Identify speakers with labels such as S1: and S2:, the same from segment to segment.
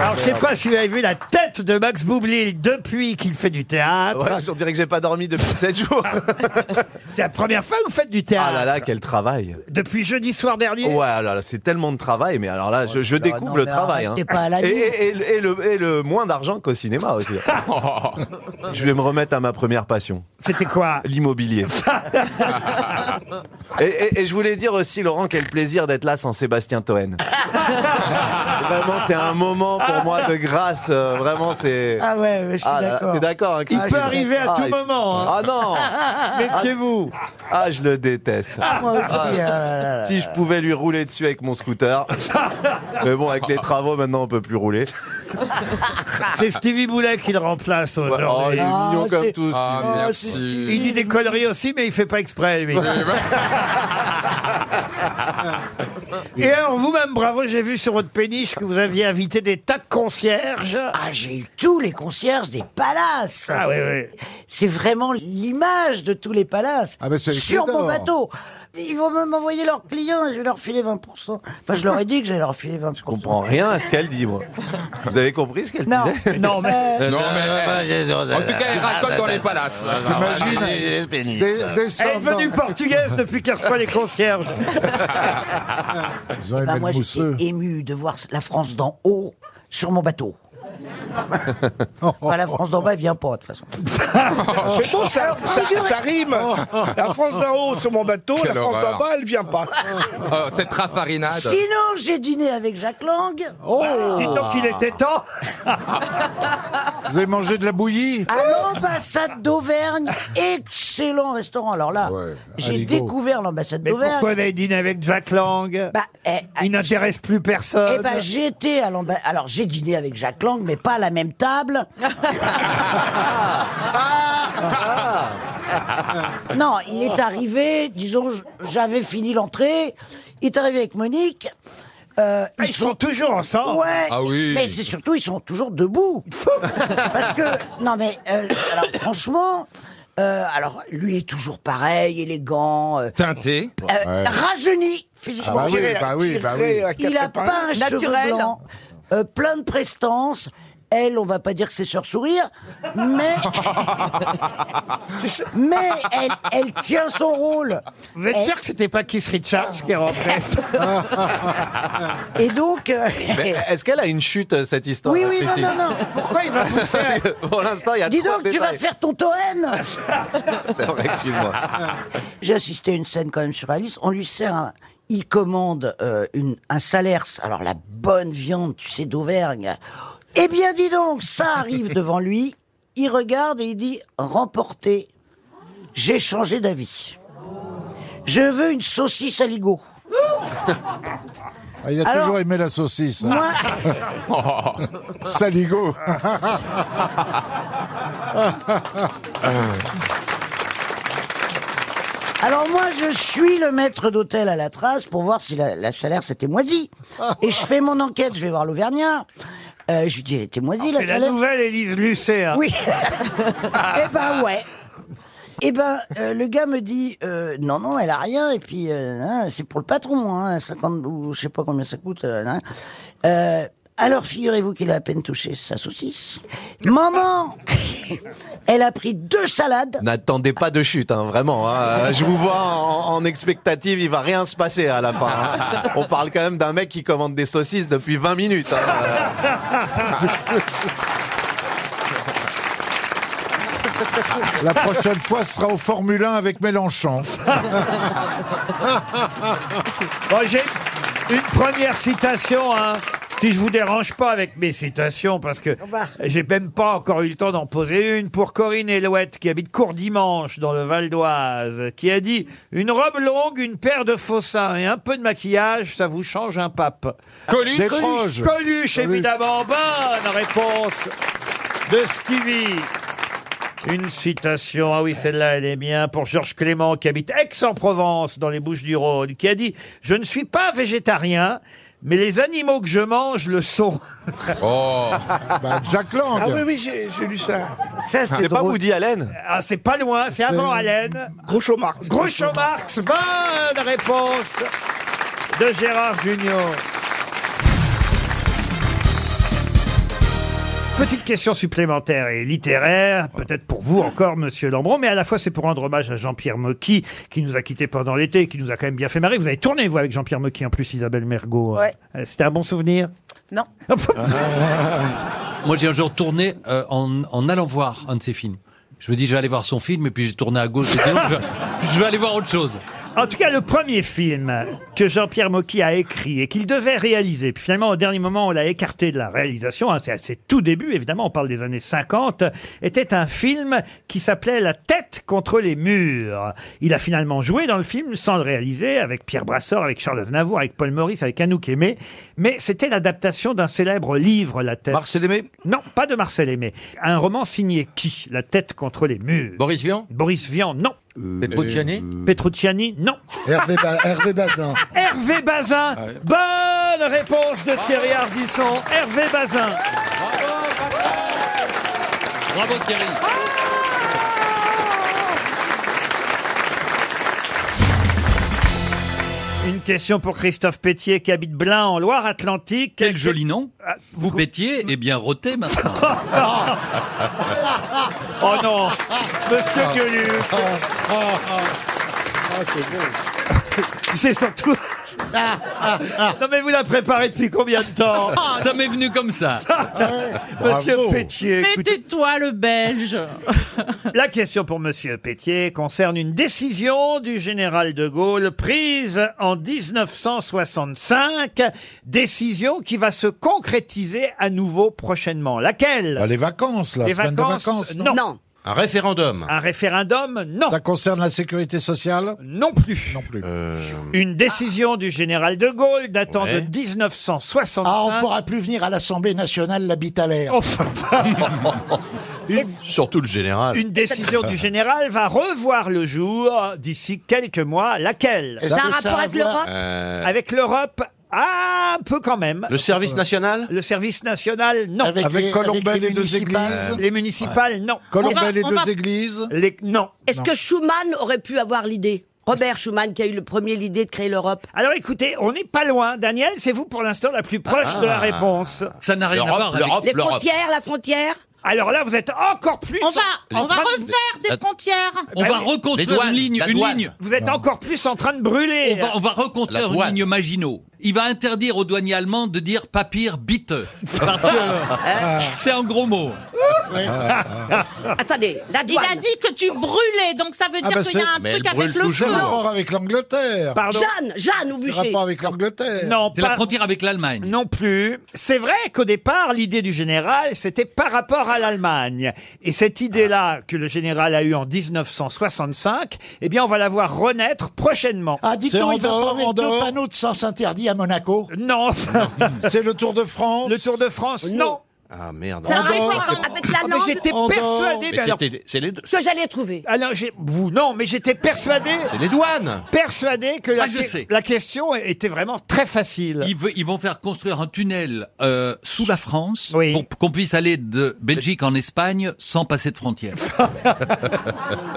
S1: Alors, je sais pas si vous avez vu la tête de Max Boublil depuis qu'il fait du théâtre. Ah.
S2: Ouais, on dirait que j'ai pas dormi depuis 7 jours.
S1: C'est la première fois que vous faites du théâtre.
S2: Ah là là, quel travail.
S1: Depuis jeudi soir dernier.
S2: Ouais, ah là là, c'est tellement de travail, mais alors là, je, je
S3: là,
S2: découvre
S3: Bah non,
S2: le
S3: mais
S2: travail.
S3: arrête, t'es
S2: hein.
S3: pas à la
S2: et,
S3: nuit.
S2: et- et le- et le, et le moins d'argent qu'au cinéma aussi. je vais me remettre à ma première passion,
S1: C'était quoi
S2: l'immobilier. et, et- et je voulais dire aussi, Laurent, quel plaisir d'être là sans Sébastien Toen. vraiment, c'est un moment pour moi de grâce. euh, Vraiment, c'est.
S3: Ah ouais, ouais, je suis
S2: Ah là là,
S3: d'accord.
S2: T'es d'accord hein, Christine
S1: peut arriver à
S2: Ah,
S1: tout
S2: il-
S1: moment, hein.
S2: Ah non
S1: Méfiez-vous.
S2: Ah, je le déteste. Ah.
S3: Moi aussi.
S4: Ah.
S3: euh, là, là, là.
S2: Si je pouvais lui rouler dessus avec mon scooter. Mais bon, avec les travaux, maintenant, on peut plus rouler.
S1: C'est Stevie Boulet qui le remplace
S2: Ouais, Oh, il
S1: aujourd'hui.
S2: est
S3: Ah,
S2: mignon comme
S3: c'est-
S2: tous.
S5: Ah,
S3: Oh, c'est
S5: merci.
S1: Il dit des conneries aussi, mais il fait pas exprès, lui. Et alors, vous-même, bravo, j'ai vu sur votre péniche que vous aviez invité des tas de concierges.
S3: Ah, j'ai eu tous les concierges des palaces.
S1: Ah oui, oui.
S3: C'est vraiment l'image de tous les palaces.
S6: Ah, mais c'est écrit
S3: Sur mon
S6: d'or.
S3: bateau. Ils vont même envoyer leurs clients et je vais leur filer 20%. Enfin, je leur ai dit que j'allais leur filer 20%. Je
S2: Je comprends rien à ce qu'elle dit, moi. Vous avez compris ce qu'elle
S3: Non,
S2: disait Euh,
S1: Non, mais
S5: Non, mais. En tout cas, il
S7: Ah,
S5: raconte dans les palaces.
S6: Des-
S1: elle est
S6: Descendant.
S1: devenue portugaise depuis qu'elle reçoit les concierges.
S6: Ils ont les
S3: Bah,
S6: mêmes
S3: moi,
S6: mousseux.
S3: j'étais ému de voir la France d'en haut sur mon bateau. Bah, la France d'en bas, elle vient pas, de toute façon.
S8: C'est bon, ça, ça, ça rime.
S1: Oh.
S8: La France d'en haut sur mon bateau,
S5: Quelle
S8: la France d'en
S5: horreur.
S8: bas, elle vient pas.
S5: Oh, cette raffarinade.
S3: Sinon, j'ai dîné avec Jacques Lang.
S6: Oh.
S1: Dites donc qu'il
S3: Ah,
S1: était temps.
S6: Vous avez mangé de la bouillie
S3: À l'ambassade d'Auvergne, excellent restaurant. Alors là,
S6: Ouais,
S3: j'ai
S6: Aligo.
S3: découvert l'ambassade
S1: Mais
S3: d'Auvergne.
S1: pourquoi vous avez dîné avec Jack Lang
S3: Bah, eh,
S1: Il
S3: eh,
S1: n'intéresse plus personne.
S3: eh ben, j'étais à l'ambassade. Alors, j'ai dîné avec Jacques Lang, mais pas à la même table.
S6: Ah.
S3: non, il est arrivé, disons, j- j'avais fini l'entrée. Il est arrivé avec Monique. Euh,
S1: Ah, ils sont toujours ensemble.
S3: Ouais,
S5: Ah oui.
S3: mais c'est surtout ils sont toujours debout. Parce que non mais euh, alors franchement, euh, alors lui est toujours pareil, élégant, euh,
S5: Teinté.
S3: euh, rajeuni physiquement.
S6: Ah bah oui,
S8: Tiré à-
S6: bah oui,
S8: tiré
S6: bah oui.
S8: à quatre
S3: Il a
S8: épingles.
S3: pas un cheveu
S9: Naturel.
S3: blanc, euh, plein de prestance. Elle, on va pas dire que c'est sur sourire, mais mais elle, elle tient son rôle.
S1: Vous êtes
S3: Eh.
S1: sûr que c'était pas Keith Richards qui est rentré
S3: Et donc euh,
S2: Mais Est-ce qu'elle a une chute, cette histoire
S3: oui oui non
S2: Christine
S3: non non.
S1: Pourquoi il va vous faire
S2: Pour l'instant, il y a
S3: Dis
S2: trop
S3: donc,
S2: de
S3: tu vas
S2: détails.
S3: faire ton Toen
S2: C'est vrai, excuse-moi.
S3: J'ai assisté à une scène quand même sur Alice. On lui sert un. Il commande euh, une, un salers, alors la bonne viande, tu sais, d'Auvergne. Eh bien, dis donc, ça arrive devant lui. Il regarde et il dit Remporté. J'ai changé d'avis. Je veux une saucisse aligot.
S6: Ah, Il a
S3: Alors-
S6: toujours aimé la saucisse. hein.
S3: Moi,
S6: Saligo.
S3: alors moi, je suis le maître d'hôtel à la trace pour voir si la, la salers était moisie. Et je fais mon enquête, je vais voir l'Auvergnat. Euh, je lui dis, elle était moisie, la
S1: Ah, C'est la
S3: salers.
S1: nouvelle Élise Lucet. hein.
S3: Oui. eh ben ouais. Eh ben, euh, le gars me dit, euh, non, non, elle a rien, et puis, euh, hein, c'est pour le patron, hein, 50, ou je sais pas combien ça coûte. euh, hein. Euh, alors, figurez-vous qu'il a à peine touché sa saucisse. Maman Elle a pris deux salades.
S2: N'attendez pas de chute, hein, vraiment. hein. Je vous vois en, en expectative, il va rien se passer à la fin. hein. On parle quand même d'un mec qui commande des saucisses depuis 20 minutes. hein.
S6: La prochaine fois, ce sera au Formule 1 avec Mélenchon.
S1: Bon, j'ai une première citation. hein. Si je vous dérange pas avec mes citations, parce que
S3: bah.
S1: j'ai même pas encore eu le temps d'en poser une, pour Corinne Elouette, qui habite Courdimanche, dans le Val d'Oise, qui a dit « Une robe longue, une paire de faux seins et un peu de maquillage, ça vous change un pape.
S5: Coluche.
S6: Des proches.
S10: Ah
S8: Ah
S1: Coluche, évidemment. Bonne réponse de Stevie. Une citation, ah oui, celle-là, elle est bien, pour Georges Clément, qui habite Aix-en-Provence, dans les Bouches-du-Rhône, qui a dit « Je ne suis pas végétarien, mais les animaux que je mange le sont.
S5: Oh.
S6: Bah, Jack Lang.
S8: Ah oui, oui, j'ai j'ai lu ça.
S3: Ça, c'est
S2: C'est pas
S3: drôle.
S2: Woody Allen »
S1: Ah, c'est pas loin, c'est avant Allen.
S8: Euh, Groucho Marx.
S1: Groucho Marx, bonne réponse de Gérard Junior. Petite question supplémentaire et littéraire, peut-être pour vous encore, monsieur Lambron, mais à la fois c'est pour rendre hommage à Jean-Pierre Mocky, qui nous a quittés pendant l'été, et qui nous a quand même bien fait marrer. Vous avez tourné, vous, avec Jean-Pierre Mocky, en plus, Isabelle Mergot.
S9: Ouais.
S1: Euh, C'était un bon souvenir
S9: Non.
S2: Ah.
S11: Moi, j'ai un jour tourné euh, en, en allant voir un de ses films. Je me dis, je vais aller voir son film, et puis j'ai tourné à gauche. j'ai dit, non, je, vais- je vais aller voir autre chose.
S1: En tout cas, le premier film que Jean-Pierre Mocky a écrit et qu'il devait réaliser, puis finalement, au dernier moment, on l'a écarté de la réalisation, hein, c'est à ses tout débuts, évidemment, on parle des années 50, était un film qui s'appelait La tête contre les murs. Il a finalement joué dans le film sans le réaliser, avec Pierre Brasseur, avec Charles Aznavour, avec Paul Maurice, avec Anouk Aimé, mais c'était l'adaptation d'un célèbre livre, La tête.
S5: Marcel Aimé
S1: non, pas de Marcel Aimé. Un roman signé qui La tête contre les murs.
S5: Boris Vian
S1: Boris Vian, non.
S5: Petrucciani
S1: Petrucciani, non.
S6: Hervé, Ba- Hervé Bazin. Ah,
S1: Hervé Bazin. Bonne réponse de Thierry Ardisson. Hervé Bazin.
S11: Bravo, Thierry.
S1: Une question pour Christophe Pétier qui habite Blain en Loire-Atlantique. Ah,
S11: Quel joli nom. Vous pétiez, et bien roté maintenant.
S5: Ah
S1: Oh non, Monsieur Gueuluc.
S12: Oh,
S11: Ah,
S1: C'est surtout. non mais vous la préparez depuis combien de temps,
S11: Ah, Ça m'est venu comme ça.
S1: Monsieur
S6: Bravo.
S1: Pétier
S9: Mais
S1: écoutez.
S9: tais-toi, le Belge
S1: La question pour Monsieur Pétier concerne une décision du général de Gaulle prise en 1965, décision qui va se concrétiser à nouveau prochainement.
S6: Bah,
S1: Laquelle
S6: les vacances, la
S1: Les
S6: semaine
S1: vacances,
S6: de vacances.
S1: non.
S5: Un référendum.
S1: Un référendum Non.
S6: Ça concerne la sécurité sociale
S1: Non plus.
S6: Non plus.
S5: Euh,
S1: Une décision du général de Gaulle datant
S5: Hmm. Ouais.
S1: de 1965.
S6: Ah, on pourra plus venir à l'Assemblée nationale l'habit à l'air.
S1: Enfin,
S2: Surtout le général.
S1: une décision du général va revoir le jour d'ici quelques mois. Laquelle
S6: Ça a un rapport avec l'Europe
S12: euh,
S1: Avec l'Europe Un peu quand même.
S5: Euh. Le service national
S1: Le service national, non.
S6: Avec,
S1: Avec
S6: les-
S8: Colombel
S6: avec
S8: et deux
S6: municipales.
S1: les municipales, non.
S6: Colombel
S13: On va-
S6: et
S13: on
S6: deux
S13: va-
S6: églises.
S1: Les, non.
S13: Est-ce que Schumann aurait pu avoir l'idée Robert Schumann qui a eu le premier l'idée de créer l'Europe.
S1: Alors écoutez, on n'est pas loin. Daniel, c'est vous pour l'instant la plus proche de
S6: Ah.
S1: la réponse.
S11: Ça n'a rien à voir avec...
S13: Les frontières, la frontière
S1: Alors là, vous êtes encore plus.
S13: On va,
S1: en
S13: on va
S1: train de-
S13: refaire des
S5: Attends.
S13: frontières
S11: On va
S1: Les
S11: reconstruire
S5: douanes,
S11: une ligne,
S5: la
S11: une
S5: douane.
S11: ligne.
S1: Bah Vous êtes encore plus en train de brûler.
S11: On va, on va reconstruire
S5: La
S11: une
S5: douane.
S11: ligne Maginot. Il va interdire aux douaniers allemands de dire papier bite. Parce que
S5: Ah.
S11: euh, c'est un gros mot.
S13: Attendez, la
S9: Ah. Il
S13: douane.
S9: a dit que tu brûlais, donc ça veut dire
S6: Ah bah
S9: qu'il y a
S6: c'est-
S9: un
S5: Mais
S9: truc
S5: elle
S9: avec
S5: brûle
S9: le
S6: C'est
S5: toujours.
S9: feu.
S6: un
S5: Bonjour.
S6: rapport avec l'Angleterre.
S1: Pardon.
S13: Jeanne, Jeanne au
S6: C'est un
S13: bûcher.
S6: rapport avec l'Angleterre.
S1: Non,
S11: C'est la
S1: pas-
S11: frontière avec l'Allemagne.
S1: Non plus. C'est vrai qu'au départ, l'idée du général, c'était par rapport à l'Allemagne. Et cette idée-là que le général a eue en 1965, eh bien, on va la voir renaître prochainement.
S14: Ah,
S6: C'est
S14: dit-on,
S6: en
S14: il va
S6: dehors,
S14: pas
S6: en
S14: avec
S6: dehors.
S14: deux panneaux de sens interdit à Monaco.
S1: Non,
S6: C'est le Tour de France.
S1: le Tour de France, non.
S5: Ah merde.
S13: Ça a un rapport avec la
S1: Ah, mais
S13: langue
S1: j'étais
S6: Andorre.
S1: persuadé. mais
S5: Mais
S1: alors-
S5: c'était- c'est les, deux-
S13: que j'allais trouver.
S1: alors, j'ai- vous, non, mais j'étais persuadé,
S5: c'est les douanes.
S1: persuadé que la,
S11: Ah, je
S1: que-
S11: sais.
S1: la question était vraiment très facile.
S11: Ils, veulent- ils vont faire construire un tunnel euh, sous la France
S1: Oui.
S11: pour qu'on puisse aller de Belgique en Espagne sans passer de frontière.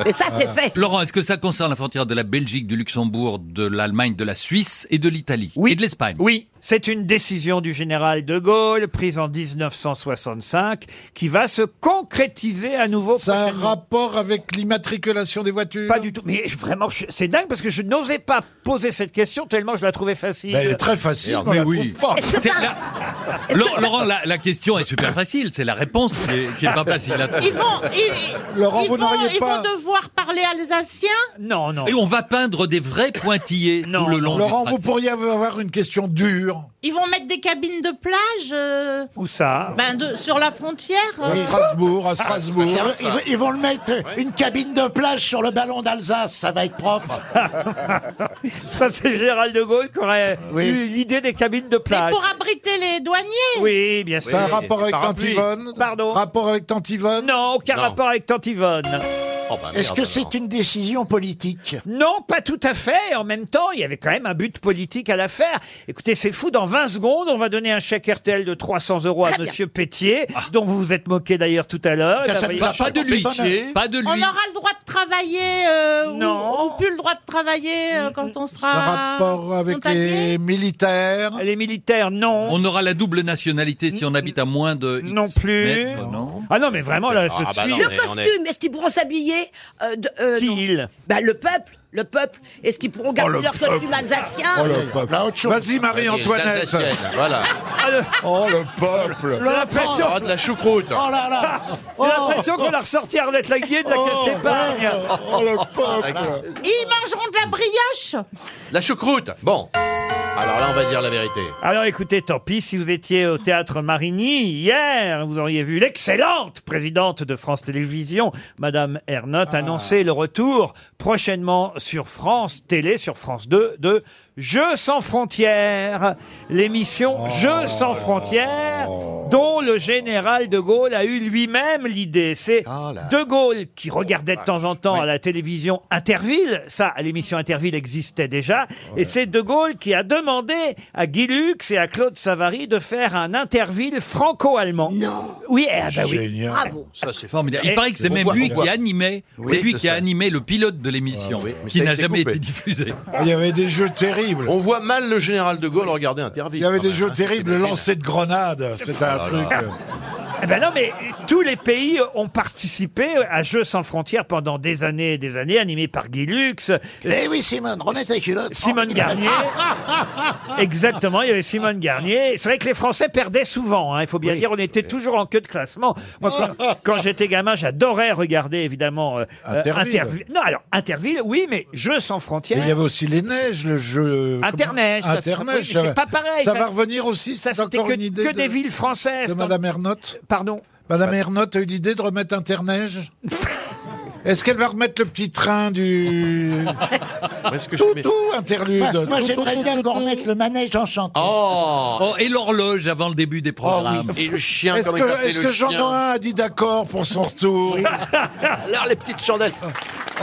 S13: Mais ça, c'est fait.
S11: Laurent, est-ce que ça concerne la frontière de la Belgique, du Luxembourg, de l'Allemagne, de la Suisse et de l'Italie
S1: Oui.
S11: Et de l'Espagne
S1: Oui, c'est une décision du général de Gaulle prise en 1965 qui va se concrétiser à nouveau.
S6: C'est un
S1: prochainement.
S6: rapport avec l'immatriculation des voitures.
S1: Pas du tout. Mais je- vraiment, je- c'est dingue parce que je n'osais pas poser cette question tellement je la trouvais facile.
S6: Mais elle est très facile.
S5: Merde.
S6: on
S11: Mais
S6: la
S11: oui.
S6: trouve pas.
S13: Est-ce que
S11: C'est
S13: ça-
S11: la- Laurent, Laurent, la, la question est super facile. C'est la réponse qui est, qui est pas facile. à trouver.
S9: Ils vont, ils,
S6: Laurent,
S9: ils
S6: vous
S9: vont,
S6: n'auriez
S9: ils
S6: pas-
S9: vont devoir parler alsacien.
S1: Non, non.
S11: Et on va peindre des vrais pointillés
S1: Non,
S11: tout le long. du
S6: Laurent, vous
S11: tracé.
S6: pourriez avoir une question dure.
S9: Ils vont mettre des cabines de plage euh,
S1: Où ça
S9: ben de, sur la frontière.
S6: À
S9: euh.
S6: Strasbourg, à Strasbourg.
S14: Ah,
S1: Ah,
S14: Ils, vont- ils vont le mettre une cabine de plage sur le ballon d'Alsace, ça va être propre.
S1: Ça, c'est Gérald de Gaulle qui aurait
S6: Oui.
S1: eu l'idée des cabines de
S9: Mais
S1: plage.
S9: pour abriter les douaniers.
S1: Oui, bien
S6: C'est
S1: sûr.
S6: un
S5: Oui,
S6: rapport avec Tante
S5: parapluie.
S6: Yvonne.
S1: Pardon
S6: Rapport avec Tante Yvonne.
S1: Non, aucun
S5: Non.
S1: rapport avec Tante Yvonne.
S5: Oh,
S1: Ah,
S5: bah,
S14: Est-ce
S5: merde,
S14: que
S5: alors.
S14: c'est une décision politique
S1: Non, pas tout à fait. En même temps, il y avait quand même un but politique à l'affaire. Écoutez, c'est fou. Dans 20 secondes, on va donner un chèque RTL de 300 euros à
S13: Très bien.
S1: Monsieur
S5: Ah.
S1: Pétier, dont vous vous êtes moqué d'ailleurs tout à l'heure. Eh ben,
S14: ça ne
S1: voyez-
S14: va
S11: Pas de lui.
S14: Pitié.
S11: Pas de
S9: On
S11: lui.
S9: aura le droit de travailler euh, ou- ou, plus le droit de travailler
S1: Mm,
S9: euh, quand on sera.
S6: rapport avec les militaires.
S1: Les militaires, non.
S11: On aura la double nationalité si on habite à moins de X
S1: Non plus.
S11: mètres, non.
S1: Ah non, mais vraiment, là, je
S11: Ah bah non,
S1: suis-
S13: Le costume, est-ce qu'ils pourront s'habiller euh, de- euh, non. Bah, Le peuple, le peuple. Est-ce qu'ils pourront
S1: Oh,
S13: garder
S6: le
S13: leur costume alsacien
S10: Ah,
S6: Vas-y, Marie-Antoinette.
S5: Voilà.
S6: Oh, le peuple.
S8: J'ai l'impression-
S5: Oh, de la choucroute.
S14: Oh là là
S1: J'ai l'impression qu'on a ressorti Arlette Laguier de la caisse d'épargne.
S6: Oh, le peuple.
S9: Ils mangeront de la brioche.
S5: La choucroute. Bon. Alors là, on va dire la vérité.
S1: Alors écoutez, tant pis, si vous étiez au théâtre Marigny hier, vous auriez vu l'excellente présidente de France Télévisions, Madame Ernotte, annoncer le retour prochainement sur France Télé, sur France 2, de Jeux sans frontières. L'émission Jeux sans frontières,
S6: Oh.
S1: dont le général de Gaulle a eu lui-même l'idée. C'est
S6: Ah
S1: de Gaulle qui regardait de temps en temps à la télévision Interville. Ça, l'émission Interville existait déjà. Et c'est de Gaulle qui a demandé à Guy Lux et à Claude Savary de faire un Interville franco-allemand. Non. Oui, eh, ah bah oui.
S6: Génial.
S13: Bravo.
S5: Ça, c'est
S11: Formidable. Il
S1: Et-
S11: paraît que c'est même
S5: Pourquoi-
S11: lui qui
S5: pourquoi
S11: animait,
S5: Oui,
S11: c'est lui
S5: c'est
S11: qui a
S5: ça.
S11: animé le pilote de l'émission,
S5: Ah oui, mais
S11: qui
S5: ça a
S11: n'a
S5: été
S11: jamais
S5: coupé.
S11: été diffusé.
S6: Il y avait des jeux terribles.
S5: On voit mal le général de Gaulle regarder
S6: Il
S5: Interville.
S6: y avait
S5: quand
S6: des
S5: même,
S6: jeux
S5: hein.
S6: terribles. Le lancer de grenade. C'était un truc.
S1: Oh
S6: euh.
S1: Eh ben non, mais tous les pays ont participé à Jeux sans frontières pendant des années et des années, animés par Guy Lux,
S14: Eh oui, Simone, remets ta culotte.
S1: Simone Garnier.
S6: Ah.
S1: Exactement, il y avait Simone Garnier. C'est vrai que les Français perdaient souvent, hein, il faut bien dire. On était toujours en queue de classement. Moi, quand, quand j'étais gamin, j'adorais regarder, évidemment, euh, euh,
S6: Interville.
S1: Intervi- Non, alors, Interville, oui, mais Jeux sans
S6: Mais
S1: frontières.
S6: il y avait aussi les neiges, le jeu. Euh, comment-
S1: Interneige, ça, c'est- oui, mais
S6: Interneige.
S1: c'est
S6: ça va-
S1: pas pareil,
S6: Ça
S1: ça-
S6: va revenir aussi.
S1: Ça,
S6: C'est
S1: c'était
S6: encore
S1: que,
S6: une idée
S1: que
S6: de-
S1: des villes françaises.
S6: de Madame Ernotte.
S1: Pardon
S6: Madame Ernotte a eu l'idée de remettre Interneige Est-ce qu'elle va remettre le petit train du...
S5: Où est-ce que je mets-
S6: Toutou interlude
S14: Moi, j'aimerais bien qu'on remette le manège enchanté.
S5: Oh
S11: Oh, et l'horloge avant le début des programmes.
S5: Et le chien,
S6: Est-ce
S5: comment il
S6: que,
S5: s'appelait
S6: est-ce
S5: le
S6: que
S5: chien
S6: Jean-Noël a dit d'accord pour son retour
S5: Alors, les petites chandelles.
S6: Oh,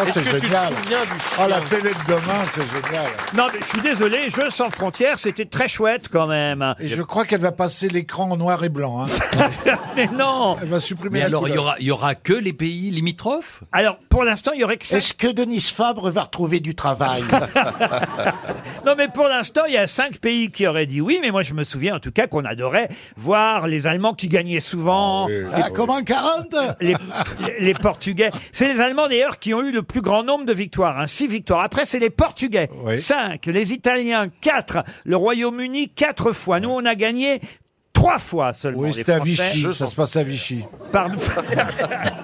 S5: Est-ce
S6: c'est
S5: que tu te
S6: génial
S5: souviens du
S6: Oh,
S5: chien
S6: la télé de demain, c'est génial
S1: Non, mais je suis désolé, Jeux sans frontières, c'était très chouette quand même.
S6: Et je crois qu'elle va passer l'écran en noir et blanc. hein.
S1: Mais non
S6: Elle va supprimer
S11: Mais
S6: la
S11: alors, il y
S6: couleur.
S11: aura, il y aura que les pays limitrophes
S1: Alors, pour l'instant, il y aurait que cinq...
S14: Est-ce que Denis Fabre va retrouver du travail
S1: Non, mais pour l'instant, il y a cinq pays qui auraient dit oui, mais moi, je me souviens en tout cas qu'on adorait voir les Allemands qui gagnaient souvent,
S14: Ah, Comment 40
S1: les, les Portugais. C'est les Allemands, d'ailleurs, qui ont eu le plus grand nombre de victoires, hein, six victoires. Après, c'est les Portugais,
S6: Oui.
S1: cinq. Les Italiens, quatre. Le Royaume-Uni, quatre fois. Nous, on a gagné trois fois seulement.
S6: Oui,
S1: les
S6: c'était à
S1: Français.
S6: Vichy, ça se passe à Vichy.
S1: Pardon.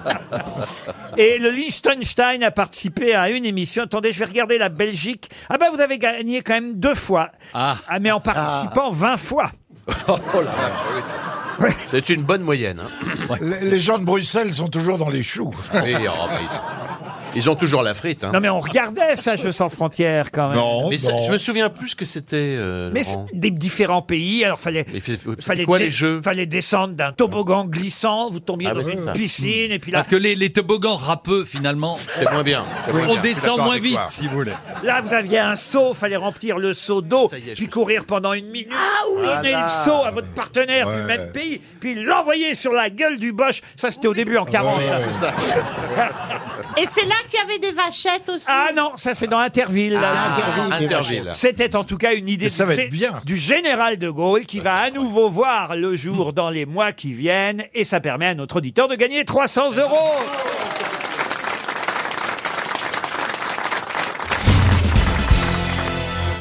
S1: Et le Liechtenstein a participé à une émission. Attendez, je vais regarder la Belgique. Ah bah vous avez gagné quand même deux fois.
S11: Ah.
S1: mais en participant 20 fois.
S5: Oh C'est une bonne moyenne. hein.
S6: Les, les gens de Bruxelles sont toujours dans les choux.
S5: Oui, oh, mais ils... ils ont toujours la frite. hein.
S1: Non mais on regardait ça, Jeux sans frontières quand même.
S6: Non,
S5: Mais ça-
S6: non.
S5: je me souviens plus ce que c'était. euh,
S1: Mais
S5: Laurent.
S1: c'est des différents pays, alors fallait,
S5: Mais c'est- c'était
S1: fallait
S5: quoi,
S1: dé-
S5: les jeux
S1: fallait descendre d'un toboggan glissant, vous tombiez
S5: Ah,
S1: dans
S5: bah, c'est
S1: une
S5: ça.
S1: piscine et puis là,
S11: Parce que les, les toboggans râpeux, finalement,
S5: C'est moins bien. c'est moins
S11: on
S5: bien.
S11: descend moins
S5: Je suis
S11: vite,
S5: d'accord avec toi.
S11: si vous voulez.
S1: là vous aviez un seau, fallait remplir le seau d'eau,
S5: Ça y est, je
S1: puis
S5: me
S1: courir pendant une minute,
S9: Ah
S1: donner le seau à votre partenaire du
S6: Ouais.
S1: même pays, puis l'envoyer sur la gueule du boche. Ça c'était au début en 40.
S6: Ouais, ouais.
S9: Et c'est là qu'il y avait des vachettes aussi.
S1: Ah non, ça c'est dans Interville. là.
S5: Ah, Interville.
S1: C'était en tout cas une idée
S6: Mais ça
S1: du,
S6: va être bien.
S1: du général de Gaulle qui va à nouveau voir le jour dans les mois qui viennent et ça permet à notre auditeur de gagner 300 euros.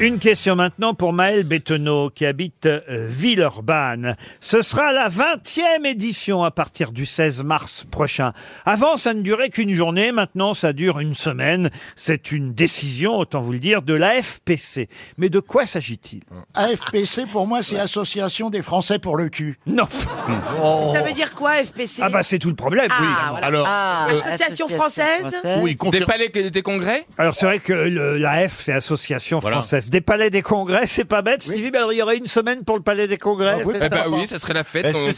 S1: Une question maintenant pour Maël Bétonneau qui habite euh, Villeurbanne. Ce sera la 20e édition à partir du 16 mars prochain. Avant, ça ne durait qu'une journée, maintenant ça dure une semaine. C'est une décision, autant vous le dire, de la FPC. Mais de quoi s'agit-il
S14: AFPC, pour moi, c'est Association des Français pour le cul.
S1: Non.
S13: Ça veut dire quoi, FPC
S1: Ah bah c'est tout le problème, oui.
S13: Ah, voilà.
S5: Alors,
S13: Association française
S5: oui, conférence-
S7: palais, que- des congrès
S1: Alors c'est vrai que le- la F, c'est Association
S5: Voilà.
S1: française des palais des congrès, c'est pas bête. Stevie, mais alors, il y aurait une semaine pour le palais des congrès. Euh,
S7: Eh ben oui, ça serait la fête. on-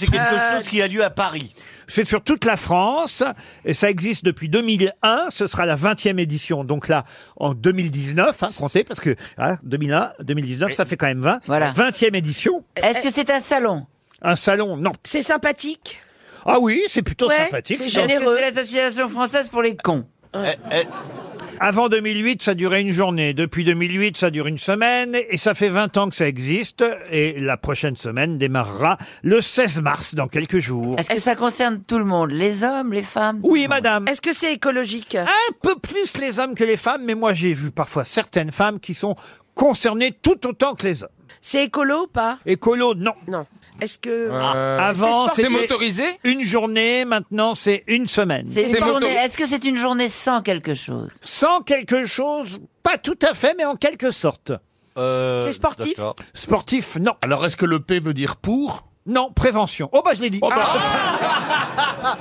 S1: C'est sur toute la France et ça existe depuis 2001. Ce sera la 20e édition. Donc là, en 2019, hein, comptez parce que hein, 2001, 2019, ça fait quand même 20.
S15: Voilà.
S1: 20e édition.
S15: Est-ce que c'est un salon
S1: Un salon, non.
S13: C'est sympathique
S1: Ah oui, c'est plutôt
S13: Ouais,
S1: sympathique.
S13: c'est
S1: ça.
S13: génial.
S15: Est-ce que c'est l'association française pour les cons
S1: Avant 2008, ça durait une journée. Depuis 2008, ça dure une semaine. Et ça fait 20 ans que ça existe. Et la prochaine semaine démarrera le 16 mars, dans quelques jours.
S15: Est-ce que ça concerne tout le monde Les hommes, les femmes
S1: Oui, madame.
S15: Est-ce que c'est écologique
S1: Un peu plus les hommes que les femmes, mais moi j'ai vu parfois certaines femmes qui sont concernées tout autant que les hommes.
S13: C'est écolo ou pas
S1: Écolo, non.
S13: Non. Est-ce que.
S1: Ah, Avant,
S13: sportif
S1: c'était Une journée, maintenant c'est une semaine.
S15: C'est une journée- Est-ce que c'est une journée sans quelque chose
S1: Sans quelque chose, pas tout à fait, mais en quelque sorte.
S4: C'est sportif Euh, d'accord.
S1: Sportif, non.
S4: Alors, est-ce que le P veut dire pour
S1: Non, prévention. Oh bah je l'ai dit.
S7: Ah,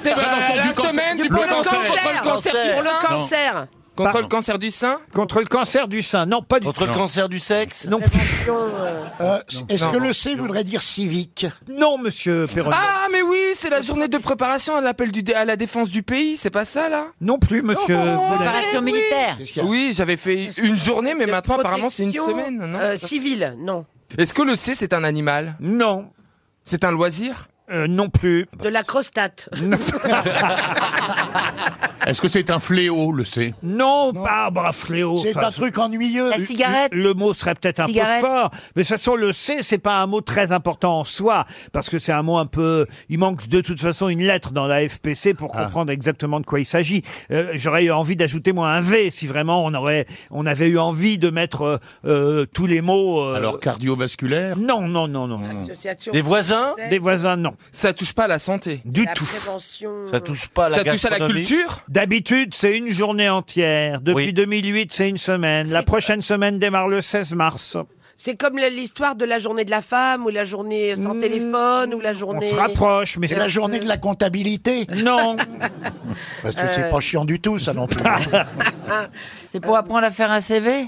S7: c'est vrai,
S1: Prévention
S7: la
S1: du cancer-
S7: semaine du
S1: pour
S7: plan
S1: le
S7: cancer.
S1: cancer.
S7: Contre le cancer du
S1: Pour le
S7: sein.
S1: cancer.
S7: Non. Contre le cancer du sein
S1: Contre le cancer du sein, non, pas du tout.
S4: Contre le cancer
S1: du sexe Non. plus.
S14: Euh,
S1: Non.
S14: Est-ce
S1: Non.
S14: que le C voudrait dire civique
S1: Non, monsieur Perron.
S7: Ah, mais oui, c'est la journée de préparation à l'appel du dé- à la défense du pays, c'est pas ça là Oh,
S1: Non plus, monsieur Boulet.
S15: Préparation
S7: oui.
S15: militaire.
S7: Qu'est-ce qu'il y a Oui, j'avais fait une journée, mais maintenant apparemment c'est une
S13: protection,
S7: semaine. Non
S13: euh, civile, non.
S7: Est-ce que le C c'est un animal
S1: Non. Euh,
S7: C'est un loisir
S1: Non plus.
S13: De la prostate.
S4: Est-ce que c'est un fléau, le C
S1: Non, pas bah, fléau.
S4: C'est
S1: Enfin,
S4: un truc
S14: ennuyeux.
S15: La cigarette.
S1: Le, le mot serait peut-être un
S15: Cigarette.
S1: peu fort, mais de toute façon, le C, c'est pas un mot très important en soi, parce que c'est un mot un peu. Il manque de toute façon une lettre dans la FPC pour comprendre exactement de quoi il s'agit. Euh, J'aurais eu envie d'ajouter moi un V si vraiment on aurait, on avait eu envie de mettre euh, euh, tous les mots. euh,
S4: Alors, cardiovasculaire
S1: Non, non, non, non.
S13: Association française.
S1: Des voisins, non.
S7: Ça touche pas à la santé.
S1: Du
S13: La
S1: tout.
S13: prévention.
S7: Ça touche à la culture
S1: D'habitude, c'est une journée entière. Depuis 2008, c'est une semaine. La prochaine semaine démarre le 16 mars.
S13: C'est comme la- l'histoire de la journée de la femme ou la journée sans téléphone ou la journée.
S1: Mmh. se rapproche, mais
S14: c'est
S1: c'est-
S14: la journée de la comptabilité.
S1: Non.
S14: Parce que c'est
S15: Euh.
S14: pas chiant du tout, ça non plus.
S1: Ah,
S15: C'est pour apprendre à faire un CV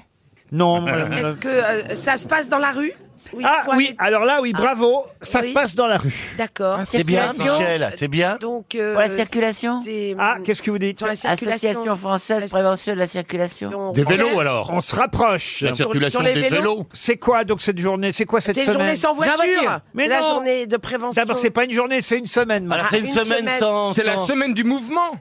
S1: Non.
S13: Euh, Est-ce que euh, ça se passe dans la rue Ou il
S1: Ah
S13: faut
S1: oui,
S13: aller-
S1: alors là, oui,
S13: Ah.
S1: bravo. Ça
S13: Oui.
S1: se passe dans la rue.
S13: D'accord.
S15: c'est bien,
S13: Circulation.
S15: Michel,
S4: c'est bien.
S13: Donc. euh,
S15: Pour la circulation
S13: c'est-
S1: Ah, qu'est-ce que vous dites
S13: Sur la circulation.
S15: Association française prévention de la circulation.
S4: Des vélos, alors
S1: On se rapproche.
S4: La circulation
S13: sur les
S4: des
S13: vélos.
S4: vélos
S1: C'est quoi donc cette journée C'est quoi cette
S13: C'est
S1: semaine
S13: une journée sans voiture.
S1: Mais
S13: la
S1: non
S13: journée de prévention.
S1: D'abord, c'est pas une journée, c'est une semaine.
S13: Ah, c'est une une semaine semaine. sans-
S7: C'est la semaine du mouvement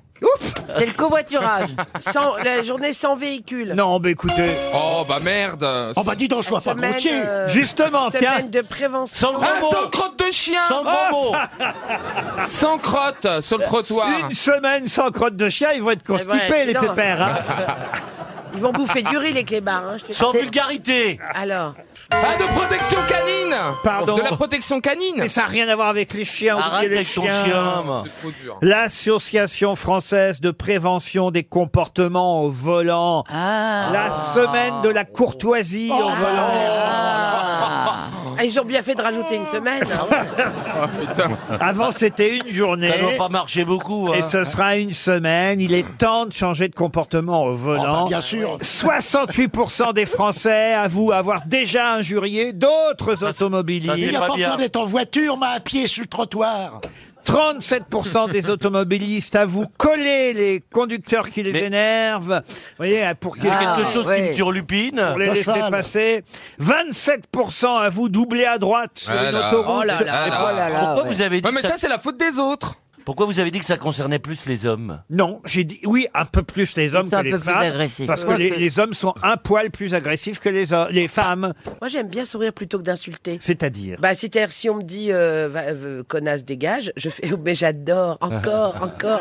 S15: C'est le covoiturage.
S13: Sans, la journée sans véhicule.
S1: Non, bah écoutez.
S7: Oh bah merde
S14: Oh bah dis donc,
S10: Ah,
S14: sois pas
S13: Semaine,
S14: grossier.
S13: euh,
S1: Justement, tiens.
S13: Semaine de prévention. Ah.
S7: Ah, sans crotte de chien Sans crotte sur le trottoir
S1: Une semaine sans crotte de chien, ils vont être
S13: ben,
S1: constipés, les
S13: non.
S1: pépères. hein.
S13: Ils vont bouffer du riz, les clébards. Hein, je te-
S4: vulgarité
S13: Alors.
S7: Ah, de protection canine
S1: Pardon.
S7: De la protection canine
S1: Mais ça n'a rien à voir avec les chiens. oubliez les chiens.
S7: C'est trop dur.
S1: L'Association française de prévention des comportements au volant.
S15: Ah.
S1: La semaine de la courtoisie au volant.
S15: Ah.
S13: Ah, ils ont bien fait de rajouter une semaine.
S1: Ah.
S13: hein.
S1: Avant, c'était une journée.
S4: Ça doit pas marcher beaucoup. hein.
S1: Et ce sera une semaine. Il est temps de changer de comportement au volant.
S14: Oh, bah, bien sûr.
S1: 68% des Français avouent avoir déjà injurié d'autres
S14: Il y
S1: automobilistes.
S14: a
S4: pas
S14: fort
S4: bien.
S14: on est en voiture, mais à pied sur le trottoir.
S1: 37% des automobilistes avouent coller les conducteurs qui les énervent. Vous voyez, hein, pour qu'ils
S15: Ah, ouais.
S1: pour les
S14: le
S1: laisser
S14: cheval.
S1: passer. 27% avouent doubler à droite sur
S7: Ah
S1: une
S7: là.
S1: autoroute.
S15: Oh là là,
S7: Ah là.
S15: oh là là, ouais.
S4: avez
S7: Ouais, mais ça, c'est la faute des autres
S4: pourquoi vous avez dit que ça concernait plus les hommes
S1: Non, j'ai dit oui, un peu plus les
S15: sont
S1: hommes que
S15: un
S1: les
S15: peu plus
S1: femmes.
S15: agressifs.
S1: Parce que
S15: Ouais.
S1: les, les hommes sont un poil plus agressifs que les, ho- les femmes.
S13: Moi, j'aime bien sourire plutôt que d'insulter.
S1: C'est-à-dire.
S13: Bah, c'est-à-dire, si on me dit, euh, va- euh, connasse, dégage, je fais, oh, mais j'adore, encore, encore.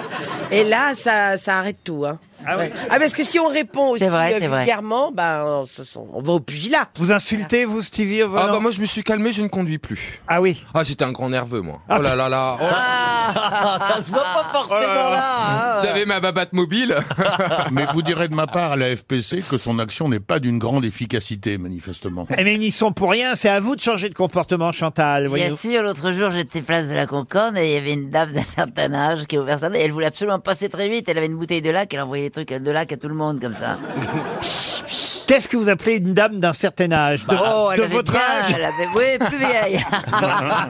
S13: Et là, ça, ça arrête tout. Hein.
S1: Ah oui.
S13: Ah, parce que si on répond aussi
S15: C'est vrai,
S13: euh,
S15: c'est vrai.
S13: vulgairement, bah, on, se sent- on va au pugilat.
S1: Vous insultez, vous, Stevie, au volant
S7: Ah bah moi, je me suis calmé, je ne conduis plus.
S1: Ah oui. Ah.
S7: Ah, j'étais un grand nerveux, moi. Oh là là là oh,
S13: Ah,
S4: Ça se voit pas forcément là hein.
S7: J'avais ma babatte mobile
S4: Mais vous direz de ma part à la FPC que son action n'est pas d'une grande efficacité, manifestement.
S1: Eh, Mais ils n'y sont pour rien. C'est à vous de changer de comportement, Chantal.
S15: Bien
S1: voyez-vous.
S15: sûr, l'autre jour, j'étais place de la Concorde et il y avait une dame d'un certain âge qui a ouvert sa et elle voulait absolument passer très vite. Elle avait une bouteille de lac, elle envoyait des trucs de lac à tout le monde comme ça.
S1: Qu'est-ce que vous appelez une dame d'un certain âge De,
S15: oh, elle
S1: de
S15: avait
S1: votre
S15: bien,
S1: âge
S15: elle avait, oui, plus vieille.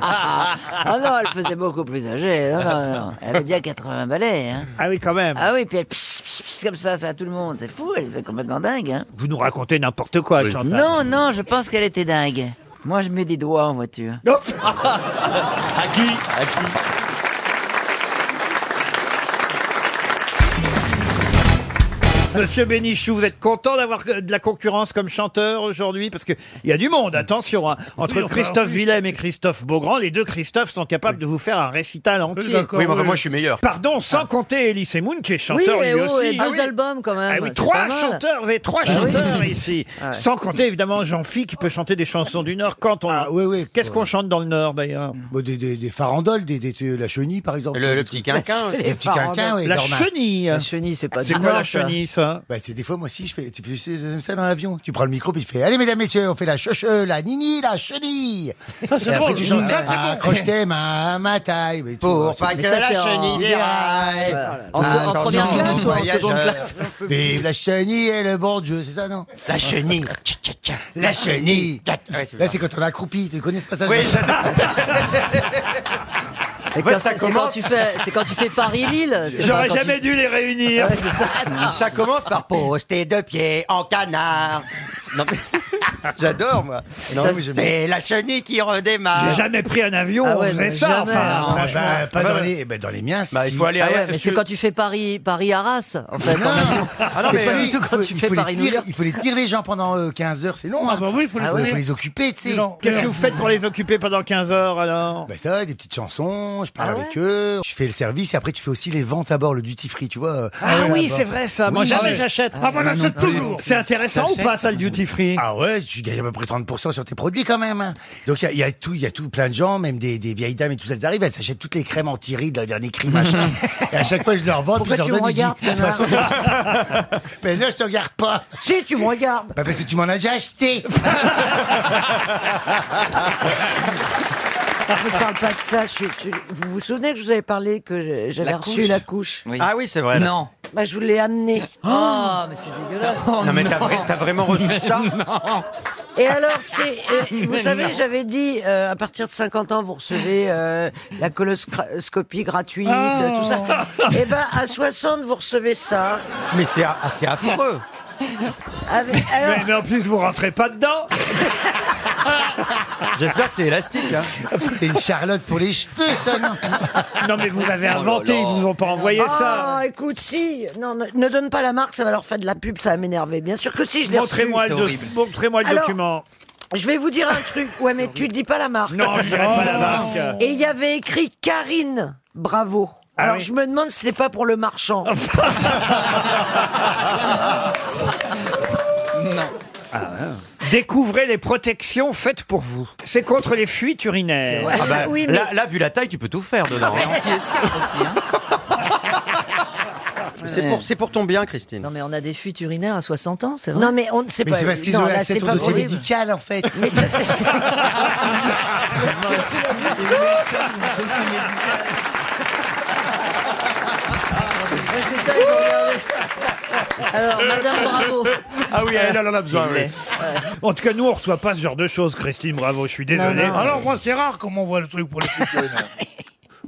S15: ah non, elle faisait beaucoup plus âgée. Non, non, non. Elle avait bien 80 balais. Hein.
S1: Ah oui, quand même.
S15: Ah oui, puis elle pss, pss, pss, comme ça, ça à tout le monde. C'est fou, elle était complètement dingue. Hein.
S1: Vous nous racontez n'importe quoi, Chantal.
S15: Non, non, je pense qu'elle était dingue. Moi, je mets des doigts en voiture.
S1: Non.
S4: À qui À qui
S1: Monsieur Bénichou, vous êtes content d'avoir euh, de la concurrence comme chanteur aujourd'hui Parce qu'il y a du monde, attention. hein. Entre
S16: Oui, enfin,
S1: Christophe
S16: oui.
S1: Willem et Christophe Beaugrand, les deux Christophe sont capables de vous faire un récital entier.
S16: d'accord, Oui, mais enfin, oui. moi, je suis
S1: meilleur. Pardon, sans compter Elie Semoun qui est chanteur
S17: oui, et
S1: lui
S17: oh,
S1: aussi.
S17: et
S1: Ah
S17: deux
S1: oui.
S17: albums quand même.
S1: Ah oui,
S17: c'est
S1: trois
S17: pas mal.
S1: chanteurs, vous avez trois
S17: Ah oui.
S1: chanteurs ici.
S17: Ah ouais.
S1: Sans compter évidemment Jean-Phi qui peut chanter des chansons du Nord. Quand on...
S14: Ah,
S1: Qu'est-ce qu'on chante dans le Nord d'ailleurs
S16: des, des, des farandoles, des, des- euh, la chenille par exemple.
S1: Le- le petit quinquin aussi.
S16: Le petit quinquin, ben oui,
S1: La
S16: normal.
S1: chenille. La
S17: chenille, c'est
S1: pas C'est du quoi Nord, la ça. chenille, ça
S16: bah, C'est des fois, moi aussi, je fais, tu fais c'est comme ça dans l'avion. Tu prends le micro, puis tu fais Allez, mesdames, messieurs, on fait la cheche, la nini, la chenille.
S12: Ça, c'est
S16: Et après,
S12: bon.
S16: tu chantes, Ah,
S12: Ça, c'est bon.
S16: Accroche-toi, ma, ma taille. Mais tu
S12: Pour
S16: vois,
S12: pas
S16: c'est- mais
S12: que
S16: ça,
S12: la
S16: c'est en-
S12: chenille déraille.
S16: Voilà.
S12: En se- en
S16: Attention,
S12: première
S16: on
S12: classe ou en
S16: voyage,
S12: seconde
S16: euh,
S12: classe
S16: Vive la chenille et le bon Dieu, c'est ça, non
S12: La chenille. Tcha, tcha, tcha. La chenille.
S16: Là,
S12: Ouais, c'est
S16: c'est quand on est accroupi. Tu connais ce passage
S12: Oui,
S17: C'est quand, c'est quand tu fais, c'est quand tu fais Paris-Lille. c'est pas quand tu-
S1: dû les réunir.
S17: Ouais, c'est ça.
S12: ça commence par poster deux pieds en canard. Non, mais- J'adore, moi. Non,
S1: Ça,
S12: mais j'aime
S1: c'est-
S12: bien. c'est la chenille qui redémarre.
S1: J'ai jamais pris un avion,
S12: Ah
S1: on
S12: ouais,
S1: faisait
S12: mais
S1: ça.
S12: jamais,
S1: enfin,
S12: non,
S1: franchement.
S16: bah,
S12: Ah
S16: pas
S1: Ouais,
S16: dans
S1: ouais.
S16: les, bah, dans les miens.
S1: Bah, il faut aller
S17: Ah ouais,
S1: à-
S17: mais c'est quand tu fais Paris, Paris-Arras, en fait. en avion.
S16: Ah non,
S17: c'est
S16: mais
S17: pas
S16: oui,
S17: du tout
S16: il
S17: quand
S16: faut-
S17: tu
S16: il
S17: fais
S16: faut les
S17: Paris-New
S16: tirer-
S17: York.
S16: Il faut les tirer les gens pendant euh, 15 heures, c'est long. Ah bah oui, il faut
S1: les- faut les-
S16: faut les occuper, tu sais.
S1: Qu'est-ce que vous faites pour les occuper pendant 15 heures alors Ah
S16: Bah ça, des petites chansons, je parle avec eux, je fais le service et après tu fais aussi les ventes à bord, le duty free, tu vois. euh,
S1: Ah
S16: euh,
S1: oui,
S16: là-bas.
S1: c'est vrai ça. Moi,
S16: Oui.
S1: jamais
S16: ouais.
S1: j'achète. Ah, moi,
S16: non,
S1: j'achète
S16: non, non.
S1: toujours. C'est intéressant ou pas, ça, le duty free
S16: Ah ouais, tu gagnes à peu près 30% sur tes produits quand même. hein. Donc il y a- il y, a tout, il y a tout plein de gens, même des, des vieilles dames et tout ça, elles arrivent, elles s'achètent toutes les crèmes anti-rides, le dernier cri machin. et à chaque fois je leur vends, puis je leur
S12: tu me
S16: donne. et je dis,
S12: regardes,
S16: De toute
S12: connard
S16: façon, c'est- Mais non, je te regarde pas. Si tu me regardes. Bah parce que tu m'en as déjà acheté.
S3: Je ne Ah, parle pas de ça. je suis- je- vous vous souvenez que je vous avais parlé que j'avais
S12: La
S3: reçu
S12: couche.
S3: la couche
S12: Oui. Ah oui, c'est vrai, là. Non.
S3: Bah, je vous l'ai Oh. amenée.
S17: Ah, mais c'est dégueulasse.
S3: Oh,
S12: Non, mais t'as vrai- t'as vraiment reçu ça
S3: Et alors, c'est. euh, vous
S12: Mais
S3: savez,
S12: non.
S3: j'avais dit, euh, à partir de 50 ans, vous recevez euh, la coloscopie gratuite,
S12: Ah.
S3: tout ça. Et ben, à 60, vous recevez ça.
S12: Mais c'est assez affreux.
S15: Ah,
S3: Avec- alors,
S1: Eh, Mais, mais en plus, vous rentrez pas dedans.
S16: J'espère que c'est élastique.
S12: hein.
S16: C'est une charlotte pour les cheveux, ça, non
S1: Non, mais vous avez
S16: Oh là
S1: inventé,
S16: là.
S1: ils vous ont pas envoyé ça.
S3: Ah, écoute, si. Non, ne, ne donne pas la marque, ça va leur faire de la pub, ça va m'énerver. Bien sûr que si, je l'ai reçu.
S1: Montrez-moi le, doc- montrez-moi le
S3: Alors,
S1: document.
S3: Je vais vous dire un truc. Ouais, mais tu dis pas la marque. Oh.
S1: Non, je dirai pas la marque. Ah
S3: Et il y avait écrit Karine Bravo. Alors je me demande si ce n'est pas pour le marchand.
S1: Ah, Découvrez les protections faites pour vous. C'est contre les fuites urinaires.
S12: Ah bah,
S1: Oui, mais-
S12: là, là, vu la taille, tu peux tout faire dedans. hein. C'est pour, c'est pour ton bien, Christine.
S17: Non, mais on a des fuites urinaires à 60 ans, c'est vrai.
S3: Non, mais on ne sait
S16: Mais c'est parce qu'ils ont accès au dossier
S17: horrible.
S16: médical, en fait.
S9: Ah,
S17: Ouais, c'est ça, ils ont regardé. Alors, Madame Bravo.
S1: Ah oui, elle, elle en a besoin.
S17: S'il
S1: oui.
S17: vous plaît. Ouais.
S1: En tout cas, nous, on reçoit pas ce genre de choses, Christine Bravo. Je suis désolé.
S10: Alors, moi, c'est rare qu'on m'envoie le truc pour les fuites urinaires.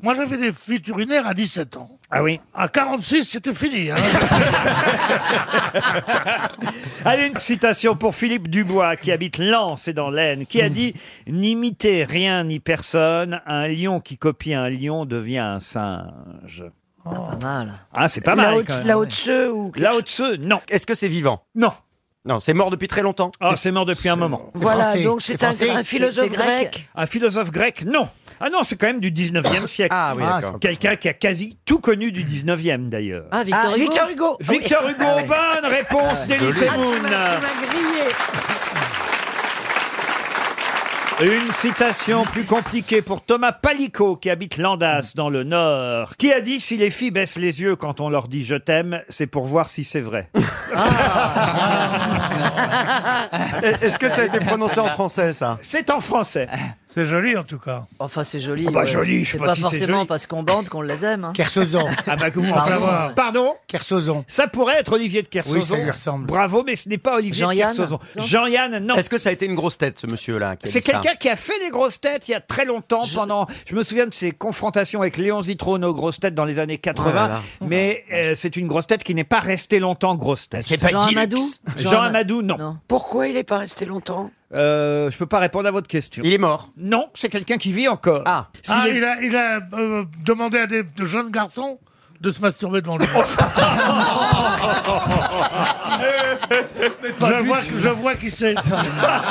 S10: moi, j'avais des fuites urinaires à 17 ans.
S1: Ah oui
S10: À 46, c'était fini. hein.
S1: Allez, une citation pour Philippe Dubois, qui habite Lens et dans l'Aisne, qui a dit « N'imitez rien ni personne, un lion qui copie un lion devient un singe.
S3: Oh,
S17: Pas mal.
S1: Ah, c'est pas mal. quand même.
S3: Tzu ou
S1: Lao Tzu, non.
S12: Est-ce que c'est vivant
S1: Non.
S12: Non, c'est mort depuis très longtemps.
S1: Ah, c'est mort depuis un moment.
S3: Voilà, donc c'est un, un philosophe grec.
S1: Un philosophe grec, non. Ah non, c'est quand même du 19e siècle.
S12: Ah oui, d'accord.
S1: Quelqu'un qui a quasi tout connu du 19e d'ailleurs.
S17: Ah, Victor Hugo.
S3: Victor Hugo.
S1: Victor Hugo, bonne
S17: Ah,
S1: réponse d'Elie Semoun. Une citation plus compliquée pour Thomas Palicot, qui habite Landas, dans le Nord, qui a dit « Si les filles baissent les yeux quand on leur dit « je t'aime », c'est pour voir si c'est vrai.
S2: Est-ce que ça a été prononcé en français, ça »
S1: C'est en français.
S10: C'est joli, en tout cas.
S17: Enfin, c'est joli.
S1: Ah bah,
S17: ouais.
S1: joli, je sais
S17: C'est
S1: pas
S17: pas
S1: si c'est
S17: forcément
S1: joli.
S17: parce qu'on bande qu'on les aime. hein.
S16: Kersozon.
S1: Ah bah, comment
S16: Pardon.
S1: savoir Pardon
S16: Kersozon.
S1: Ça pourrait être Olivier de Kersauzon.
S16: Oui, ça lui ressemble.
S1: Bravo, mais ce n'est pas Olivier
S16: Jean-Yann
S1: de Kersauzon.
S16: Non.
S1: Jean-Yann, non.
S12: Est-ce que ça a été une grosse tête, ce monsieur-là qui a
S1: C'est
S12: dit ça
S1: quelqu'un qui a fait les grosses têtes il y a très longtemps pendant. Je me souviens de ses confrontations avec Léon Zitrone aux grosses têtes dans les années 80.
S12: Oh là là.
S1: Mais euh, c'est une grosse tête qui n'est pas restée longtemps grosse tête. C'est
S17: pas Jean Guilux. Amadou
S1: Jean,
S17: Jean
S1: Amadou, non.
S3: Pourquoi il n'est pas resté longtemps
S1: Euh, je peux pas répondre à votre question.
S12: Il est mort.
S1: Non, c'est quelqu'un qui vit encore. Ah.
S10: Ah, il a, il a, euh, demandé à des de jeunes garçons de se masturber devant lui.
S1: pas
S10: je,
S1: du
S10: vois,
S1: tout.
S10: je vois qui c'est.
S1: Ah,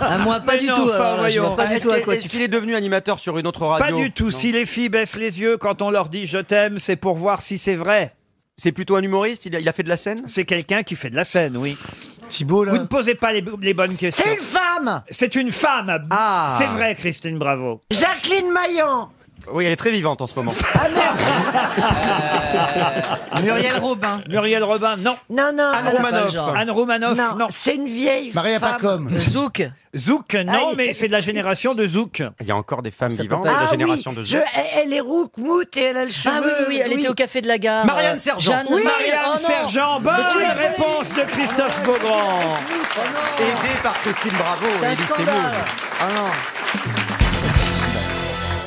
S9: Ah, moi, pas
S10: Mais
S9: du
S10: non,
S9: tout.
S10: enfin,
S9: alors, je vois
S10: voyons.
S9: pas du
S10: Est-ce
S9: tout à
S10: que-
S9: quoi
S10: est-ce
S9: tu-
S10: qu'il est
S18: devenu animateur sur une autre
S1: Pas
S18: radio.
S1: du tout. Si les filles baissent les yeux quand on leur dit je t'aime, c'est pour voir si c'est vrai.
S18: C'est plutôt un humoriste il a, fait de la scène
S1: C'est quelqu'un qui fait de la scène, oui. Thibault, là Vous ne posez pas les, les bonnes questions.
S3: C'est une femme
S1: C'est une femme
S18: Ah
S1: C'est vrai, Christine Bravo.
S3: Jacqueline Maillan
S18: Euh, Oui, elle est très vivante en ce moment.
S3: Ah, Euh,
S1: Muriel Robin. Muriel Robin, non.
S3: Non, Ah, non.
S1: Anne
S3: elle a pas
S1: Romanoff.
S3: le genre.
S1: Anne Romanoff, non.
S3: C'est une vieille
S1: Maria
S3: femme. Euh,
S1: Pacom.
S3: Zouk.
S1: Zouk, non,
S3: Ah, il-
S1: mais c'est de la génération de Zouk.
S18: Il y a encore des femmes vivantes
S3: Ah
S18: de la
S3: oui,
S18: génération de
S3: je-
S18: Zouk.
S3: elle- elle est rouque-moute et elle a le cheveu.
S9: Ah oui, oui, oui, elle était au café de la gare.
S3: Marianne
S9: euh,
S3: Sergent.
S9: Jeanne
S3: Oui,
S9: Marie-
S1: Marianne
S9: oh non.
S1: Sergent, bonne
S9: Mais tu la connais.
S1: réponse de Christophe Beaugrand.
S18: Aidée par Christine Bravo
S9: C'est un
S18: Elie
S9: scandale.
S18: Semoun.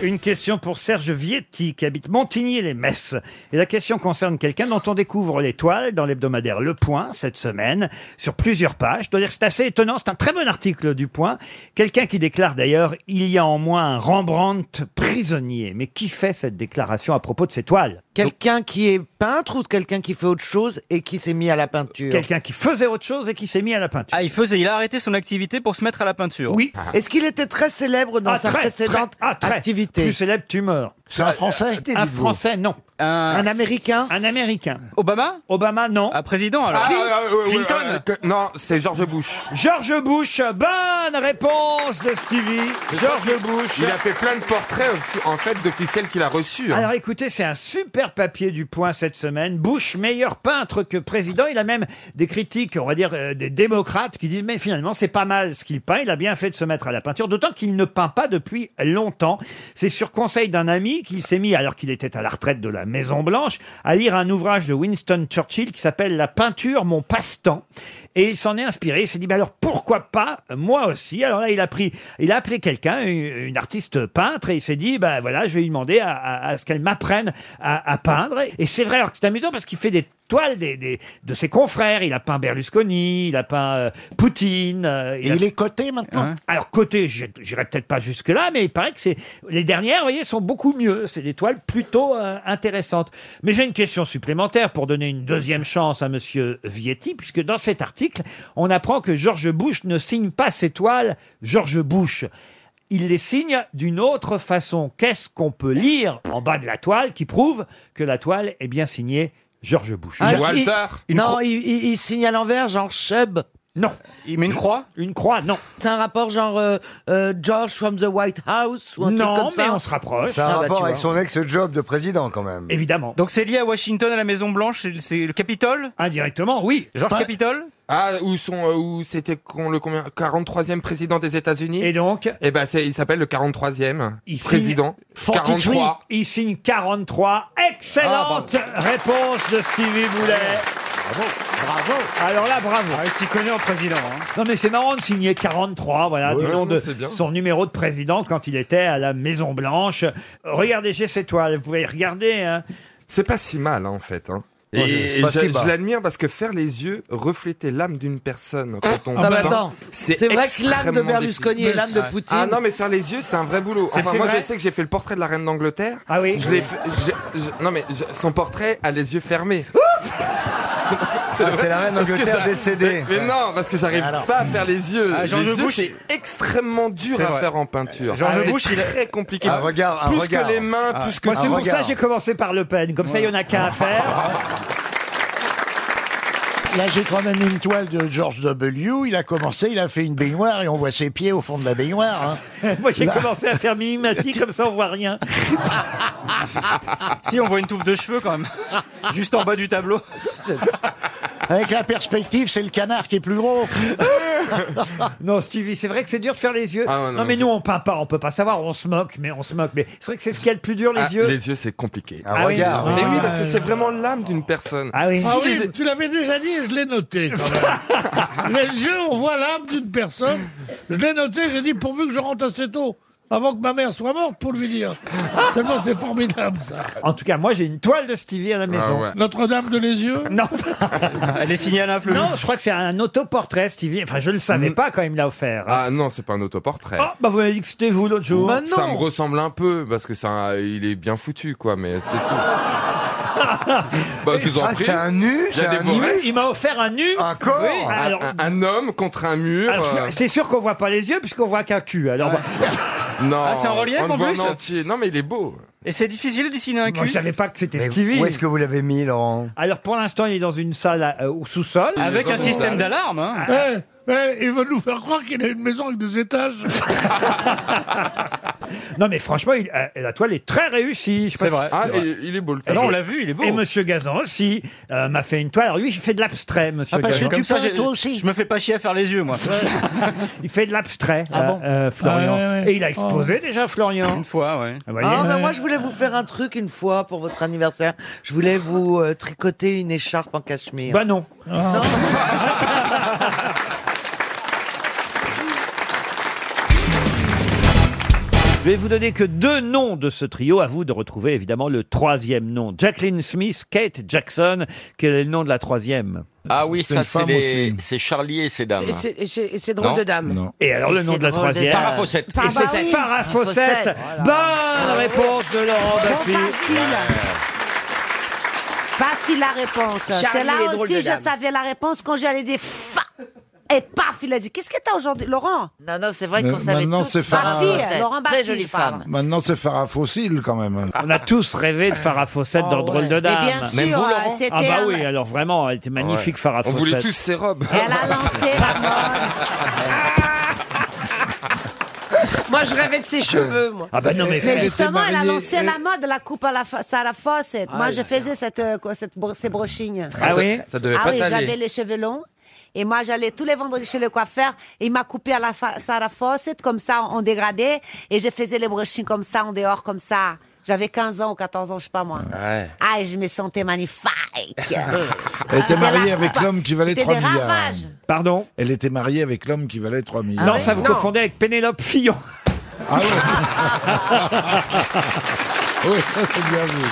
S1: Une question pour Serge Vietti qui habite Montigny-les-Messes. Et la question concerne quelqu'un dont on découvre l'étoile dans l'hebdomadaire Le Point cette semaine sur plusieurs pages. Je dois dire que c'est assez étonnant, c'est un très bon article du Point. Quelqu'un qui déclare d'ailleurs il y a en moi un Rembrandt prisonnier. Mais qui fait cette déclaration à propos de ces toiles
S12: Quelqu'un qui est peintre ou quelqu'un qui fait autre chose et qui s'est mis à la peinture
S1: Quelqu'un qui faisait autre chose et qui s'est mis à la peinture.
S19: Ah, il faisait, il a arrêté son activité pour se mettre à la peinture.
S1: Oui.
S12: Ah. Est-ce qu'il était très célèbre dans
S1: Ah,
S12: sa
S1: très,
S12: précédente
S1: très, ah, très.
S12: activité
S1: Plus célèbre, tu meurs.
S12: C'est un Français
S1: Euh, Un Français, non.
S19: Euh,
S12: Un Américain
S1: Un Américain.
S19: Obama
S1: Obama, non.
S19: Un président, alors. Clinton
S7: Non, c'est George Bush.
S1: George Bush, bonne réponse de Stevie. George Bush.
S7: Il a fait plein de portraits, en fait, de ficelles qu'il a reçues. hein.
S1: Alors écoutez, c'est un super papier du point cette semaine. Bush, meilleur peintre que président. Il a même des critiques, on va dire, euh, des démocrates qui disent, mais finalement, c'est pas mal ce qu'il peint. Il a bien fait de se mettre à la peinture, d'autant qu'il ne peint pas depuis longtemps. C'est sur conseil d'un ami qu'il s'est mis, alors qu'il était à la retraite de la Maison Blanche, à lire un ouvrage de Winston Churchill qui s'appelle La peinture, mon passe-temps. Et il s'en est inspiré. Il s'est dit, bah alors pourquoi pas moi aussi Alors là, il a pris, il a appelé quelqu'un, une, une artiste peintre, et il s'est dit, bah voilà, je vais lui demander à, à- à ce qu'elle m'apprenne à, à peindre. Et c'est vrai, alors que c'est amusant parce qu'il fait des toiles des, des- de ses confrères. Il a peint Berlusconi, il a peint euh, Poutine. euh, il
S16: Et
S1: a- Hein
S16: il est coté maintenant
S1: alors côté, j'ai- j'irai peut-être pas jusque là, mais il paraît que c'est les dernières, vous voyez, sont beaucoup mieux. C'est des toiles plutôt euh, intéressantes. Mais j'ai une question supplémentaire pour donner une deuxième chance à Monsieur Vietti, puisque dans cet article, on apprend que George Bush ne signe pas ses toiles George Bush. Il les signe d'une autre façon. Qu'est-ce qu'on peut lire en bas de la toile qui prouve que la toile est bien signée George Bush
S12: Ah, il- non, il, il- il signe à l'envers, genre Chubb.
S1: Non.
S12: Il met une croix
S1: Une croix, non.
S12: C'est un rapport genre euh, euh, George from the White House ou un
S1: Non,
S12: truc comme ça bah,
S1: mais on se rapproche.
S19: C'est un rapport avec
S20: Son ex-job de président, quand même.
S1: Évidemment.
S19: hein. Donc c'est lié à Washington, à la Maison Blanche, c'est- c'est le Capitole
S1: Indirectement, oui.
S19: George Capitole
S7: Ah, où sont, euh, où c'était con- le combien 43e président des États-Unis.
S1: Et donc
S7: Eh ben, c'est, il s'appelle le 43e
S1: Il signe
S7: président.
S1: 43.
S7: 43.
S1: Il signe 43. Excellente
S12: Ah,
S1: réponse de Stevie Boulet. Bravo, bravo. Alors là, bravo.
S19: Ah, il s'y connaît en président. hein.
S1: Non mais c'est marrant de signer 43, voilà,
S19: Ouais,
S1: du nom
S19: non,
S1: de
S19: c'est bien.
S1: son numéro de président quand il était à la Maison Blanche. Regardez, j'ai cette toile, vous pouvez y regarder. hein.
S7: C'est pas si mal, hein, en fait. hein. Et,
S1: Ouais, c'est pas
S7: je,
S1: si
S7: je
S1: bas.
S7: l'admire parce que faire les yeux, refléter l'âme d'une personne quand on
S12: Ah, mais
S7: peint,
S12: attends, c'est vrai que l'âme de
S7: extrêmement
S12: Berlusconi
S7: difficile.
S12: et l'âme de
S7: Ouais.
S12: Poutine-
S7: Ah non, mais faire les yeux, c'est un vrai boulot.
S12: C'est-
S7: Enfin,
S12: c'est
S7: moi,
S12: vrai
S7: je sais que j'ai fait le portrait de la reine d'Angleterre.
S1: Ah oui.
S7: Je l'ai fait- je- je- non mais je- son portrait a les yeux fermés.
S2: Ah, c'est la reine
S7: Parce que
S2: d'Angleterre
S7: ça-
S2: décédée.
S7: Mais, mais non, parce que j'arrive
S2: Alors.
S7: pas à faire les yeux.
S2: Ah, Georges
S7: les yeux,
S2: Bush-
S7: c'est extrêmement dur
S2: C'est
S7: à
S2: vrai.
S7: faire en peinture. Ah,
S2: Georges
S7: C'est
S2: Bush, il a-
S7: très compliqué.
S2: Un regard, un
S7: plus
S2: regard.
S7: que les Ah. mains,
S2: Ah.
S7: plus que
S1: Moi,
S7: tout.
S1: c'est pour ça que j'ai commencé par Le Pen. Comme ça, il y en a qu'un à faire.
S16: Là, j'ai quand même une toile de George W. Il a commencé, il a fait une baignoire et on voit ses pieds au fond de la baignoire. hein.
S1: Moi, j'ai
S16: Là.
S1: commencé à faire minimatique, comme ça, on voit rien.
S19: si, on voit une touffe de cheveux quand même, juste en bas du tableau.
S16: Avec la perspective, c'est le canard qui est plus gros.
S1: non, Stevie, c'est vrai que c'est dur de faire les
S5: Ah,
S1: yeux. non, mais nous, on peint pas, on peut pas savoir, on se moque, mais on se moque. Mais c'est vrai que c'est ce qu'il y a de plus dur, les
S7: Ah,
S1: yeux.
S7: Les yeux, c'est compliqué.
S1: Un Ah oui. regard.
S7: Mais
S1: Ah
S7: oui,
S1: oui.
S7: parce que c'est vraiment l'âme d'une personne.
S1: Ah oui.
S10: Ah oui,
S7: Si les-
S10: tu l'avais déjà dit et je l'ai noté quand même. Les yeux, on voit l'âme d'une personne. Je l'ai noté, j'ai dit pourvu que je rentre assez tôt, avant que ma mère soit morte, pour lui dire. Tellement c'est formidable ça.
S1: En tout cas, moi, j'ai une toile de Stevie à
S5: Ah
S1: la maison.
S7: ouais.
S10: Notre-Dame de les yeux
S1: Non.
S19: Elle est signée à la
S1: Non, je crois que c'est un autoportrait, Stevie. Enfin, je ne le savais
S5: Mm.
S1: pas quand il me l'a offert.
S7: Ah non, c'est pas un autoportrait.
S10: Ah,
S1: Oh, bah, vous m'avez dit que c'était vous
S10: Bah
S1: l'autre jour.
S7: Ça me ressemble un peu parce que ça, il est bien foutu, quoi. Mais c'est tout.
S5: Bah, je vous en
S1: Ah,
S5: prie.
S1: c'est un nu,
S5: Il y a
S1: c'est
S5: des
S1: un
S5: beaux
S1: nu.
S5: restes.
S1: Il m'a offert un nu. Un corps Oui,
S5: Un-
S1: alors-
S5: un, un homme contre un mur.
S1: Alors,
S5: euh,
S1: C'est sûr qu'on voit pas les yeux puisqu'on voit qu'un cul. Alors, bah-
S5: Non.
S1: Ah, c'est en relief,
S5: on le
S1: en
S5: voit
S1: plus
S5: entier. Non, mais il est beau.
S21: Et c'est difficile de dessiner un cul.
S1: Moi, je savais pas que c'était Stevie.
S21: où est-ce
S1: que vous l'avez mis, Laurent Alors, pour l'instant, il est dans une salle euh, au sous-sol. Ah.
S21: Avec un système d'alarme. hein.
S22: Eh, eh, il veut nous faire croire qu'il a une maison avec des étages.
S1: Non, mais franchement, il- euh, la toile est très réussie. Je sais
S5: C'est
S1: pas si-
S5: vrai. Ah, et- il est beau, le
S1: Et-
S5: tableau. Non, on l'a vu, il est beau.
S1: Et Monsieur Gazan aussi euh, m'a fait une toile. Alors lui, il fait de l'abstrait, Monsieur
S21: Ah, parce que
S1: Gazan.
S21: tu Comme ça, parles, j'ai- toi aussi. Je me fais pas chier à faire les yeux, moi.
S1: Il fait de l'abstrait,
S21: Ah
S1: euh,
S21: bon
S1: euh, Florian.
S21: Ah, ouais, ouais.
S1: Et il a exposé déjà, Florian. Une
S21: fois, ouais.
S10: bah,
S21: bah,
S12: Ah, ben moi, je voulais vous faire un truc une fois pour votre anniversaire. Je voulais vous euh, tricoter une écharpe en cachemire.
S1: Bah non. Je vais vous donner que deux noms de ce trio, à vous de retrouver évidemment le troisième nom. Jacqueline Smith, Kate Jackson, quel est le nom de la troisième
S10: Ah oui,
S1: C'est
S10: ça
S1: une
S10: c'est
S1: femme
S10: les- c'est Charlie et ses dames.
S13: Et c'est- et c'est- et c'est drôle
S10: Non.
S13: de dame.
S1: Et alors le nom de la troisième
S10: Farah Fawcett.
S1: Et
S13: bah
S1: c'est Farah Fawcett. Bonne réponse de Laurent Baffy.
S23: Facile la réponse.
S13: Charlie,
S23: C'est là
S13: les drôles
S23: aussi,
S13: de
S23: je
S13: dames.
S23: savais la réponse quand j'allais dire fa. Et paf, il a dit Qu'est-ce que t'as aujourd'hui, Laurent
S15: Non, non, c'est vrai
S4: Mais
S15: qu'on savait
S4: maintenant,
S15: tous.
S4: c'est Farah-
S23: Fille,
S15: Fawcett.
S23: Laurent Baffy,
S15: Très jolie
S23: je parle.
S15: femme.
S4: Maintenant, c'est Farah Fossile, quand même.
S1: On a tous rêvé de Farah Fawcett dans Drôle de Dame.
S23: bien Même sûr, vous, Laurent euh, c'était
S1: Ah bah
S23: un-
S1: oui, alors vraiment, elle était magnifique, Ah,
S5: Ouais.
S1: Farah
S5: On
S1: Fawcett.
S5: voulait tous ses robes.
S23: Elle a lancé la mode.
S13: Moi, je rêvais de ses cheveux, moi. euh,
S1: Ah bah non, mais-
S23: Mais
S1: Elle
S23: justement,
S1: était
S23: elle a
S1: mariée,
S23: lancé
S1: elle-
S23: la mode, la coupe à la fa- Sarah Fawcett.
S13: Ah
S23: Moi,
S13: là
S23: je faisais cette, euh, quoi, cette bro- ces brochings.
S13: Ah Ah, oui ça- ça devait
S23: Ah
S13: pas
S23: oui,
S13: t'aller.
S23: j'avais les cheveux longs. Et moi, j'allais tous les vendredis chez le coiffeur. Et il m'a coupé à la fa- Sarah Fawcett, comme ça, en dégradé. Et je faisais les brochings comme ça, en dehors, comme ça. J'avais 15 ans ou 14 ans, je sais pas moi.
S4: Ouais.
S23: Ah, et je me sentais magnifique. Euh,
S4: Elle était
S23: Ah, C'était
S4: mariée
S23: la
S4: avec
S23: coupe à-
S4: l'homme qui valait
S23: c'était
S4: 3
S23: des
S4: milliards.
S23: ravages.
S1: Pardon
S4: Elle était mariée avec l'homme qui valait 3 milliards.
S6: Ah
S1: non, ça vous confondez avec Pénélope Fillon.
S4: Ah oui Ah Oui, ça c'est bien vu.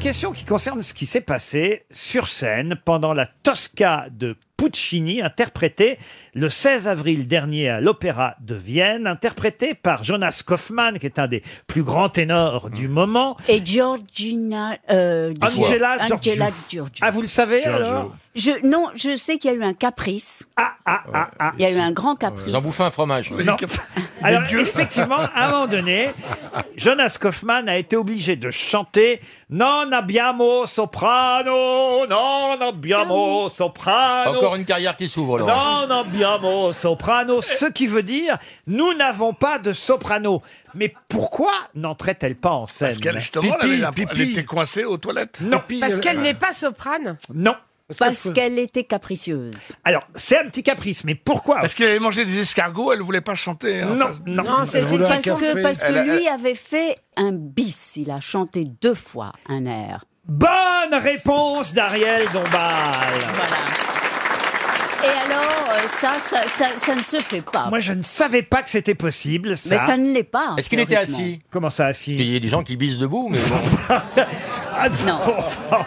S1: Question qui concerne ce qui s'est passé sur scène pendant la Tosca de Puccini, interprétée le 16 avril dernier à l'Opéra de Vienne, interprétée par Jonas Kaufmann, qui est un des plus grands ténors du moment.
S24: Et Georgina. euh,
S1: Angela
S24: Angela
S1: Giorgio.
S24: Giorgio.
S1: Ah, vous le savez
S24: Giorgio.
S1: alors
S24: Je, non, je sais qu'il y a eu un caprice.
S1: Ah, ah, ah, ah.
S24: Il y a eu un grand caprice.
S10: Ils ont bouffé un fromage.
S1: Non. Ah Alors, effectivement, à un moment donné, Jonas Kaufmann a été obligé de chanter Non abbiamo soprano, non abbiamo soprano.
S10: Encore une carrière qui s'ouvre, Laurent.
S1: Non, non, abbiamo soprano, ce qui veut dire nous n'avons pas de soprano. Mais pourquoi n'entrait-elle pas en scène
S22: Parce qu'elle, justement, elle, avait la- elle était coincée aux toilettes.
S1: Non.
S13: Parce qu'elle n'est pas soprane.
S1: Non.
S24: Parce qu'elle était capricieuse.
S1: Alors, c'est un petit caprice, mais pourquoi
S22: Parce qu'elle avait mangé des escargots, elle voulait pas chanter. hein.
S1: Non,
S22: Enfin,
S1: non.
S22: Non, c'est- Elle c'est voulait un
S24: parce
S22: café.
S24: que, parce que
S22: Elle a-
S24: lui avait fait un bis. Il a chanté deux fois un air.
S1: Bonne réponse d'Ariel Dombal.
S24: Et alors, euh, ça, ça, ça, ça ne se fait pas.
S1: Moi, je ne savais pas que c'était possible. Ça.
S24: Mais ça ne l'est pas.
S10: Est-ce qu'il était
S24: théoriquement.
S10: assis
S1: Comment ça, assis
S10: Il y a des gens qui bisent debout, mais bon.
S1: Ah, non.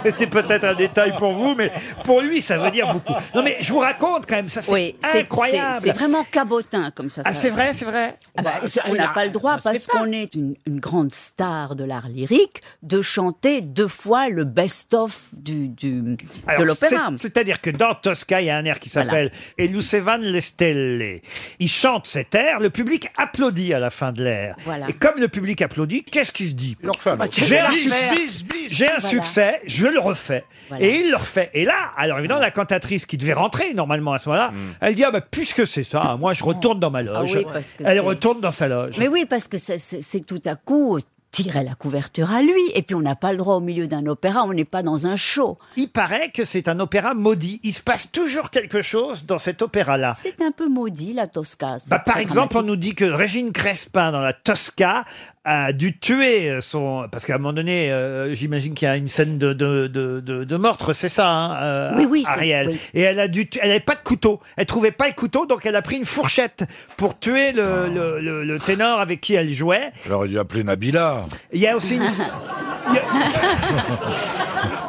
S1: c'est peut-être un détail pour vous, mais pour lui, ça veut dire beaucoup. Non, mais je vous raconte quand même, ça c'est
S24: Oui, c'est
S1: incroyable.
S24: c'est- C'est vraiment cabotin comme ça.
S1: Ah,
S24: ça-
S1: c'est vrai, c'est vrai.
S24: Ah bah,
S1: Bah,
S24: ça, on
S1: oui,
S24: n'a
S1: ah,
S24: pas le droit
S1: ça se
S24: parce
S1: fait pas.
S24: qu'on est une, une grande star de l'art lyrique de chanter deux fois le best-of du, du- de
S1: Alors,
S24: l'opéra.
S1: c'est- C'est-à-dire que dans Tosca, il y a un air qui s'appelle Elusevan le Stelle. Il chante cet air, le public applaudit à la fin de l'air.
S24: Voilà. Bah,
S1: Et comme le public applaudit, qu'est-ce qu'il se dit
S22: tiens,
S1: J'ai un
S22: bis,
S1: succès,
S22: bis, bis.
S1: j'ai un
S22: Voilà.
S1: succès, je le refais.
S22: Voilà.
S1: Et il le refait. Et là, alors évidemment, la cantatrice qui devait rentrer normalement à ce moment-là, elle dit Ah bah, puisque c'est ça, moi je retourne dans ma loge.
S24: Ah oui, parce que
S1: elle
S24: c'est-
S1: retourne dans sa loge.
S24: Mais oui, parce que c'est- c'est c'est tout à coup euh, tirer la couverture à lui. Et puis on n'a pas le droit au milieu d'un opéra, on n'est pas dans un show.
S1: Il paraît que c'est un opéra maudit. Il se passe toujours quelque chose dans cet opéra-là.
S24: C'est un peu maudit la Tosca. c'est
S1: Bah, par
S24: très
S1: exemple, on
S24: dramatique.
S1: nous dit que Régine Crespin, dans la Tosca, a dû tuer euh, son... Parce qu'à un moment donné, euh, j'imagine qu'il y a une scène de, de, de, de- de meurtre, c'est ça, hein, euh,
S24: Oui, oui, c'est-
S1: Ariel.
S24: oui.
S1: Et elle a dû... tu- Elle n'avait pas de couteau. Elle trouvait pas le couteau, donc elle a pris une fourchette pour tuer le, le- le- le ténor avec qui elle jouait.
S4: Elle aurait dû appeler Nabila.
S1: Il y a aussi une... Il y a-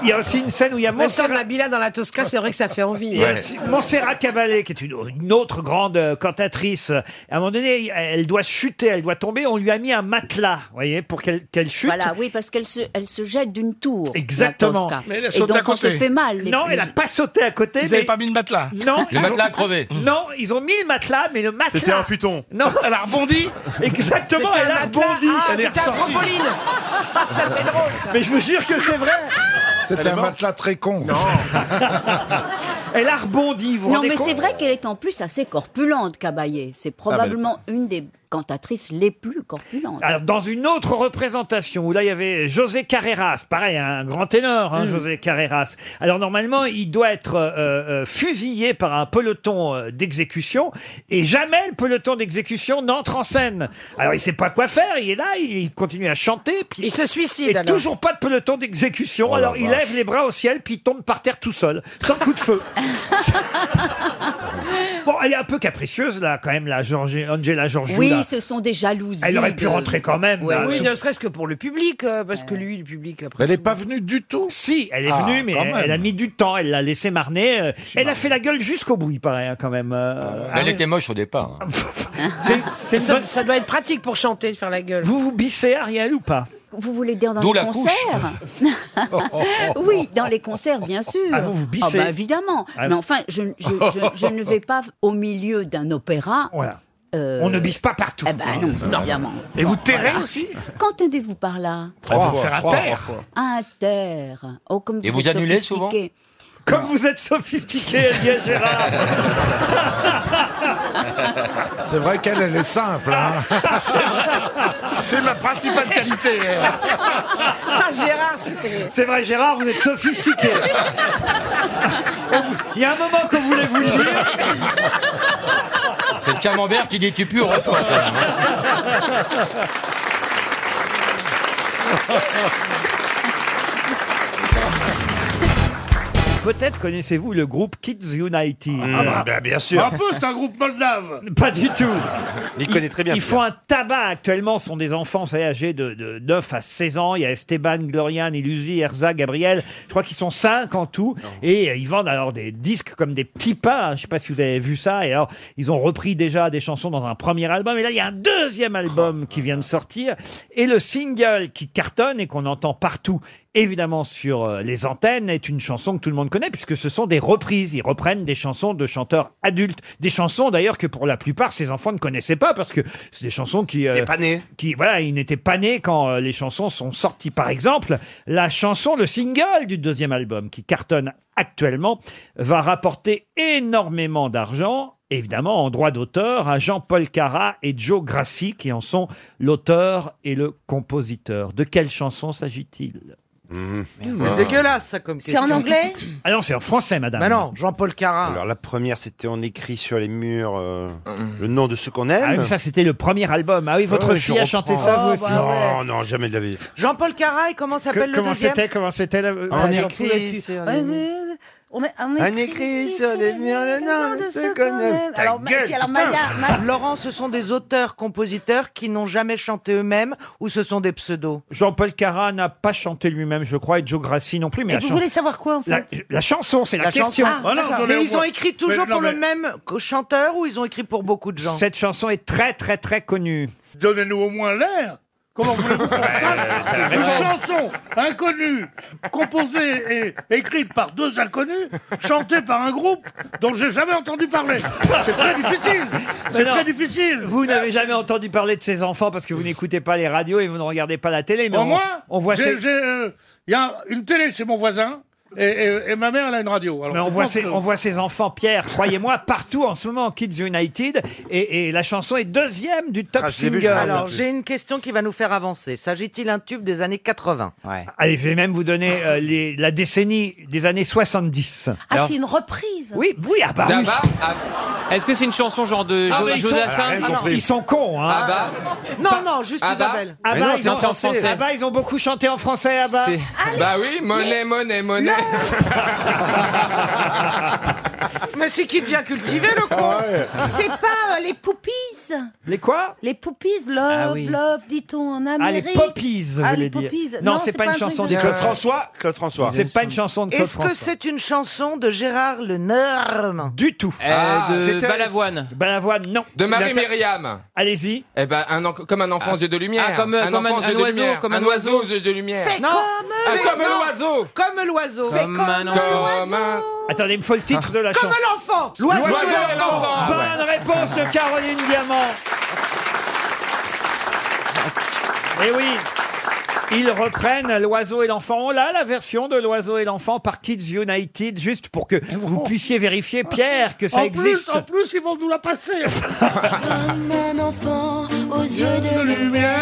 S1: Il y a aussi une scène où il y a
S13: Même temps,
S1: Montserrat.
S13: Nabila dans la Tosca, c'est vrai que ça fait envie.
S1: Il y a aussi Montserrat Caballé, qui est une, une autre grande euh, cantatrice, à un moment donné, elle doit chuter, elle doit tomber. On lui a mis un matelas, vous voyez, pour qu'elle qu'elle chute.
S24: Voilà, oui, parce qu'elle se, elle se jette d'une tour.
S1: Exactement.
S24: la Tosca. Et donc on se fait mal. les
S1: non,
S24: filles.
S1: elle a pas sauté à côté.
S22: Vous avez
S1: pas mis le matelas. Non. ils
S10: Le
S1: ont-
S10: matelas a crevé.
S1: Non, ils ont mis le matelas, mais le matelas.
S10: C'était un futon.
S1: Non, elle a rebondi. Exactement,
S13: C'était
S1: elle
S13: un
S1: a
S13: matelas.
S1: rebondi.
S13: Ah,
S1: Elle est
S13: c'était un
S1: ressortie.
S13: trampoline. ça, c'est drôle, ça.
S1: Mais je vous jure que c'est vrai.
S6: C'est
S1: Elle est
S6: un
S1: morte.
S6: matelas très con.
S1: Elle a rebondi. Vous vous
S24: Non,
S1: rendez
S24: mais c'est
S1: compte
S24: vrai qu'elle est en plus assez corpulente, Caballé. C'est probablement une des cantatrices les plus corpulentes.
S1: Alors, dans une autre représentation, où là, il y avait José Carreras, pareil, un grand ténor, hein,
S24: Mm.
S1: José Carreras. Alors, normalement, il doit être euh, euh, fusillé par un peloton euh, d'exécution, et jamais le peloton d'exécution n'entre en scène. Alors, il sait pas quoi faire, il est là, il continue à chanter. Puis, il se suicide, Et toujours pas de peloton d'exécution.
S11: Oh la
S1: alors, il
S11: vache.
S1: lève les bras au ciel, puis il tombe par terre tout seul, sans coup de feu. bon, elle est un peu capricieuse, là, quand même, la Georgie- Angela Georgiou.
S24: Oui,
S1: là.
S24: ce sont des jalousies.
S1: Elle aurait pu
S24: de-
S1: rentrer quand même.
S24: Ouais.
S1: euh,
S13: Oui,
S1: sous-
S13: ne serait-ce que pour le public, euh, parce que lui, le public, après.
S1: Elle n'est pas venue du tout Si, elle est
S13: Ah,
S1: venue, mais
S13: quand
S1: elle,
S13: même.
S1: elle a mis du temps, elle l'a laissé marner. euh, Elle a fait la gueule jusqu'au bout, il paraît, hein, quand même. euh,
S10: Elle était moche au départ. hein.
S1: c'est une
S13: ça,
S1: bonne-
S13: ça doit être pratique pour chanter, de faire la gueule.
S1: Vous vous bissez Ariel ou pas
S24: Vous voulez dire dans
S1: D'où
S24: les
S1: la couche.
S24: concerts Oui, dans les concerts, bien sûr.
S1: Ah, vous vous
S24: Ah
S1: bissez.
S24: bah, évidemment.
S1: Ah.
S24: Mais enfin, je, je- je- je ne vais pas au milieu d'un opéra.
S1: Voilà.
S24: euh,
S1: On ne bise pas partout. Ah,
S24: Eh ben non, évidemment.
S1: Et vous
S24: terrez aussi Qu'entendez-vous par là
S1: Trois
S11: fois,
S1: faire à
S11: trois,
S1: terre.
S11: trois fois.
S24: Inter. Oh, comme
S10: Et
S24: vous,
S10: vous
S24: êtes
S10: annulez
S24: sophistiqué.
S1: Comme vous êtes sophistiqué, Elie Gérard.
S6: C'est vrai qu'elle, elle est simple. hein.
S22: C'est ma principale qualité.
S13: Ah, Gérard, c'est.
S1: C'est vrai, Gérard, vous êtes sophistiqué. On vous- Il y a un moment qu'on voulait vous le dire.
S10: C'est le camembert qui dit tu pues au retour. quand même,
S1: Ah
S10: hein.
S1: Peut-être connaissez-vous le groupe Kids United.
S10: Hmm,
S1: Ah bah.
S10: Mmh. bah,
S22: Un peu, c'est un groupe moldave.
S1: Pas du tout.
S22: Il
S1: Ils- Ils font un tabac actuellement. Ce sont des enfants vous savez, âgés de, de 9 à 16 ans. Il y a Esteban, Gloriane, Ilusi, Erza, Gabriel. Je crois qu'ils sont 5 en tout. Et euh, ils vendent alors des disques comme des petits pains. Je sais pas si vous avez vu ça. Et alors, ils ont repris déjà des chansons dans un premier album. Et là, il y a un deuxième album qui vient de sortir. Et le single qui cartonne et qu'on entend partout. Évidemment, sur euh, les antennes, est une chanson que tout le monde connaît, puisque ce sont des reprises. Ils reprennent des chansons de chanteurs adultes. Des chansons, d'ailleurs, que pour la plupart, ces enfants ne connaissaient pas, parce que c'est des chansons qui. euh, Qui, voilà, ils n'étaient pas nés quand euh, les chansons sont sorties. Par exemple, la chanson, le single du deuxième album, qui cartonne actuellement, va rapporter énormément d'argent. Évidemment, en droit d'auteur, à Jean-Paul Cara et Joe Grassi, qui en sont l'auteur et le compositeur. De quelle chanson s'agit-il
S11: Mmh. Ah.
S12: C'est dégueulasse, ça, comme question.
S1: Ah non, c'est en français, madame.
S12: Bah non, Jean-Paul Carin.
S11: Alors Oh la première, c'était on écrit sur les murs euh, le nom de ceux qu'on aime.
S1: Ah oui, mais ça, c'était le premier album. Ah oui, votre
S11: Ah oui,
S1: fille
S11: je
S1: a chanté
S11: reprends.
S1: ça,
S12: Oh,
S1: vous aussi.
S11: Non, non, jamais de la vie.
S12: Jean-Paul Carin, et comment bah s'appelle le
S1: comment
S12: deuxième
S1: c'était Comment Ah, c'était la... Ah
S11: On
S12: j'en
S11: écrit
S12: pouvais plus.
S11: sur
S12: Ouais,
S11: les
S12: mais-
S16: On, est, on,
S11: On écrit sur les murs le nom de ceux qu'on aime. Ta
S12: Alors,
S11: gueule, putain.
S12: Laurent, ce sont des auteurs-compositeurs qui n'ont jamais chanté eux-mêmes ou ce sont des pseudos
S1: Jean-Paul Cara n'a pas chanté lui-même, je crois, et Joe Grassi non plus. Mais
S12: Et
S1: la
S12: vous
S1: chan-
S12: voulez savoir quoi, en fait
S1: la, la chanson, c'est la,
S12: chanson.
S1: question. Oh
S12: Ah, d'accord. mais ils ont écrit toujours pour le même chanteur ou ils ont écrit pour beaucoup de gens
S1: Cette chanson est très très très connue.
S22: Donnez-nous au moins l'air. Comment voulez-vous qu'on fasse
S11: la
S22: Une
S11: réponse.
S22: chanson inconnue, composée et écrite par deux inconnus, chantée par un groupe dont j'ai jamais entendu parler. C'est très difficile. C'est
S1: Mais non,
S22: très difficile.
S1: Vous n'avez jamais entendu parler de ces enfants parce que vous n'écoutez pas les radios et vous ne regardez pas la télé. Mais
S22: Au
S1: on,
S22: moins,
S1: on voit
S22: j'ai-
S1: ces,
S22: j'ai, euh, Il y a une télé chez mon voisin et, et- et ma mère, elle a une radio. Alors,
S1: mais on
S22: je
S1: voit
S22: pense
S1: ces,
S22: que-
S1: on voit ces enfants, Pierre, croyez-moi, partout en ce moment, Kids United. Et, et la chanson est deuxième du
S12: Ah,
S1: top single.
S12: Alors, j'ai une question qui va nous faire avancer. S'agit-il d'un tube des années 80
S1: Allez, je vais même vous donner euh, les- la décennie des années 70. Alors-
S12: Ah, une reprise
S1: Oui, oui, ah bah oui.
S10: ah.
S21: Est-ce que c'est une chanson genre de
S1: Ah,
S21: Jo- hein
S1: mais ils, sont,
S21: Jodassin
S1: Ah, non, ils sont cons, hein.
S21: Ah bah.
S12: Non, non, juste
S21: Ah bah.
S12: Isabelle.
S1: Ah
S21: Mais
S1: bah,
S21: non,
S1: ils
S21: c'est
S1: ont,
S21: en français.
S1: ah bah, ils ont beaucoup chanté en français, ah bah.
S21: C'est- Bah oui, monnaie, monnaie, monnaie.
S12: Mais c'est qui devient cultivé, le con
S1: Ah
S23: C'est pas euh, les poupies
S1: Les quoi
S9: Les Poppies, Love,
S1: Ah oui.
S9: Love, dit-on en
S1: Ah, les
S9: Amérique.
S1: Poppies, vous
S9: Ah,
S1: voulez
S9: les
S1: dire.
S9: Poppies.
S1: Non, c'est pas une
S9: un truc
S1: chanson
S9: de-
S1: des Claude François.
S10: Claude François.
S1: C'est pas une chanson de Claude
S12: Est-ce que
S1: François.
S12: c'est une chanson de Gérard Lenormand
S1: Du tout.
S21: Eh,
S12: Ah,
S10: Euh, de
S12: c'était-
S10: Balavoine.
S1: Balavoine, non.
S10: De
S12: C'est
S10: Marie
S12: la-
S10: Myriam.
S1: Allez-y.
S10: Eh ben, un en- comme un enfant
S21: Ah.
S10: aux yeux de lumière.
S21: Ah, comme, euh,
S10: un
S21: comme
S10: enfant
S21: un-
S10: aux
S21: un
S10: yeux de
S21: oiseau,
S10: lumière.
S21: comme un
S10: un oiseau
S21: oiseau.
S10: aux yeux de lumière.
S12: Fais
S10: Non.
S12: comme,
S10: Ah, comme l'oiseau.
S12: Comme l'oiseau.
S10: Fais Comme comme un l'oiseau.
S1: Attendez, il me faut le titre de la
S12: Comme
S1: chanson.
S12: l'enfant. L'oiseau
S1: L'oiseau
S12: et
S1: et l'enfant. Ah,
S22: Ah
S12: l'enfant.
S1: Bonne réponse de Caroline Diamant. Eh oui. Ils reprennent l'oiseau et l'enfant. On l'a, la version de l'oiseau et l'enfant par Kids United, juste pour que vous puissiez vérifier, Pierre, que ça
S22: Ah en
S1: existe.
S22: Plus, en plus, ils vont nous la passer.
S16: Comme un enfant aux yeux de lumière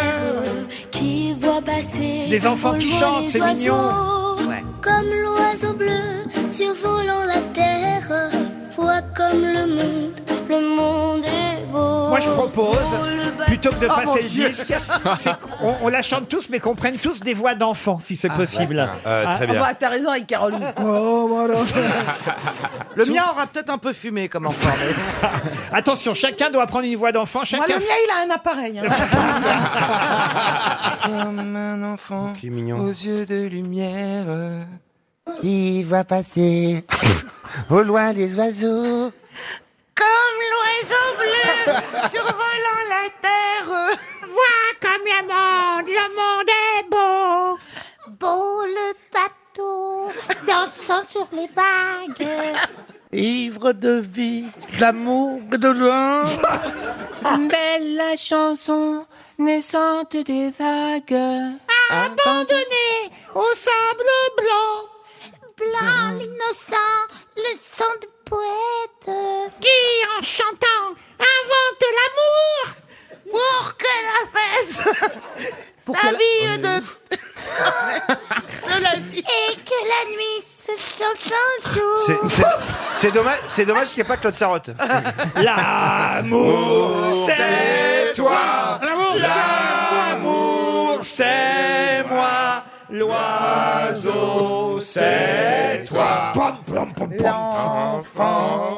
S16: qui voit passer.
S1: C'est des enfants qui
S16: au loin
S1: chantent,
S16: les
S1: c'est mignon.
S16: oiseaux. Comme l'oiseau bleu survolant la terre voit comme le monde, le monde est beau.
S1: Moi, je propose,
S16: Oh, le
S1: plutôt que de
S16: bateau-
S1: passer
S16: Oh, mon
S1: le
S16: Dieu.
S1: disque, c'est qu'on- on la chante tous, mais qu'on prenne tous des voix d'enfants, si c'est possible.
S10: Euh,
S1: Ah,
S12: Ah bah, t'as raison avec Caroline. Comme un enfant. Le mien aura peut-être un peu fumé comme enfant. mais-
S1: Attention, chacun doit prendre une voix d'enfant.
S12: Moi, le
S1: Chacun.
S12: mien, il a un appareil. hein.
S21: Ah,
S7: Comme un enfant
S11: mignon.
S7: aux yeux de lumière.
S25: euh, qui va passer au loin des oiseaux.
S9: Comme l'oiseau bleu survolant la terre. Vois comme le monde, le monde est beau. Beau le bateau dansant sur les vagues.
S25: Ivre de vie, d'amour et de loin.
S9: Belle la chanson naissante des vagues. Abandonnée au sable blanc. Blanc l'innocent, le sang de poète. Qui en chantant invente l'amour pour que la fesse sa vie de... de la vie. Et que la nuit se change en
S10: C'est-
S9: jour.
S10: c'est-
S25: C'est dommage, c'est dommage qu'il n'y ait pas Claude Sarotte.
S1: L'amour, c'est toi.
S22: L'amour,
S1: L'amour, c'est moi. L'oiseau, c'est toi.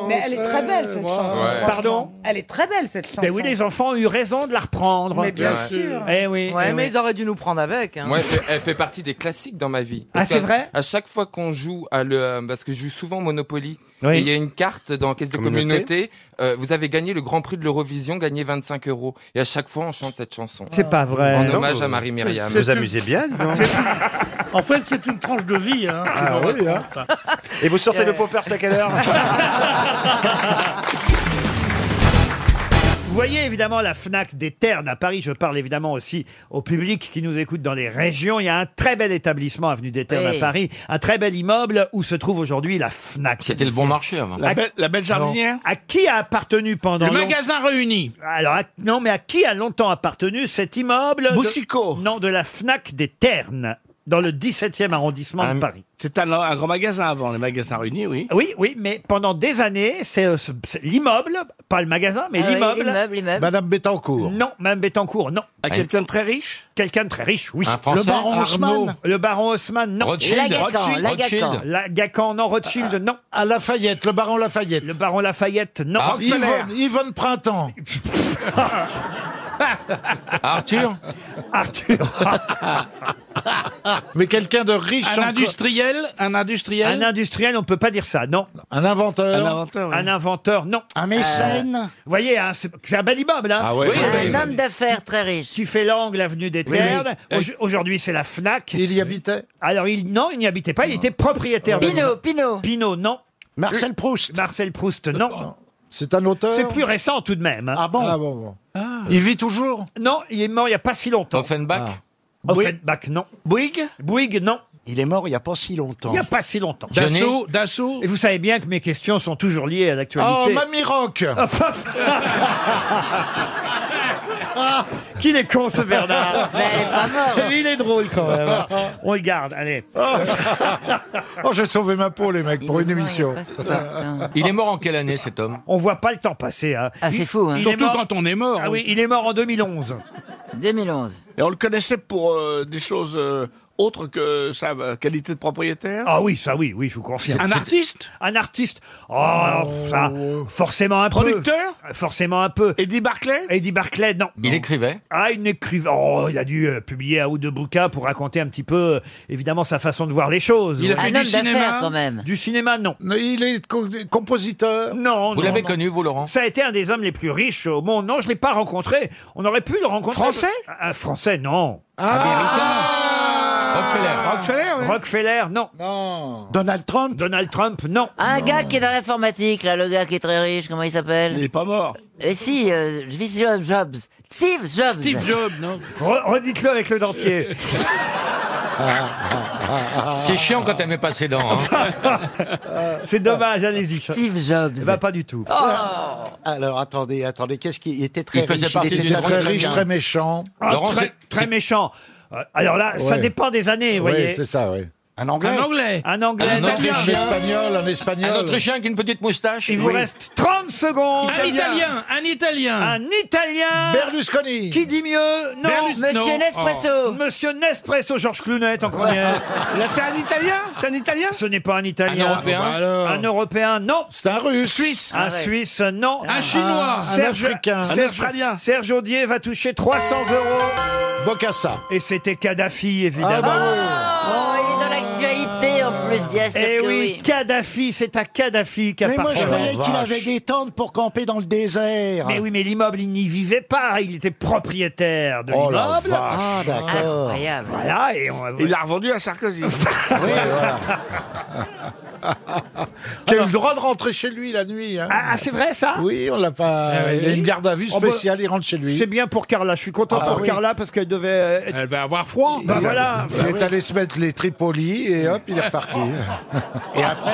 S12: Mais elle est très belle cette chanson.
S1: Ouais.
S12: franchement.
S1: Pardon
S12: Elle est très belle cette chanson.
S1: Ben oui, les enfants ont eu raison de la reprendre.
S12: Mais bien Ouais. sûr.
S1: Eh oui.
S12: Ouais,
S1: eh
S12: mais
S1: oui.
S12: ils auraient dû nous prendre avec. hein.
S10: Moi, elle fait- elle fait partie des classiques dans ma vie.
S1: Ah,
S10: Parce
S1: c'est
S10: qu'à-
S1: vrai
S10: À chaque fois qu'on joue à le, euh, parce que je joue souvent au Monopoly,
S1: Oui.
S10: et il y a une carte dans la caisse de communauté.
S1: Communauté.
S10: euh, vous avez gagné le Grand Prix de l'Eurovision, gagné 25 euros. Et à chaque fois, on chante cette chanson.
S1: C'est pas vrai.
S10: En
S1: Non,
S10: hommage
S1: vous-
S10: à Marie Myriam.
S1: vous vous
S11: amusez bien, dis donc.
S22: En fait, c'est une tranche de vie. Hein, qui
S11: Ah
S22: me
S11: oui, hein.
S22: raconte.
S11: Et vous sortez le popper, c'est à quelle heure
S1: Vous voyez évidemment la FNAC des Ternes à Paris. Je parle évidemment aussi au public qui nous écoute dans les régions. Il y a un très bel établissement avenue des Ternes
S10: Oui.
S1: à Paris, un très bel immeuble où se trouve aujourd'hui la FNAC.
S10: C'était le bon marché avant.
S1: À- À qui a appartenu pendant
S22: Le
S1: long-
S22: magasin réuni.
S1: Alors à- non, mais à qui a longtemps appartenu cet immeuble de- Non, de la Fnac des Ternes, dans le 17e arrondissement de Paris.
S26: C'est un, un grand magasin avant, les magasins réunis, oui.
S1: Oui, oui, mais pendant des années, c'est euh, ce- c'est l'immeuble, pas le magasin, mais
S26: Ah oui,
S1: l'immeuble.
S26: l'immeuble, l'immeuble. Madame
S1: Bettencourt. Non, Madame Bettencourt, non.
S26: À quelqu'un de très riche
S1: Quelqu'un de très riche, oui.
S26: Un Français Le baron Arnaud. Haussmann
S1: Le baron Haussmann, non.
S26: Rothschild. Lagacan, Rothschild. Lagacan. Rothschild. Ah,
S1: Lagacan, non. Rothschild, non. À Lafayette, le baron Lafayette. Le baron Lafayette, non.
S26: Ah, Rockefeller.
S1: Yvonne, Yvonne Printemps.
S26: Arthur
S1: Arthur
S26: Mais quelqu'un de riche
S1: Un industriel
S26: Un industriel
S1: Un industriel, on ne peut pas dire ça, non. Un inventeur
S26: Un inventeur, oui.
S1: Un inventeur, non. Un
S26: mécène
S1: Vous voyez, hein, c'est c'est un bel immeuble. Hein
S26: Ah ouais, Oui, c'est un bel un immeuble.
S1: homme d'affaires très riche. Qui fait l'angle, avenue des
S26: Oui,
S1: Ternes.
S26: oui.
S1: Au- Aujourd'hui, c'est la FNAC. Euh, Il y habitait Alors, il, non, il n'y habitait pas, il était propriétaire.
S26: Pinault,
S1: Pinot. Pinot, non. Marcel Proust. Marcel Proust, non.
S26: C'est un auteur
S1: C'est plus récent tout de même. Ah bon, Ah.
S26: Il vit toujours
S1: Non, il est mort il n'y a pas si longtemps.
S26: Offenbach
S1: Offenbach, non. Ah. Bouygues Bouygues, non. Il est mort il n'y a pas si longtemps. Il n'y a pas si longtemps.
S26: Dassault,
S1: Dassault. Et vous savez bien que mes questions sont toujours liées à l'actualité.
S26: Oh, Mamie Rock
S1: Qu'il est con ce Bernard
S26: Mais elle est pas morte.
S1: Il est drôle quand même. On le garde, allez.
S26: Oh, j'ai sauvé ma peau, les mecs, pour une émission.
S10: Euh, Il est mort en quelle année cet homme
S1: On voit pas le temps passer. hein.
S10: Ah, c'est fou, hein.
S1: Il
S10: Surtout
S1: est mort-
S10: quand on est mort, hein.
S1: Ah oui,
S10: oui.
S1: il est mort en 2011.
S26: 2011. Et on le connaissait pour euh, des choses. euh,
S8: autre que sa euh, qualité de propriétaire
S1: Ah oui, ça oui, oui, je vous confirme.
S8: Un
S1: C'est-
S8: artiste
S1: Un artiste Oh, ça, forcément un
S8: Producteur
S1: peu. Forcément un peu. Eddie Barclay Eddie Barclay, non.
S10: Il écrivait
S1: Ah, il n'écrivait... Oh, il a dû euh, publier un ou deux bouquins pour raconter un petit peu, euh, évidemment, sa façon de voir les choses.
S15: Il a fait Un du homme d'affaires, cinéma quand même.
S1: Du cinéma, non. il est compositeur Non,
S10: Vous
S1: non,
S10: l'avez
S1: non.
S10: connu, vous, Laurent
S1: Ça a été un des hommes les plus riches au monde. Non, je ne l'ai pas rencontré. On aurait pu le rencontrer. Français Un Français, non. Rockefeller, Rockefeller, non. Donald Trump Donald Trump, non.
S15: Un gars qui est dans l'informatique, là, le gars qui est très riche, comment il s'appelle Il est pas mort. Et si, euh, Steve Jobs, Jobs. Steve Jobs.
S1: Steve Jobs, non Re- Redites-le avec le dentier.
S10: C'est chiant quand elle met pas ses dents. hein.
S1: C'est dommage, allez-y. Steve
S15: Jobs.
S1: Bah, pas du tout.
S15: Oh.
S16: Ah,
S6: Alors attendez, attendez, qu'est-ce qu'il était très
S1: Il faisait
S6: riche,
S1: partie
S6: il
S1: d'une
S6: était
S1: grande
S6: très riche,
S1: famille.
S6: très méchant.
S1: Ah, très, très méchant. Euh, Alors là, ça
S6: Ouais.
S1: dépend des années, vous voyez.
S6: Oui, c'est ça, oui. Un
S1: Un Anglais. Un Anglais. Un Italien.
S6: un Espagnol.
S10: Un Autrichien avec une petite moustache.
S1: Il vous reste 30 secondes.
S10: Un Italien,
S1: un Italien. Un Italien. Berlusconi. Qui dit mieux Non.
S15: Berlus- Monsieur non. Nespresso.
S1: Oh. Monsieur Nespresso, Georges Clooney, tant qu'on y est. Là, c'est un Italien C'est un Italien Ce n'est pas un Italien. Ah,
S10: Un Européen
S1: Un Un Européen, non. C'est un Russe.
S10: Suisse.
S1: Un
S10: Ah ouais.
S1: Suisse, non.
S10: Un Chinois. Un
S1: Serge,
S10: Africain. Un
S1: Serge,
S10: Australien.
S1: Serge Audier va toucher 300 euros. Bocassa. Et c'était Kadhafi, évidemment.
S6: Ah
S15: Ah
S6: bah
S15: Oh, il est dans l'actualité en plus, bien sûr.
S1: Eh
S15: que
S1: oui, Kadhafi, c'est à Kadhafi qu'a
S6: Mais moi, je
S1: parlé.
S6: voyais qu'il avait des tentes pour camper dans le désert.
S1: Mais oui, mais l'immeuble, il n'y vivait pas. Il était propriétaire de
S6: Oh la
S1: l'immeuble.
S6: vache. Ah, d'accord.
S15: Incroyable.
S1: Voilà, et on
S8: Il l'a revendu à Sarkozy.
S26: Qui a eu le droit de rentrer chez lui la nuit. hein.
S1: Ah, c'est vrai, ça
S26: Ah, Oui, on l'a pas. il a une garde à vue
S1: Oh, bah,
S26: spéciale, il rentre chez lui.
S1: C'est bien pour Carla. Je suis content
S26: Ah,
S1: pour
S26: oui.
S1: Carla parce qu'elle devait. euh,
S26: Elle va avoir froid.
S1: Bah voilà.
S26: Il est allé se mettre les Tripoli et hop, il est reparti.
S6: Et après,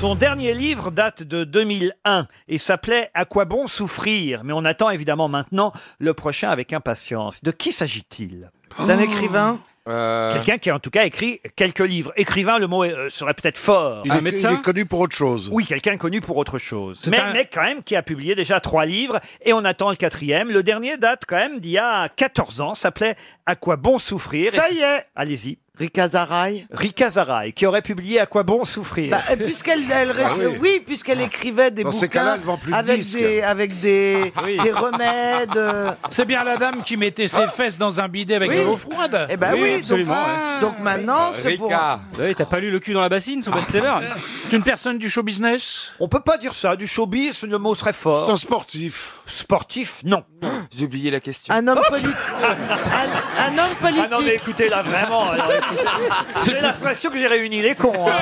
S1: Son dernier livre date de 2001 et s'appelait À quoi bon souffrir Mais on attend évidemment maintenant le prochain avec impatience. De qui s'agit-il
S12: D'un écrivain
S10: Euh,
S26: Euh,
S1: Quelqu'un qui, en tout cas, écrit quelques livres. Écrivain, le mot euh, serait peut-être fort.
S26: Il est- il est connu pour autre chose.
S1: Oui, quelqu'un connu pour autre chose.
S26: C'est
S1: Mais,
S26: un-
S1: mais quand même qui a publié déjà trois livres et on attend le quatrième. Le dernier date quand même d'il y a 14 ans, s'appelait À quoi bon souffrir
S12: Ça
S1: Et-
S12: y est.
S1: Allez-y.
S12: Rika Zaraï
S1: Rika Zaraï, qui aurait publié À quoi bon souffrir
S12: Bah, euh, puisqu'elle elle ré-
S1: Ah oui.
S12: oui. puisqu'elle écrivait des
S1: Dans ces cas-là,
S12: bouquins
S1: elle vend plus de
S12: avec
S1: disques. Ah
S12: des avec des,
S1: Oui.
S12: des remèdes. euh.
S2: C'est bien la dame qui mettait ses fesses dans un bidet avec
S12: Oui.
S2: de l'eau froide.
S12: Eh ben oui, donc, donc
S1: Ah,
S12: maintenant
S26: Euh,
S12: c'est pour
S2: Oui, t'as pas lu le cul dans la bassine, son best-seller D'une personne du show business
S1: On peut pas dire ça. Du showbiz, le mot serait fort.
S26: C'est un sportif.
S1: Sportif, non.
S26: J'ai oublié la question.
S12: un homme politique. un, un homme politique.
S1: Ah non, mais écoutez, là, vraiment. alors, écoutez, J'ai l'impression que j'ai réuni les cons. hein.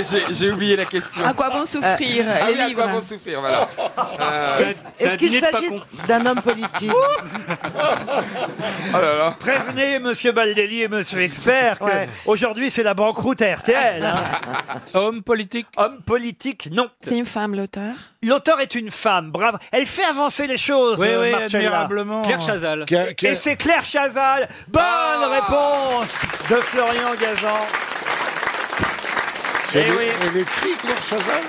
S10: eh, J'ai oublié la question.
S3: À quoi bon souffrir
S12: Euh,
S10: Ah
S3: Les
S10: oui, à quoi
S3: livres.
S10: bon souffrir, voilà. Euh,
S12: Est-ce est-ce qu'il s'agit d'un homme politique
S1: Prévenez Monsieur Baldelli et Monsieur Expert que aujourd'hui c'est la banqueroute à RTL. Homme politique hein. Homme politique, non.
S3: C'est une femme, l'auteur
S1: L'auteur est une femme, brave. Elle fait avancer les choses,
S2: Oui, oui,
S1: Marcella.
S2: admirablement. Claire Chazal. Qui a- qui a-
S1: Et c'est Claire Chazal. Bonne
S2: Ah.
S1: réponse de Florian Gazan. Eh oui.
S26: Elle écrit Claire Chazal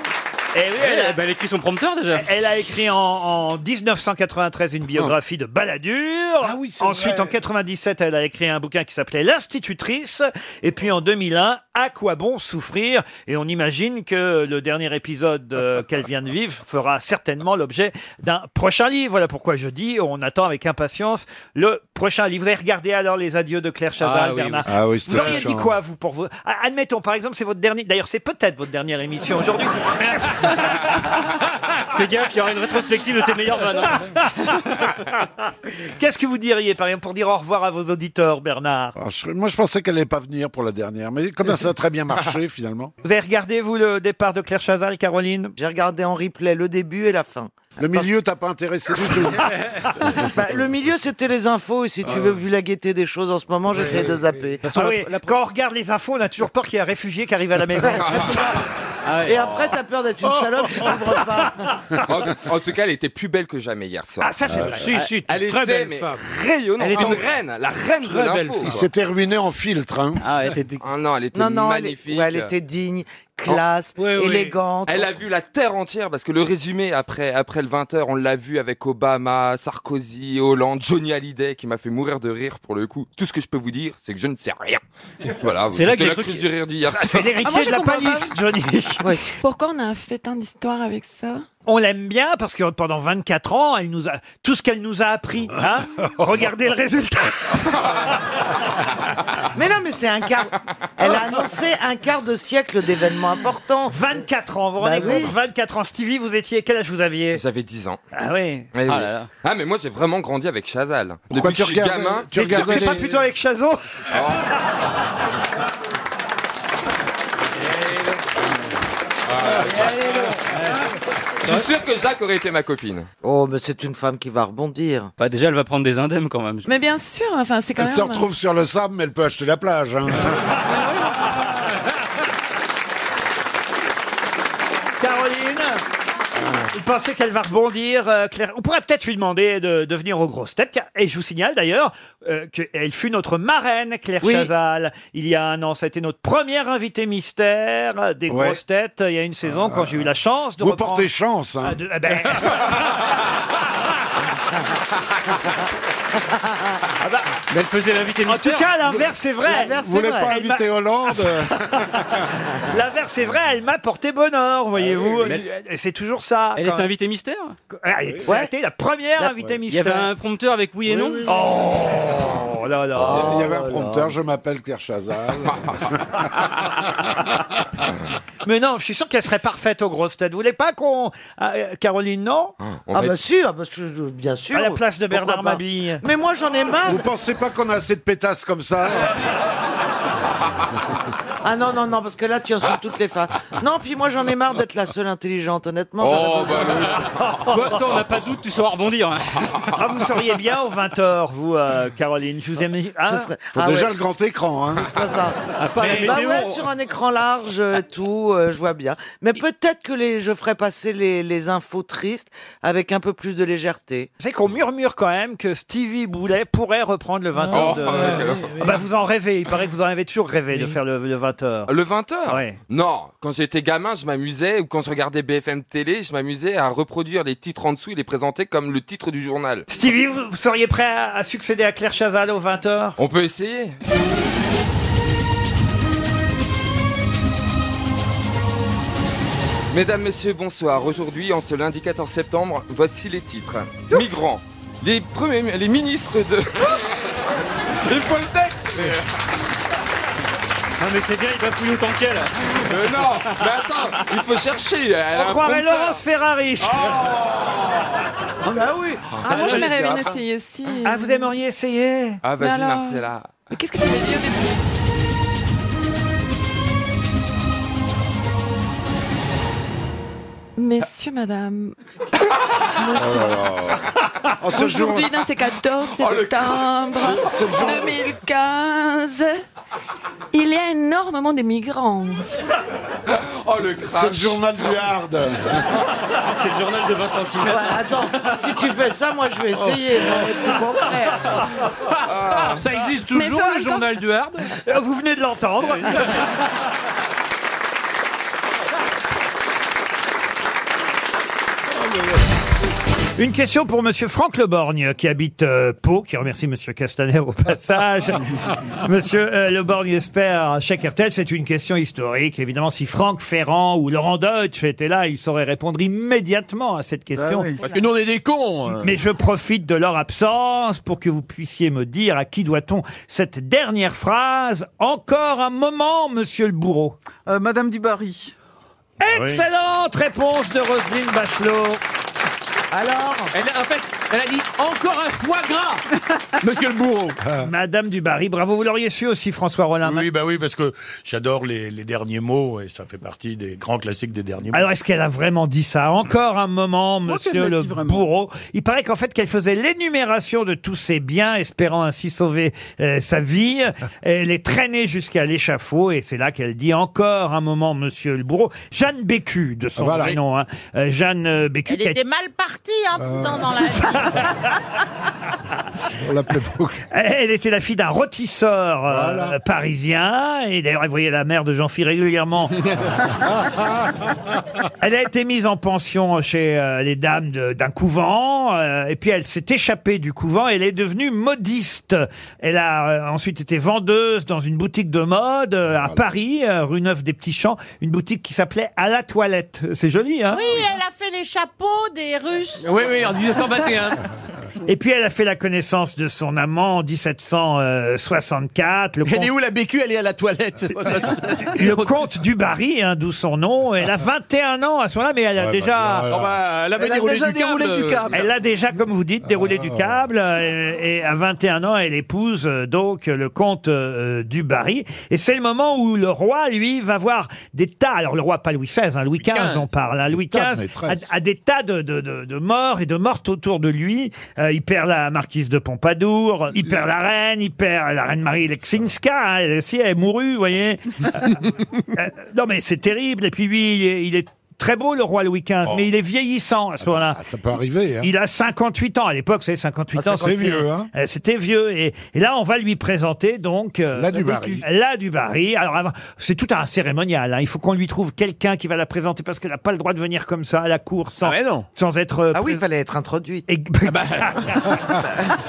S1: Eh oui, elle, a,
S2: ben, elle écrit son prompteur déjà.
S1: elle a écrit en, en 1993 une biographie de Balladur.
S26: Ah c'est
S1: Ensuite,
S26: vrai.
S1: en 97, elle a écrit un bouquin qui s'appelait L'institutrice. Et puis en 2001, À quoi bon souffrir Et on imagine que le dernier épisode euh, qu'elle vient de vivre fera certainement l'objet d'un prochain livre. Voilà pourquoi je dis, on attend avec impatience le prochain livre. Et regardez alors les adieux de Claire Chazal,
S26: Ah oui,
S1: Bernard.
S26: oui. Ah oui, c'était
S1: vous auriez dit
S26: touchant.
S1: quoi, vous, pour vous Ah, Admettons, par exemple, c'est votre dernier. D'ailleurs, c'est peut-être votre dernière émission aujourd'hui.
S2: Fais gaffe, il y aura une rétrospective de tes hein. meilleurs vannes.
S1: Qu'est-ce que vous diriez, par exemple, pour dire au revoir à vos auditeurs, Bernard
S26: Alors, je- moi, je pensais qu'elle n'allait pas venir pour la dernière, mais comme ça a très bien marché, finalement.
S1: Vous avez regardé, vous, le départ de Claire Chazal, Caroline
S12: J'ai regardé en replay le début et la fin.
S26: Le milieu, t'as pas intéressé du tout.
S12: Bah, le milieu, c'était les infos. Et si tu veux, vu la gaieté des choses en ce moment, j'essaie de zapper.
S1: Ah oui, Quand on regarde les infos, on a toujours peur qu'il y ait un réfugié qui arrive à la maison.
S12: Et après, t'as peur
S10: Oh,
S12: d'être une salope si t'ouvres pas.
S10: en, en tout cas, elle était plus belle que jamais hier soir.
S1: Ah, ça,
S11: Euh,
S1: c'est vrai.
S10: Elle,
S26: Si, si,
S10: elle
S26: très
S10: était
S26: belle
S10: mais,
S26: femme.
S10: rayonnante.
S26: Elle était
S10: une
S26: en-
S10: reine, la reine de
S26: Très belle
S10: l'info.
S26: fille. Il s'est terminé en filtre. hein.
S10: Ah, non, elle était
S12: Non, non, elle,
S10: magnifique.
S12: est- ouais, elle était digne. classe,
S7: Ouais, ouais.
S12: élégante.
S7: Elle a vu la terre entière parce que le résumé après après le 20h, on l'a vu avec Obama, Sarkozy, Hollande, Johnny Hallyday qui m'a fait mourir de rire pour le coup. Tout ce que je peux vous dire, c'est que je ne sais rien. Voilà,
S1: C'est là
S7: c'était
S1: que j'ai
S7: la
S1: cru
S7: crise
S1: que-
S7: du rire d'hier.
S1: Ça, c'est l'héritier
S24: Ah, moi, je
S1: de la
S24: comprends
S1: palice,
S24: pas.
S1: Johnny.
S24: Pourquoi on a un fétin d'histoire avec ça
S1: On l'aime bien parce que pendant 24 ans, elle nous a tout ce qu'elle nous a appris. hein Regardez le résultat.
S12: Mais non, mais c'est un quart. Elle a annoncé un quart de siècle d'événements importants.
S1: 24 ans, vous vous
S12: bah
S1: rendez
S12: oui.
S1: compte 24 ans, Stevie, vous étiez quel âge vous aviez
S7: J'avais 10 ans.
S1: Ah oui.
S7: Eh oui. Ah, mais moi j'ai vraiment grandi avec Chazal.
S1: Pourquoi
S7: Depuis que je
S1: tu
S7: suis
S1: regardes-
S7: gamin,
S1: tu regardes C'est pas les- plutôt avec Chazot
S7: Je suis sûr que Jacques aurait été ma copine.
S12: Oh, mais c'est une femme qui va rebondir.
S2: Bah, déjà, elle va prendre des indemnes quand même.
S24: Mais bien sûr, enfin, c'est quand
S26: Elle
S24: même.
S26: se
S17: euh,
S26: retrouve sur le sable, mais elle peut acheter la plage. hein.
S1: Caroline il pensait qu'elle va rebondir, euh, Claire. On pourrait peut-être lui demander de, de venir aux grosses têtes. Tiens, Et je vous signale d'ailleurs euh, qu'elle fut notre marraine, Claire Chazal, il y a un an. Ça a été notre première invitée mystère euh, des
S26: Ouais.
S1: grosses têtes il y a une saison quand j'ai eu la chance de
S26: Vous
S1: reprendre-
S26: portez chance. hein.
S1: Ah, de- ah ben-
S2: Mais elle faisait l'invité
S1: En tout
S2: mystère.
S1: cas, l'inverse est vrai.
S26: Vous voulez pas
S1: Elle m'a-
S26: inviter Hollande
S1: L'inverse est vrai, elle m'a porté bonheur, voyez-vous. Et C'est toujours ça.
S2: Ah Elle est
S1: quand- Ah,
S2: invitée mystère
S1: Elle était- ça a été la première invitée
S2: Il y
S1: mystère.
S2: avait un prompteur avec oui et non
S1: Oh là là.
S26: Il y avait un prompteur, je m'appelle Claire Chazal.
S1: Mais non, je suis sûr qu'elle serait parfaite aux grosses têtes. Vous voulez pas qu'on. Ah, euh, Caroline, non
S12: Ah bah si, ah bah je- je- bien sûr.
S1: À la place de
S12: Pourquoi
S1: Bernard
S12: pas.
S1: Mabille.
S12: Mais moi j'en ai marre.
S26: Vous pensez pas qu'on a assez de pétasses comme ça
S12: Ah non, non, non, parce que là tu insultes toutes les femmes. Non, puis moi j'en ai marre d'être la seule intelligente, honnêtement.
S2: Oh,
S12: j'en ai
S2: bah
S12: besoin.
S1: oh.
S2: l'autre. Toi, toi, on n'a pas de doute, tu sauras rebondir. hein.
S1: Ah, vous seriez bien aux 20h, vous, euh, Caroline. Je vous hein aime.
S12: Ce serait-
S26: Faut
S12: Ah
S26: déjà
S12: ouais.
S26: le grand écran. Hein.
S1: À part la
S12: bah
S1: météo.
S12: ouais, sur un écran large euh, et tout, euh, je vois bien. Mais peut-être que les, je ferai passer les, les infos tristes avec un peu plus de légèreté.
S1: Vous savez qu'on murmure quand même que Stevie Boulet pourrait reprendre le 20h
S7: Oh,
S1: de...
S7: ouais, quel horreur.
S1: Ah bah, vous en rêvez, il paraît que vous en avez toujours rêvé de faire le, 20h.
S7: Le 20h
S1: Ah Ouais.
S7: Non, quand j'étais gamin, je m'amusais, ou quand je regardais BFM Télé, je m'amusais à reproduire les titres en dessous et les présenter comme le titre du journal.
S1: Stevie, vous, vous seriez prêt à, à succéder à Claire Chazal aux 20h
S7: On peut essayer Mesdames, Messieurs, bonsoir. Aujourd'hui, en ce lundi 14 septembre, voici les titres. Migrants. Les premiers, les ministres de... Il faut le texte mais-
S2: Non, mais c'est bien, il va pouiller autant qu'elle.
S7: Euh, non, mais attends, il faut chercher. elle a
S1: On
S7: un Oh
S1: croirait
S7: prompteur.
S1: Laurence Ferrari
S12: Ah bah oui
S24: Ah, moi, j'aimerais bien
S7: Ah.
S24: essayer si.
S1: Ah, vous aimeriez essayer
S7: Ah, vas-y,
S24: Mais alors
S7: Marcella.
S24: Mais qu'est-ce que tu veux dire Messieurs, madame.
S26: Oh, ce jour,
S24: Aujourd'hui, dans ces 14
S25: Oh,
S24: septembre 2015, il y a énormément de migrants.
S7: Oh, le
S26: c'est le
S7: crash.
S26: journal du Hard.
S2: Ah, C'est le journal de Oh. 20 cm.
S12: Ouais, attends, si tu fais ça, moi je vais essayer. non, et puis, bon, frère.
S1: Ah,
S2: Ça existe
S24: Mais
S2: toujours,
S24: faut
S2: le
S24: encore-
S2: journal du Hard
S1: Euh, Vous venez de l'entendre Une question pour Monsieur Franck Leborgne qui habite euh, Pau, qui remercie Monsieur Castaner au passage. Monsieur euh, Leborgne espère un chèque RTL, c'est une question historique. Évidemment, si Franck Ferrand ou Laurent Deutsch étaient là, ils sauraient répondre immédiatement à cette question.
S2: Ah Parce que nous, euh, on est des cons.
S1: Mais je profite de leur absence pour que vous puissiez me dire à qui doit-on cette dernière phrase. Encore un moment, monsieur le bourreau.
S25: Madame Dubarry.
S1: Excellente réponse de Roselyne Bachelot.
S25: Alors
S2: Elle, en fait, elle a dit encore un foie gras.
S4: Monsieur le bourreau
S1: Madame Dubarry, bravo, vous l'auriez su aussi, François Rollin.
S4: Oui, bah oui, parce que j'adore les, les derniers mots et ça fait partie des grands classiques des derniers mots.
S1: Alors, est-ce qu'elle a vraiment dit ça Encore un moment,
S4: qu'elle
S1: monsieur
S4: l'a
S1: le
S4: dit vraiment.
S1: bourreau. Il paraît qu'en fait, qu'elle faisait l'énumération de tous ses biens, espérant ainsi sauver euh, sa vie. Elle est traînée jusqu'à l'échafaud et c'est là qu'elle dit encore un moment, monsieur le bourreau. Jeanne Bécu, de son
S26: Voilà.
S1: prénom. hein. Euh, Jeanne euh, Bécu.
S9: Elle
S1: qui a-
S9: était mal partie, hein, putain, dans la vie.
S1: On l'appelait Elle était la fille d'un rôtisseur euh, parisien. Et d'ailleurs, elle voyait la mère de Jean-Phil régulièrement. elle a été mise en pension chez euh, les dames de- d'un couvent. euh, et puis, elle s'est échappée du couvent. Elle est devenue modiste. Elle a euh, ensuite été vendeuse dans une boutique de mode euh, à Paris, euh, rue Neuve des Petits Champs. Une boutique qui s'appelait À la Toilette. C'est joli, hein
S9: Oui, elle a fait les chapeaux des Russes.
S1: Oui, oui, en 1921. Et puis elle a fait la connaissance de son amant en 1764. Le
S5: Elle est
S1: comte-
S5: où la BQ Elle est à la toilette.
S1: le comte du Barry, hein, d'où son nom. Elle a 21 ans à ce moment-là, mais elle a
S5: Ouais,
S1: déjà.
S5: bah, Oh, bah, elle avait Elle a déroulé déjà du déroulé câble. du câble.
S1: Elle a déjà, comme vous dites, déroulé
S5: Ah,
S1: du câble. euh, Et à 21 ans, elle épouse euh, donc le comte euh, du Barry. Et c'est le moment où le roi, lui, va voir des tas. Alors le roi, pas Louis XVI, hein, Louis XV, on parle. hein, Louis
S4: tas de
S1: XV a,
S4: maîtresses.
S1: a des tas de, de, de- de morts et de mortes autour de lui. Euh, il perd la marquise de Pompadour, il perd la reine, il perd la reine Marie Lexinska. hein, elle aussi, elle est mourue, vous voyez. Euh, non, mais c'est terrible. Et puis lui, il est, il est très beau, le roi Louis
S26: Oh.
S1: XV, mais il est vieillissant
S26: Ah,
S1: à ce moment-là. Ça peut arriver. Il a 58 ans. À l'époque, c'est 58
S26: hein. Ah,
S1: ans.
S26: c'est
S1: c'était-
S26: vieux, hein.
S1: euh, C'était vieux. Et, et là, on va lui présenter donc. euh,
S26: La Dubarry.
S1: La Dubarry. Alors, avant- c'est tout un cérémonial. hein. Il faut qu'on lui trouve quelqu'un qui va la présenter parce qu'elle n'a pas le droit de venir comme ça à la cour sans, sans être. ah oui, il fallait être introduite.
S4: Ah bah.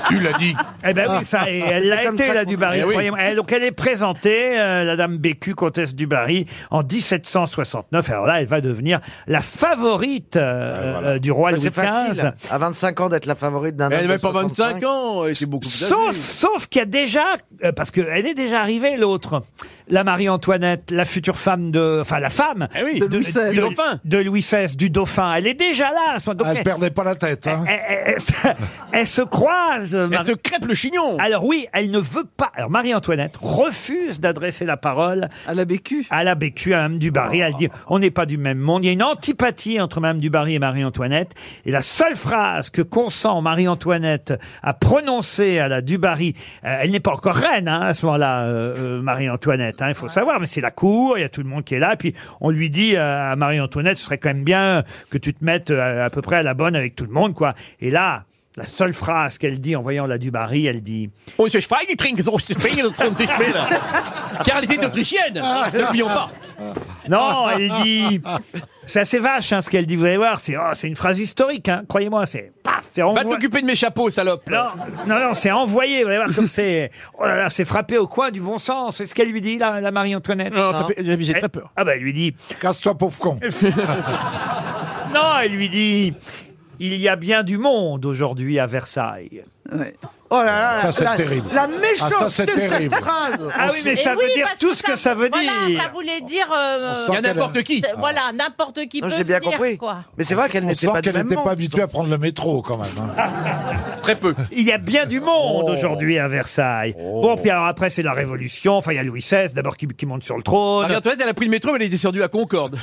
S4: Tu l'as dit.
S1: Eh ben oui, ça, et
S12: Ah,
S1: elle l'a été, la Dubarry.
S4: Eh oui.
S1: croyez-moi. Elle- donc elle est présentée, euh, la dame Bécu, comtesse Dubarry, en 1769. Alors là, elle va devenir la favorite euh, euh, du roi Louis
S12: Ah, Bah, C'est facile.
S1: XV.
S12: À 25 ans d'être la favorite d'un.
S5: Elle
S12: n'avait
S5: n'avait pas 25 ans. Elle était beaucoup plus âgée.
S1: Sauf, sauf qu'il y a déjà, euh, parce qu'elle est déjà arrivée, l'autre, la Marie-Antoinette, la future femme de, enfin la femme de,
S5: Eh Louis XVI. Du dauphin.
S1: de Louis XVI, du dauphin. Elle est déjà là. à ce moment- donc
S26: Ah, Elle perdait pas la tête. hein.
S1: Elle, elle- elle- elle se croise. Elle se
S5: crêpe le chignon.
S1: Alors oui, elle ne veut pas. Alors Marie-Antoinette refuse d'adresser la parole à la Bécu. À la Bécu, à Mme Dubarry. Elle dit on n'est pas du même monde. Il y a une antipathie entre Mme Dubarry et Marie-Antoinette. Et la seule phrase que consent Marie-Antoinette à prononcer à la Dubarry, euh, elle n'est pas encore reine hein, à ce moment-là, euh, euh, Marie-Antoinette. hein, il faut savoir, mais c'est la cour, il y a tout le monde qui est là. Puis on lui dit euh, à Marie-Antoinette, ce serait quand même bien que tu te mettes euh, à peu près à la bonne avec tout le monde, quoi. Et là. La seule phrase qu'elle dit en voyant la Dubarry, elle dit
S5: Und ich feige trinke, so ich trinke das 20 Spieler. Car elle était autrichienne. N'oublions pas.
S1: Non, elle dit. C'est assez vache hein, ce qu'elle dit, vous allez voir. C'est oh, c'est une phrase historique, hein, croyez-moi. C'est paf, c'est
S5: Va
S1: envoyé.
S5: t'occuper de mes chapeaux, salope.
S1: Non, non, non, c'est envoyé, vous allez voir comme c'est. Oh là là, c'est frappé au coin du bon sens. C'est ce qu'elle lui dit, la, la Marie-Antoinette.
S5: Non, ça fait- j'ai- j'ai très
S1: Elle-
S5: peur.
S1: Ah bah, elle lui dit. Casse-toi, pauvre con. non, elle lui dit. Il y a bien du monde aujourd'hui à Versailles.
S25: Oh là là,
S1: Ça,
S25: la-
S1: c'est
S25: la,
S1: terrible.
S25: La
S1: Ah,
S25: méchanceté
S1: ça, c'est
S25: de cette
S1: terrible.
S25: phrase.
S1: Ah oui, mais ça
S25: Et
S1: veut
S25: oui,
S1: dire
S25: parce
S1: tout ce que ça veut
S25: voilà,
S1: dire.
S25: ça
S9: voulait dire. euh,
S25: Il y a n'importe
S9: euh,
S25: qui.
S9: c'est- Voilà, n'importe qui
S25: Non,
S9: peut
S25: j'ai bien
S9: venir,
S25: compris.
S9: quoi.
S25: Mais c'est vrai qu'elle
S26: On
S25: n'était
S26: sent
S25: pas du
S26: qu'elle
S25: même
S26: n'était
S25: monde,
S26: pas dis habituée donc. à prendre le métro quand même. hein.
S5: Très peu.
S1: Il y a bien du
S25: Oh.
S1: monde aujourd'hui à Versailles. Bon, puis alors après, c'est la Révolution. Enfin, il y a Louis XVI d'abord qui, qui monte sur le trône.
S5: Marie-Antoinette, elle a pris le métro, mais elle est descendue à Concorde.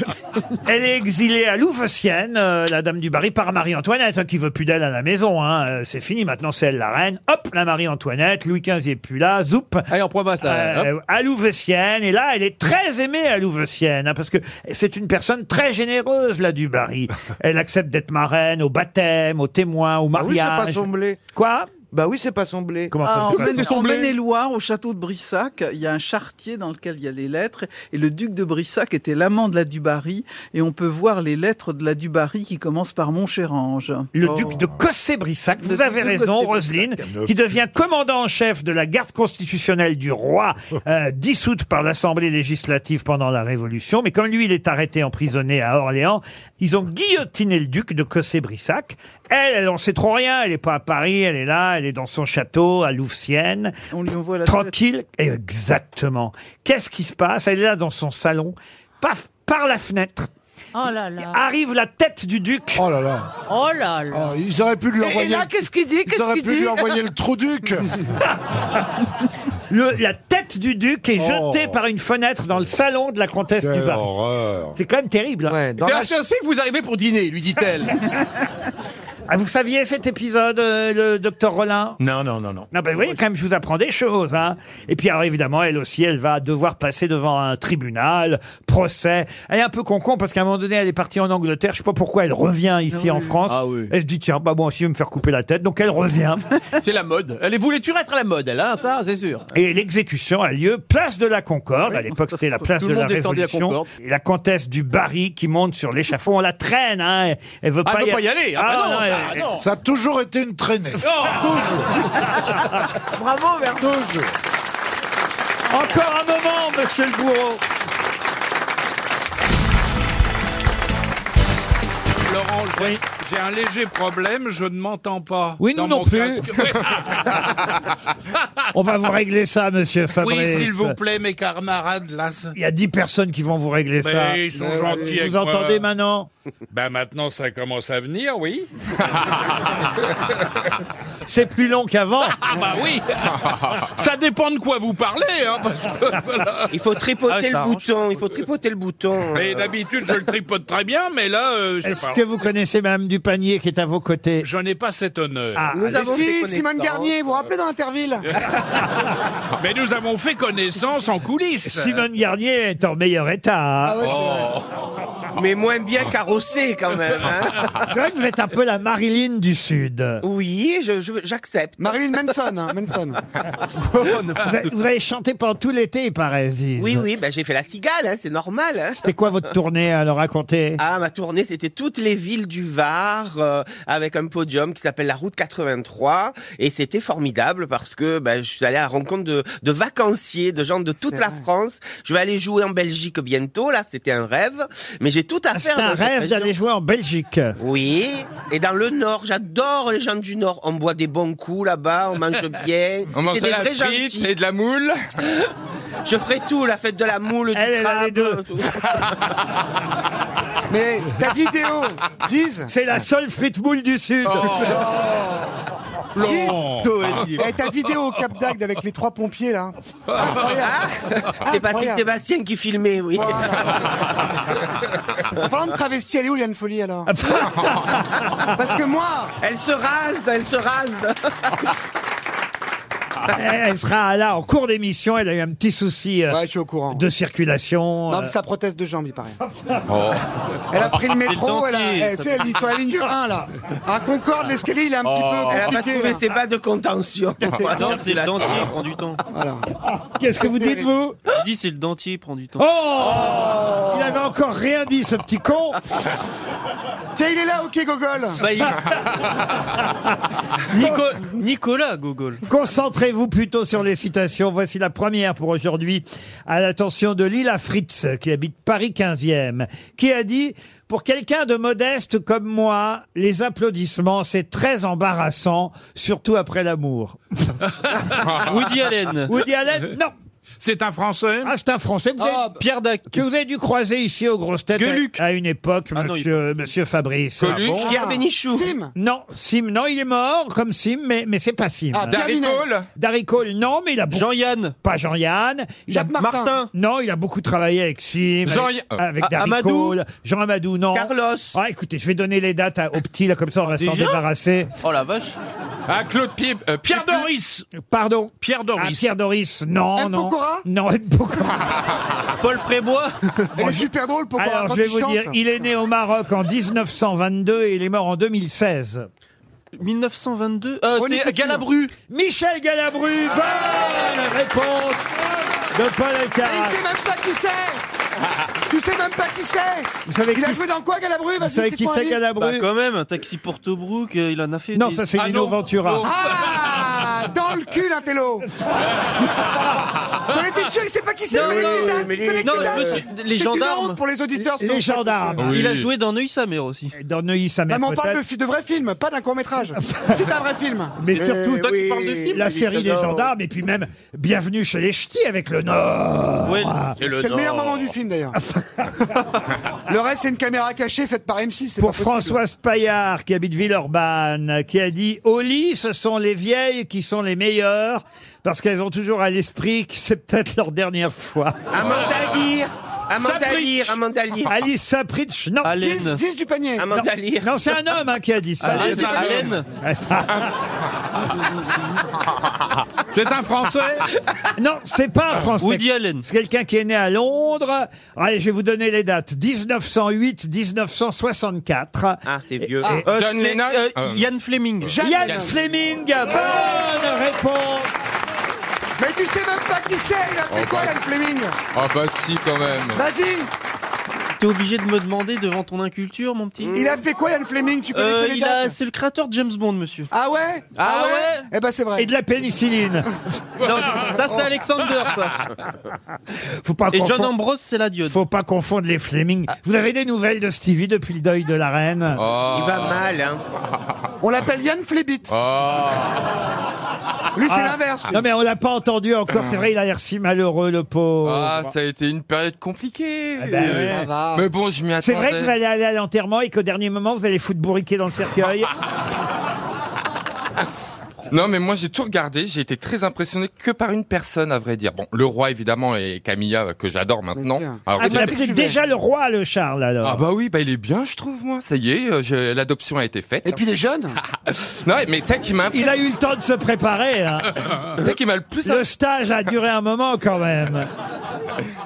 S1: Elle est exilée à Louveciennes, euh, la dame du Barry, par Marie-Antoinette, hein, qui veut plus d'elle à la maison. hein. Euh, c'est fini, maintenant c'est elle la reine. Hop, la Marie-Antoinette, Louis XV n'est plus là, zoup.
S5: Allez, en province, là.
S1: Euh, à Louveciennes. Et là, elle est très aimée à Louveciennes, hein, parce que c'est une personne très généreuse, la Dubarry. Elle accepte d'être marraine au baptême, au témoin, au
S25: Ah
S12: Bah oui, c'est
S1: mariage.
S12: pas son blé.
S1: Quoi
S12: Bah oui, c'est pas son blé.
S1: Comment ça,
S25: Ah,
S1: c'est
S25: en
S1: pas
S25: Maine-
S1: son
S25: en
S1: blé
S25: Maine-et-Loire, au château de Brissac, il y a un chartier dans lequel il y a les lettres. Et le duc de Brissac était l'amant de la Dubarry. Et on peut voir les lettres de la Dubarry qui commencent par Montchérange.
S1: Le duc de Cossé-Brissac, vous
S25: Oh. Le
S1: avez
S25: duc de
S1: raison, Roselyne,
S25: Cossé-Brissac.
S1: qui devient commandant en chef de la garde constitutionnelle du roi, euh, dissoute par l'Assemblée législative pendant la Révolution. Mais comme lui, il est arrêté, emprisonné à Orléans, ils ont guillotiné le duc de Cossé-Brissac. Elle, elle en sait trop rien, elle n'est pas à Paris, elle est là, elle est dans son château à Louveciennes.
S25: On lui envoie la
S1: Tranquille, exactement. Qu'est-ce qui se passe Elle est là dans son salon, paf, par la fenêtre,
S9: Oh là là.
S1: arrive la tête du duc. Oh là là
S9: Oh là là.
S26: Ils auraient pu lui
S9: Et- et
S26: envoyer.
S9: là,
S26: le-
S9: qu'est-ce qu'il dit
S26: Ils
S9: Qu'est-ce
S26: auraient
S9: qu'il
S26: pu
S9: dit
S26: lui envoyer le trou duc.
S1: Le- la tête du duc est
S26: Oh.
S1: jetée par une fenêtre dans le salon de la comtesse du Barry. C'est quand même terrible. hein.
S5: C'est un chien aussi que vous arrivez pour dîner, lui dit-elle.
S1: Ah, vous saviez cet épisode, euh, le docteur Rollin
S27: Non, non, non, non.
S1: Non, ben oui, quand même, je vous apprends des choses. Hein. Et puis, alors, évidemment, elle aussi, elle va devoir passer devant un tribunal, procès. Elle est un peu concon parce qu'à un moment donné, elle est partie en Angleterre. Je sais pas pourquoi elle revient ici en France.
S26: Ah
S1: Elle se dit, tiens, bah, moi aussi, je vais me faire couper la tête. Donc, elle revient.
S6: C'est la mode. Elle voulait tu être à la mode, elle, hein, ça, c'est sûr.
S1: Et l'exécution a lieu place de la Concorde. À l'époque, c'était la place
S6: Tout
S1: de
S6: le
S1: la
S6: monde descendait à
S1: Révolution.
S6: Concorde.
S1: Et la comtesse du Barry qui monte sur l'échafaud, on la traîne. Hein. Elle veut
S6: Ah,
S1: pas,
S6: elle veut pas y aller. Ah, bah non, bah non.
S1: Ça a toujours été une traînée.
S28: Bravo, Verdouge
S1: Encore un moment, monsieur le bourreau.
S10: Laurent, j'ai- j'ai un léger problème, je ne m'entends pas.
S1: Oui, nous
S10: Dans
S1: non
S10: mon
S1: plus.
S10: casque. Oui.
S1: On va vous régler ça, monsieur Fabrice.
S10: Oui, s'il vous plaît, mes camarades, là. ça-
S1: Il y a 10 personnes qui vont vous régler
S10: Mais
S1: ça. Euh,
S10: ils sont gentils avec
S1: Vous entendez
S10: moi.
S1: maintenant
S10: Ben maintenant, ça commence à venir, oui.
S1: C'est plus long qu'avant.
S10: Ah bah oui Ça dépend de quoi vous parlez, hein, parce que...
S14: Il faut tripoter
S10: Ah, ça
S14: le
S10: arrange.
S14: bouton, il faut tripoter le bouton.
S10: Mais d'habitude, je le tripote très bien, mais là, euh, je sais
S1: Est-ce
S10: pas.
S1: que vous connaissez Madame Dupanier qui est à vos côtés
S10: Je n'ai pas cet honneur.
S1: Ah,
S10: mais
S1: Nous avons
S10: si,
S1: des
S10: Simone
S1: Garnier,
S9: vous vous rappelez dans Interville
S10: Mais nous avons fait connaissance en coulisses.
S1: Simone Garnier est en meilleur état. hein.
S14: Ah
S10: Oh.
S14: Mais moins bien carrossé quand même. hein.
S1: C'est vrai que vous êtes un peu la Marilyn du Sud.
S14: Oui, je- je- j'accepte.
S9: Marilyn Manson, hein, Manson.
S1: Ah, oh, Vous avez, vous avez chanté pendant tout l'été, il paraît, Ziz.
S14: Oui, oui, ben j'ai fait la cigale, hein, c'est normal. hein.
S1: C'était quoi votre tournée à leur raconter
S14: Ah, ma tournée, c'était toutes les villes du Var, euh, avec un podium qui s'appelle la Route 83. Et c'était formidable parce que ben, je suis allé à la rencontre de, de vacanciers, de gens de toute la France. Je vais aller jouer en Belgique bientôt, là, c'était un rêve. Mais j'ai tout à
S1: C'est
S14: faire.
S1: Ah,
S14: dans
S1: un
S14: cette
S1: rêve
S14: région.
S1: d'aller jouer en Belgique.
S14: Oui, et dans le Nord, j'adore les gens du Nord. On boit des bons coups là-bas, on mange bien.
S29: On mange
S14: C'est
S29: de
S14: des
S29: la
S14: vrais
S29: frite
S14: gentils.
S29: et de la moule.
S14: Je ferai tout, la fête de la moule, du crabe, tout.
S9: Mais la vidéo, Ziz
S1: C'est la seule frite moule du Sud.
S9: Oh. Ziz, Eh, ta vidéo au Cap d'Agde avec les trois pompiers là.
S14: Ah, C'est Patrick
S9: Incroyable.
S14: Sébastien qui filmait, oui.
S9: En parlant de travesti, elle est où Liane Folie alors Parce que moi
S14: Elle se rase, elle se rase
S1: Elle sera là en cours d'émission. Elle a eu un petit souci euh, de circulation.
S9: Non,
S1: euh.
S9: mais sa prothèse de jambe, il paraît.
S1: Elle
S9: Elle a pris le métro, elle, a, elle, tu sais, elle est sur la ligne 1 là. À Concorde, l'escalier il est un petit peu.
S14: Elle a pas
S9: compliqué,
S14: trouvé
S9: là.
S14: ses bas de contention.
S9: Non, c'est le
S14: dentier
S9: dentier,
S14: prend du temps.
S1: Qu'est-ce que vous dites, vous
S14: Je dis c'est le dentier prend du temps.
S1: Oh Il avait encore rien dit, ce petit con.
S9: Tiens, il est là, ok, Gogol
S1: Nicolas Gogol. Concentrez-vous plutôt sur les citations. Voici la première pour aujourd'hui, à l'attention de Lila Fritz, qui habite Paris 15e, qui a dit « Pour quelqu'un de modeste comme moi, les applaudissements, c'est très embarrassant, surtout après l'amour.
S10: Woody Allen. »
S1: Woody Allen, non
S10: C'est un Français
S1: Ah, c'est un Français. Vous avez-
S10: Pierre Dac.
S1: que vous avez dû croiser ici aux grosses têtes
S10: Gueuluc.
S1: à à une époque,
S10: Ah non,
S1: monsieur, monsieur Fabrice.
S10: Coluche. Ah bon Pierre
S9: Bénichou. Sim.
S1: Non, Sim, non, il est mort comme Sim, mais, mais c'est pas Sim.
S9: Ah, Pierre Darry Minet. Cole
S1: Darry Cole, non, mais il a beaucoup... Jean-Yann. Pas Jean-Yann. Il a-
S9: Jacques Martin. Martin.
S1: Non, il a beaucoup travaillé avec Sim.
S9: Jean-
S1: avec-
S9: euh,
S1: Avec
S9: A-
S1: Darry
S9: Amadou.
S1: Cole. Jean Amadou, non.
S9: Carlos.
S1: Ah, écoutez, je vais donner les dates à- aux petits, là, comme ça, on va s'en
S10: Déjà
S1: débarrasser.
S10: Oh la vache. Ah, Claude Pied. euh, Pierre Doris.
S1: Pardon
S10: Pierre
S1: Ah,
S10: Doris.
S1: Pierre Doris, non,
S9: M.
S1: non.
S9: Pokora
S1: Non, M. Pokora.
S10: Paul Prébois.
S9: Elle est super drôle, Pokora.
S1: Alors,
S9: quand
S1: je vais
S9: il
S1: vous
S9: chante.
S1: dire, il est né au Maroc en 1922 et il est mort en 2016.
S30: 1922. Euh, c'est Galabru.
S1: Michel Galabru, bonne réponse de Paul
S9: Mais il
S1: Alcarat.
S9: sait même pas qui c'est Tu sais même pas qui c'est
S1: Vous savez
S9: Il a
S1: qui
S9: joué dans quoi, Galabru Vas-y,
S1: savez qui
S9: cite-moi un
S1: c'est,
S9: livre.
S1: Galabru Bah, quand
S30: même, un taxi pour Tobruk, euh, il en a fait.
S1: Non, ça, c'est
S30: Ah
S1: Lino
S30: non.
S1: Ventura.
S9: Ah Dans le cul, l'intello
S1: Ah
S9: J'en étais sûr, il sait pas Ah, qui c'est
S30: Non,
S9: il connaît
S30: oui,
S9: que
S30: oui,
S9: dalle,
S30: mais
S9: il connaît
S30: les-
S9: que
S30: non,
S9: dalle.
S30: monsieur, les
S9: C'est une
S30: gendarmes.
S9: honte pour les auditeurs. ce
S1: Les
S9: dont on
S1: gendarmes.
S9: parle.
S30: Il a joué dans Neuilly sa mère aussi.
S1: Dans Neuilly, sa
S9: Non,
S1: mère
S9: mais on parle de,
S1: peut-être.
S9: fi- de vrai film, pas d'un court-métrage. c'est un vrai film.
S1: Mais surtout,
S9: Eh oui.
S1: la série des gendarmes, et puis même Bienvenue chez les Ch'tis avec le Nord.
S9: Oui,
S1: Ah.
S9: C'est le, meilleur moment du film d'ailleurs. le reste, c'est une caméra cachée faite par M6. c'est
S1: Pour
S9: pas possible.
S1: Françoise Paillard, qui habite Villeurbanne, qui a dit Au lit, ce sont les vieilles qui sont les meilleures, parce qu'elles ont toujours à l'esprit que c'est peut-être leur dernière fois.
S9: Amanda Lear.
S14: Amanda Lear, Amanda Lear.
S1: Alice Sapritch, non.
S14: Allen. Ziz- Ziz
S1: du panier.
S14: Amanda Lear.
S1: Non, c'est un homme hein, qui a dit ça.
S14: Allen, Allen.
S1: C'est un Français Non, c'est pas un Français.
S2: Woody
S1: Allen. C'est quelqu'un qui est né à Londres. Allez, je vais vous donner les dates. 1908-1964.
S14: Ah, c'est vieux.
S1: Ah,
S2: Euh,
S1: John
S2: c'est,
S1: Lennon
S2: euh, Ian Fleming.
S1: Yann Fleming, bonne réponse
S31: Mais tu sais même pas qui c'est, il a fait
S7: Oh,
S31: quoi,
S7: bah.
S31: Ian Fleming
S7: Ah bah si quand même.
S31: Vas-y
S2: T'es obligé de me demander devant ton inculture, mon petit
S31: Il a fait quoi, Ian Fleming Tu connais
S2: Euh,
S31: que les
S2: il a-
S31: dates
S2: C'est le créateur de James Bond, monsieur.
S31: Ah ouais
S2: Ah
S31: Eh ben c'est vrai.
S1: Et de la pénicilline. Ah,
S2: Non, ça, c'est Alexander, ça.
S1: Faut pas
S2: Et John
S1: confondre-
S2: Ambrose, c'est la diode.
S1: Faut pas confondre les Fleming.
S14: Ah.
S1: Vous avez des nouvelles de Stevie depuis le deuil de la reine
S14: Il
S1: Oh.
S14: va mal, hein.
S31: On l'appelle Yann Flébit. Lui, c'est
S1: Ah,
S31: l'inverse.
S1: Non mais on l'a pas entendu encore. C'est vrai, il a l'air si malheureux le pauvre.
S7: Ah, ça a été une période compliquée.
S1: oh, bah. Ah
S2: ben
S1: bah ouais. Ça va.
S7: Mais bon, je m'y attendais.
S1: C'est vrai que vous allez aller à l'enterrement et qu'au dernier moment vous allez foutre bourriquer dans le cercueil. Ah,
S7: Non, mais moi j'ai tout regardé, j'ai été très impressionné que par une personne, à vrai dire. Bon, le roi évidemment et Camilla euh, que j'adore maintenant. Alors,
S1: ah, vous
S7: j'ai-
S1: appelez déjà le roi le Charles alors.
S7: Ah bah oui, bah il est bien, je trouve moi. Ça y est, euh, je- l'adoption a été faite. Et puis
S31: les jeunes
S7: Non, mais ça qui m'a
S1: Il a
S7: impressionné-
S1: eu le temps de se préparer. hein.
S7: C'est qui m'a le plus-
S1: Le stage a duré un moment quand même.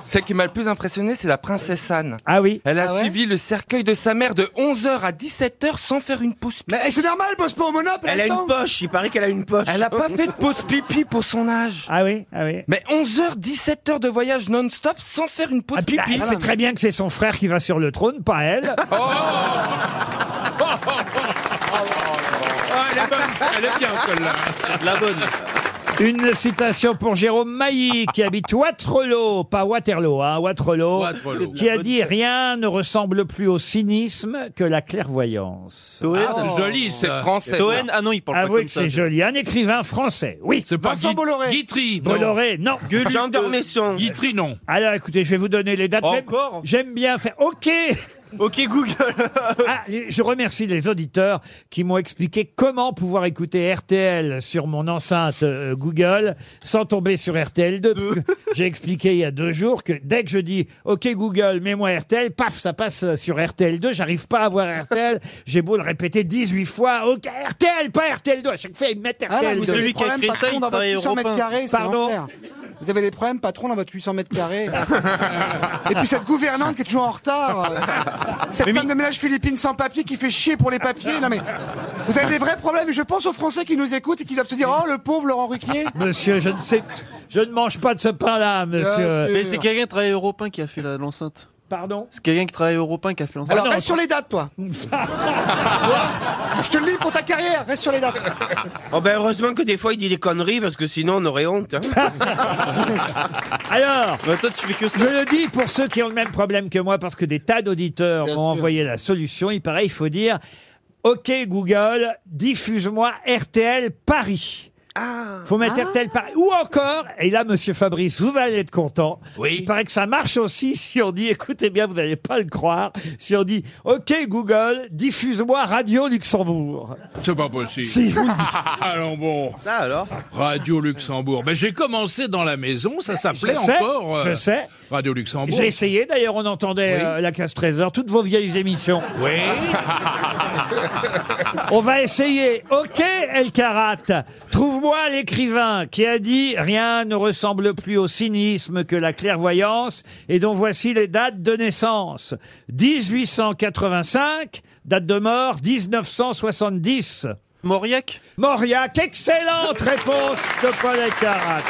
S7: Celle qui m'a le plus impressionné, c'est la princesse Anne.
S1: Ah oui.
S7: Elle a suivi le cercueil de sa mère de 11h à 17h sans faire une pause pipi.
S31: Mais eh, c'est normal, elle pose pas au monop.
S14: Elle a une poche, il paraît qu'elle a une poche.
S7: Elle a pas fait de pause pipi pour son âge.
S1: Ah oui, ah oui.
S7: Mais 11h, 17h de voyage non-stop sans faire une pause
S1: Ah, puis, bah,
S7: pipi. Oh.
S1: c'est très bien que c'est son frère qui va sur le trône, pas
S17: Oh.
S1: elle.
S13: Oh, Ah, elle est bonne, elle est bien, celle-là. La bonne.
S1: Une citation pour Jérôme Mailly, qui habite Waterloo, pas Waterloo, hein, Waterloo,
S13: Waterloo.
S1: qui a dit « Rien ne ressemble plus au cynisme que la clairvoyance
S2: Toen.
S7: c'est Ah, français.
S2: Toen,
S7: ça.
S2: ah non, il parle pas
S1: Euh, Avouez
S2: comme
S1: que
S2: ça.
S1: c'est joli. Un écrivain français, oui.
S2: C'est pas Vincent Guit- Bolloré. Guitry, non.
S1: Bolloré, non.
S2: Gueuluc, Jean
S14: Dormesson.
S1: Guitry, non. Alors, écoutez, je vais vous donner les dates. J'aime-
S2: Encore
S1: J'aime bien faire... OK
S2: Ok, Google.
S1: Ah, les- je remercie les auditeurs qui m'ont expliqué comment pouvoir écouter RTL sur mon enceinte euh, Google sans tomber sur RTL2. parce que J'ai expliqué il y a deux jours que dès que je dis OK Google, mets-moi RTL, paf, ça passe euh, sur RTL2. J'arrive pas à voir RTL. J'ai beau le répéter 18 fois. OK, RTL, pas RTL2. À chaque fois, ils me mettent
S31: Ah, là,
S1: RTL2.
S31: vous avez des problèmes patrons dans votre 800 mètres carrés, c'est
S1: Pardon
S31: l'enfer. Vous avez des problèmes patrons dans votre 800 mètres carrés. Et puis cette gouvernante qui est toujours en retard. euh, Cette femme de ménage philippine sans papier qui fait chier pour les papiers. Non mais vous avez des vrais problèmes. Et je pense aux Français qui nous écoutent et qui doivent se dire Oh le pauvre Laurent Ruquier.
S1: Monsieur, je ne sais, je ne mange pas de ce pain-là,
S31: Euh,
S1: monsieur. euh,
S2: Mais c'est quelqu'un qui travaille à Europe 1 qui a fait la- l'enceinte.
S1: Pardon
S2: C'est quelqu'un qui travaille à Europe 1 qui a fait l'enceinte.
S1: Ah
S31: Alors reste sur les dates toi. Je te le dis pour ta carrière, reste sur les dates.
S14: Oh ben heureusement que des fois il dit des conneries parce que sinon on aurait honte. hein.
S1: Alors,
S2: Bah, toi, tu fais que ça.
S1: je le dis pour ceux qui ont le même problème que moi, parce que des tas d'auditeurs m'ont envoyé la solution. Il paraît, il faut dire, OK Google, diffuse-moi RTL Paris.
S31: Ah.
S1: Faut mettre RTL Paris. Ou encore, et là, monsieur Fabrice, vous allez être content.
S13: Oui.
S1: Il paraît que ça marche aussi si on dit, écoutez bien, vous n'allez pas le croire, si on dit, OK Google, diffuse-moi Radio Luxembourg.
S13: C'est pas possible.
S1: Si, je vous le dis.
S13: Ah, Allons bon.
S14: Ça alors
S13: Radio Luxembourg. Ben, j'ai commencé dans la maison, ça s'appelait
S1: Je sais,
S13: encore. euh,
S1: je sais.
S13: Radio Luxembourg.
S1: J'ai essayé, d'ailleurs, on entendait euh, la casse trésor, toutes vos vieilles émissions.
S13: Oui.
S1: On va essayer. Ok, El Karat. Trouve-moi l'écrivain qui a dit rien ne ressemble plus au cynisme que la clairvoyance et dont voici les dates de naissance. 1885, date de mort 1970.
S2: Mauriac
S1: Mauriac, excellente réponse de Paul El Karat.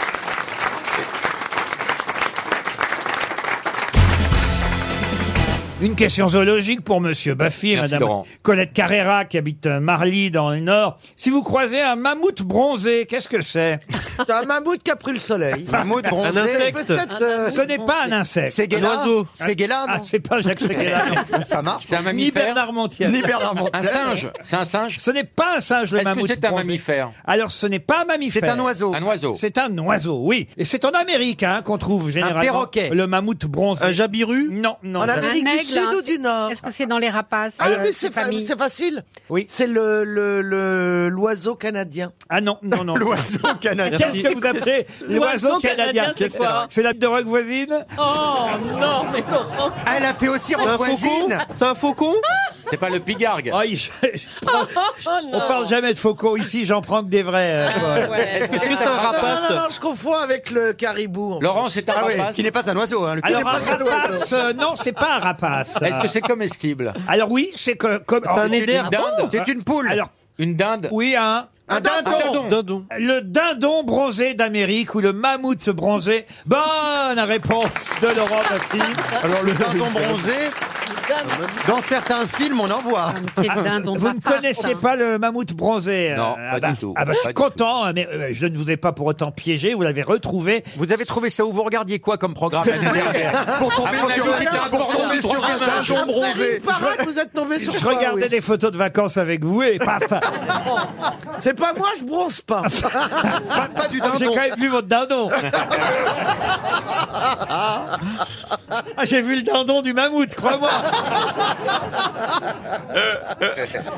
S1: Une question zoologique pour Monsieur Baffy et
S7: Merci,
S1: Madame
S7: Laurent.
S1: Colette Carrera qui habite euh, Marly dans le Nord. Si vous croisez un mammouth bronzé, qu'est-ce que c'est
S12: T'as un mammouth qui a pris le soleil.
S1: Mammouth
S12: bronzé. Un insecte. Peut-être, euh,
S1: Ce n'est pas un insecte.
S12: C'est Guélin. Un oiseau.
S1: C'est Guélin. Ah, c'est pas Jacques Séguéla. non.
S12: Ça marche.
S10: C'est un
S1: Ni
S10: mammifère.
S1: Bernard Montiel.
S10: hein. Ni Bernard Montiel. Un singe.
S1: C'est un singe. Ce n'est pas un singe le
S10: Est-ce que
S1: mammouth.
S10: c'est un
S1: bronzé.
S10: mammifère
S1: Alors ce n'est pas un mammifère.
S10: C'est un oiseau. Un oiseau.
S1: C'est un oiseau, oui. Et c'est en Amérique hein, qu'on trouve généralement
S10: perroquet.
S1: le mammouth bronzé. Un jabiru Non, non.
S10: En Amérique Un du aigle.
S12: sud ou du nord
S17: Est-ce que c'est dans les rapaces
S12: Ah
S17: euh,
S12: oui,
S17: ces
S12: c'est fa-
S17: familles
S12: c'est facile. Oui. C'est le le- le- l'oiseau canadien.
S1: Ah non, non, non.
S12: l'oiseau
S1: canadien. Qu'est-ce que vous appelez l'oiseau canadien
S12: Qu'est-ce que-
S1: C'est la drogue voisine
S17: Oh non, mais
S31: Ah,
S1: Elle a fait aussi
S17: C'est un
S1: voisine. C'est un faucon
S10: C'est pas le pigargue.
S12: Oh,
S1: On parle jamais de faucon ici, j'en prends que des vrais. euh, quoi.
S10: Est-ce que c'est un rapace
S12: Non, non, non, je confonds avec le caribou.
S10: Laurent, c'est
S1: Ah
S10: un rapace. Ah Qui n'est pas un oiseau, hein, le
S1: Alors un rapace, euh, non, c'est pas un rapace.
S10: Est-ce que c'est comestible
S1: Alors oui, c'est que- comme.
S10: C'est un eider.
S1: Ah bon
S10: C'est une poule.
S1: Alors
S10: Une dinde
S1: oui, un.
S10: Un dindon. Un dindon.
S1: Le dindon bronzé d'Amérique ou le mammouth bronzé. Bonne réponse de Laurent Baffi.
S10: Alors, le dindon bronzé,
S1: dans certains films, on en voit. Ah,
S17: c'est le dindon
S1: Vous ne
S17: papa,
S1: connaissiez
S17: ça.
S1: pas le mammouth bronzé euh,
S10: Non,
S1: ah
S10: pas
S1: bah,
S10: du tout.
S1: ah bah, je
S10: Pas
S1: suis
S10: du tout.
S1: content, hein, mais euh, je ne vous ai pas pour autant piégé. Vous l'avez retrouvé. Vous avez trouvé ça où vous regardiez quoi comme programme
S10: l'année dernière Pour tomber sur- pour tomber sur un dindon
S12: bronzé. Parade, vous êtes tombé sur
S1: Je
S12: quoi,
S1: regardais
S12: oui
S1: des photos de vacances avec vous et paf
S12: C'est pas moi, je bronze pas.
S1: Pas- pas du dindon. Ah, J'ai quand même vu votre dindon. Ah, j'ai vu le dindon du mammouth, crois-moi.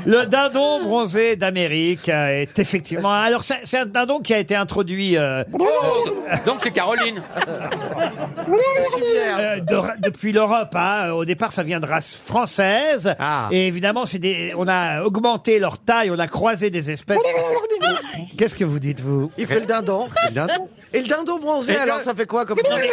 S1: Le dindon bronzé d'Amérique euh, est effectivement. Alors, c'est c'est un dindon qui a été introduit euh,
S10: Oh, Donc c'est Caroline.
S1: euh, de- depuis l'Europe. hein. Au départ, ça vient de race française.
S12: Ah.
S1: Et évidemment, c'est des, on a augmenté leur taille, on a croisé des espèces. Qu'est-ce que vous dites, vous
S12: Il fait le dindon. Et le dindon bronzé,
S1: Et
S12: alors
S1: le-
S12: ça fait quoi comme
S1: Non, mais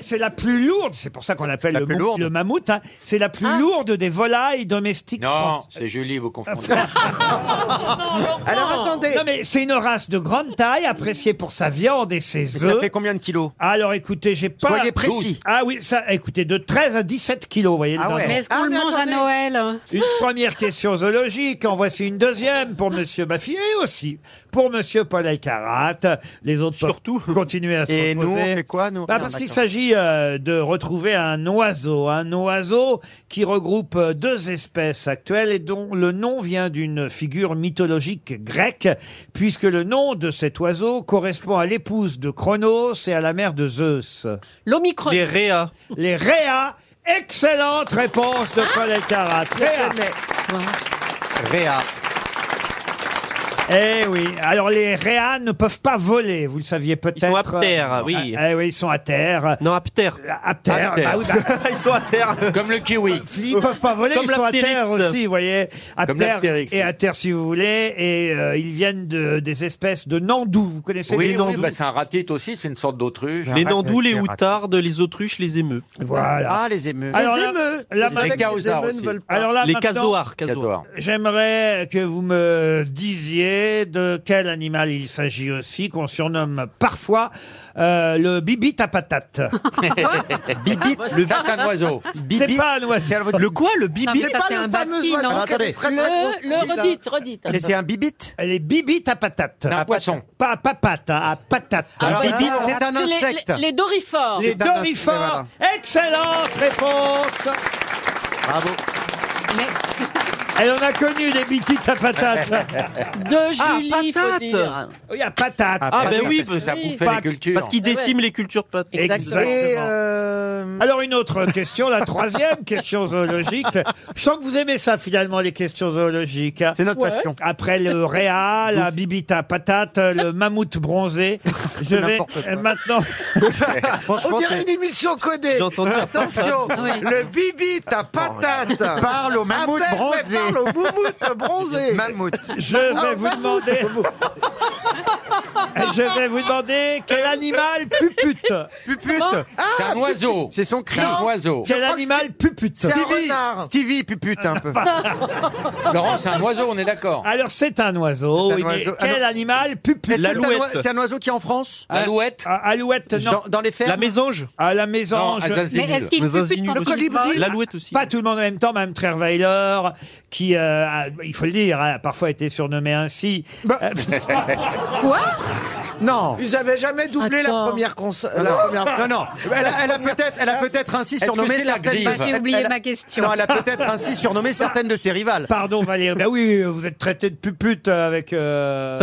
S1: C'est la plus lourde, c'est pour ça qu'on l'appelle le, mou- le mammouth. hein. C'est la plus
S12: Ah.
S1: lourde des volailles domestiques
S10: Non,
S1: françaises.
S10: c'est Julie, vous confondez.
S1: Alors attendez. Non mais c'est une race de grande taille appréciée pour sa viande et ses œufs.
S10: ça fait
S1: combien de kilos Alors écoutez, j'ai pas
S10: Soyez précis. Ah
S1: Ah oui, ça écoutez de 13 à 17 kilos, vous voyez
S11: Ah
S1: le dindon.
S17: Mais est-ce qu'on le mange à Noël
S1: Une première question zoologique, en voici une deuxième pour Monsieur Baffy et aussi pour Monsieur Paul Aycarat. Les autres Surtout. continuer à se
S10: Et nous, on
S1: reposer.
S10: fait quoi, nous
S1: Bah,
S10: Ah,
S1: Parce qu'il
S10: d'accord.
S1: s'agit euh, de retrouver un oiseau, un oiseau qui regroupe euh, deux espèces actuelles et dont le nom vient d'une figure mythologique grecque, puisque le nom de cet oiseau correspond à l'épouse de Chronos et à la mère de Zeus.
S17: L'Omicron.
S1: réas. Les réas. Excellente réponse de Paul Elkarat.
S10: Ah,
S1: Réas.
S10: Réa.
S1: Eh oui, alors les réas ne peuvent pas voler, vous le saviez peut-être. Ils sont à
S10: terre, oui.
S1: Eh oui, ils sont à terre. Non, à terre. À terre, bah oui, bah-
S10: Ils sont à terre. Comme le kiwi.
S1: Ils peuvent pas voler, ils sont à terre aussi, vous voyez. À
S10: Comme
S1: terre
S10: l'Astérix.
S1: et à terre si vous voulez. Et euh, ils viennent de, des espèces de nandous. Vous connaissez
S10: Oui,
S1: les
S10: oui,
S1: nandous
S10: bah, c'est un ratite aussi, c'est une sorte d'autruche.
S1: Les nandous, les outardes,
S10: les autruches, les émeux.
S1: Voilà.
S10: Ah, les émeux.
S1: Alors
S10: les
S1: là-
S10: émeux.
S1: là-
S10: les
S1: Les
S10: caosars
S1: émeux ne
S10: aussi.
S1: veulent pas. Alors là,
S10: les
S1: maintenant-
S10: casoars.
S1: J'aimerais que vous me disiez de quel animal il s'agit aussi, qu'on surnomme parfois euh, le bibit à patate.
S10: Bibit,
S17: Ah,
S10: le- Ça, c'est un oiseau.
S1: C'est pas un oiseau. Le quoi, le
S17: Non, mais ça, c'est un baffi, non Le, le redite, redite.
S1: bibit Les bibit à patate.
S10: Un poisson.
S1: Pas à papate, hein, à patate.
S17: Ah, bah, ça, les- les- Les, dorifores.
S1: Les dorifores. Excellente réponse. Bravo.
S17: Mais
S1: Elle en a connu des bitites à patate.
S17: de
S31: Ah,
S17: Julie, faut
S1: patate.
S17: dire.
S1: Oui, à patate.
S10: Ah, ben oui, parce que ça
S17: Oui.
S10: bouffait
S1: Pas-
S10: les cultures.
S1: parce qu'il décime
S10: les cultures de pâtes.
S1: Exactement.
S25: euh,
S12: Euh,
S1: Alors une autre question, la troisième question zoologique. Je sens que vous aimez ça finalement les questions zoologiques. C'est
S10: notre Ouais. passion.
S1: Après le réa, la bibita patate, le mammouth bronzé, je
S10: C'est
S1: vais
S10: n'importe
S1: euh, maintenant.
S12: On dirait une émission codée.
S1: J'ai entendu un
S12: Attention,
S1: patate. Oui.
S12: le bibi, ta patate.
S1: Parle au mammouth
S12: Appelle-
S1: bronzé.
S12: Parle au mammouth bronzé. Mammouth.
S1: Je vais vous demander. Je vais vous demander quel animal pupute.
S10: Pupute. c'est
S1: Ah,
S10: un oiseau. C'est son cri. un oiseau.
S1: Quel animal pupute
S10: Stevie pupute un peu. Laurent, c'est un oiseau, on est d'accord.
S1: Alors c'est un oiseau.
S10: C'est un
S1: oui, mais
S10: oiseau.
S1: Quel
S10: Alors-
S1: animal pupute
S10: Est-ce que c'est un L'alouette. oiseau- c'est un
S1: oiseau qui est en France
S10: Ah, L'alouette.
S1: Alouette, non.
S10: Dans- dans les fermes La mésange
S1: Ah, la mésange.
S10: Non, un zazinule. Mais est-ce qu'il Un pupute zazinule quand aussi. il vole L'alouette aussi.
S1: Pas tout le monde en même temps. Mme Trerweiler, qui, euh, hein,
S10: Bah.
S1: a- il faut le dire, a parfois été surnommée ainsi.
S10: Quoi
S32: Non.
S12: Ils avaient jamais doublé la première console.
S32: Non, non, non, non. Elle a, elle a peut-être, elle a peut-être ainsi
S12: Est-ce que
S32: surnommé
S12: c'est la
S32: certaines.
S12: grive
S32: elle-
S12: J'ai oublié
S32: elle-
S12: ma question.
S32: Non, elle a peut-être ainsi surnommé certaines de ses rivales.
S1: Pardon, Valérie. Ben oui, vous êtes traité de pupute avec.
S32: C'est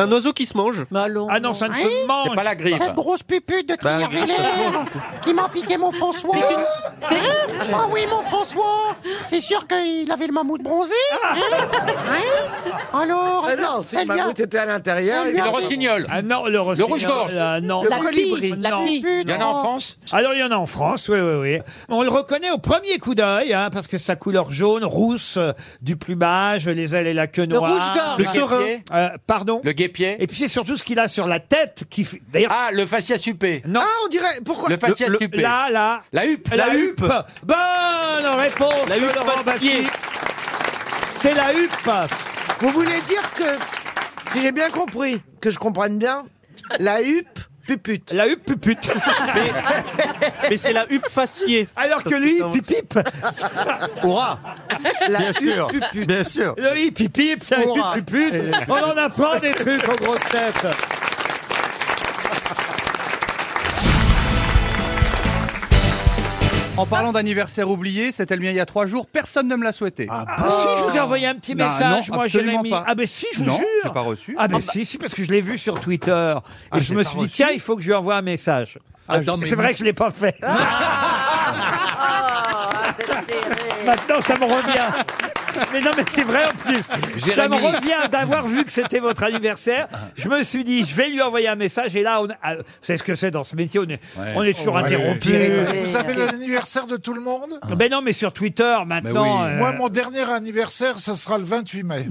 S1: un oiseau qui se mange.
S12: Bah,
S1: ah non, ça ne
S12: Hein
S1: se mange.
S9: Hein Cette grosse pupute de
S1: Bah,
S9: Trierwiller qui m'a piqué mon François. Ah oui, mon François. C'est sûr qu'il avait le mammouth bronzé.
S1: Ah.
S9: hein Hein Alors,
S12: Ah non, si le
S9: elle lui a-
S12: mammouth était à l'intérieur,
S9: elle
S12: il
S9: lui a-
S12: avait-
S33: rossignol.
S1: Ah non, le rossignol.
S33: rouge-gorge.
S1: ah non.
S9: Le La colibri. pie, la
S1: Non.
S9: pie. Il y en a en France
S1: Alors, il y en a en France, oui, oui, oui. On le reconnaît au premier coup d'œil, hein, parce que sa couleur jaune, rousse, euh, du plumage, les ailes et la queue
S34: Le
S1: noire.
S34: rouge-gorge. Le guêpier.
S1: Euh, pardon
S34: Le guépier.
S1: Et puis, c'est surtout ce qu'il a sur la tête qui fait... D'ailleurs...
S34: Ah, le fascia supé.
S1: Non.
S12: Ah, on dirait. Pourquoi
S34: Le fascia
S1: Le- le-
S34: supé.
S1: Là, là.
S34: La huppe.
S1: La, huppe. Bonne réponse
S34: La
S1: de
S34: huppe
S1: Laurent
S34: fasciée.
S1: Baffie. C'est la huppe.
S12: Vous voulez dire que, si j'ai bien compris, que je comprenne bien, la huppe pupute.
S1: La huppe pupute.
S12: mais
S10: Mais c'est la huppe faciée.
S1: Alors que lui, pipip.
S32: Hourra
S1: La
S32: Bien sûr,
S1: huppe-pupute.
S32: bien sûr.
S1: Le hippipip, la
S32: Hourra.
S1: huppe-pupute. On en apprend des trucs aux grosses têtes.
S10: En parlant d'anniversaire oublié, c'était le mien il y a trois jours, personne ne me l'a souhaité. Ah,
S1: Ah, si, je vous ai envoyé un petit
S10: Non,
S1: message,
S10: non,
S1: moi,
S10: absolument
S1: Jérémy.
S10: pas.
S1: Ah, ben si, je vous
S10: Non,
S1: jure.
S10: j'ai pas reçu.
S1: Ah, ben
S10: Ah, bah-
S1: si, si, parce que je l'ai vu sur Twitter. et je me suis dit, tiens, il faut que je lui envoie un message.
S10: Ah, non, mais
S1: c'est vrai
S10: non.
S1: que je l'ai pas fait. Ah. Maintenant, ça me revient. Mais non, mais c'est vrai en plus. Ça me
S34: Jérémy.
S1: revient d'avoir vu que c'était votre anniversaire. Je me suis dit, je vais lui envoyer un message. Et là, on, ah, vous savez ce que c'est dans ce métier. On est, on est toujours
S6: Ouais.
S1: interrompu.
S6: Vous savez l'anniversaire de tout le monde
S1: Ben non, mais sur Twitter
S4: Eh
S1: maintenant. euh,
S6: Moi, mon dernier anniversaire, ça sera le 28 mai.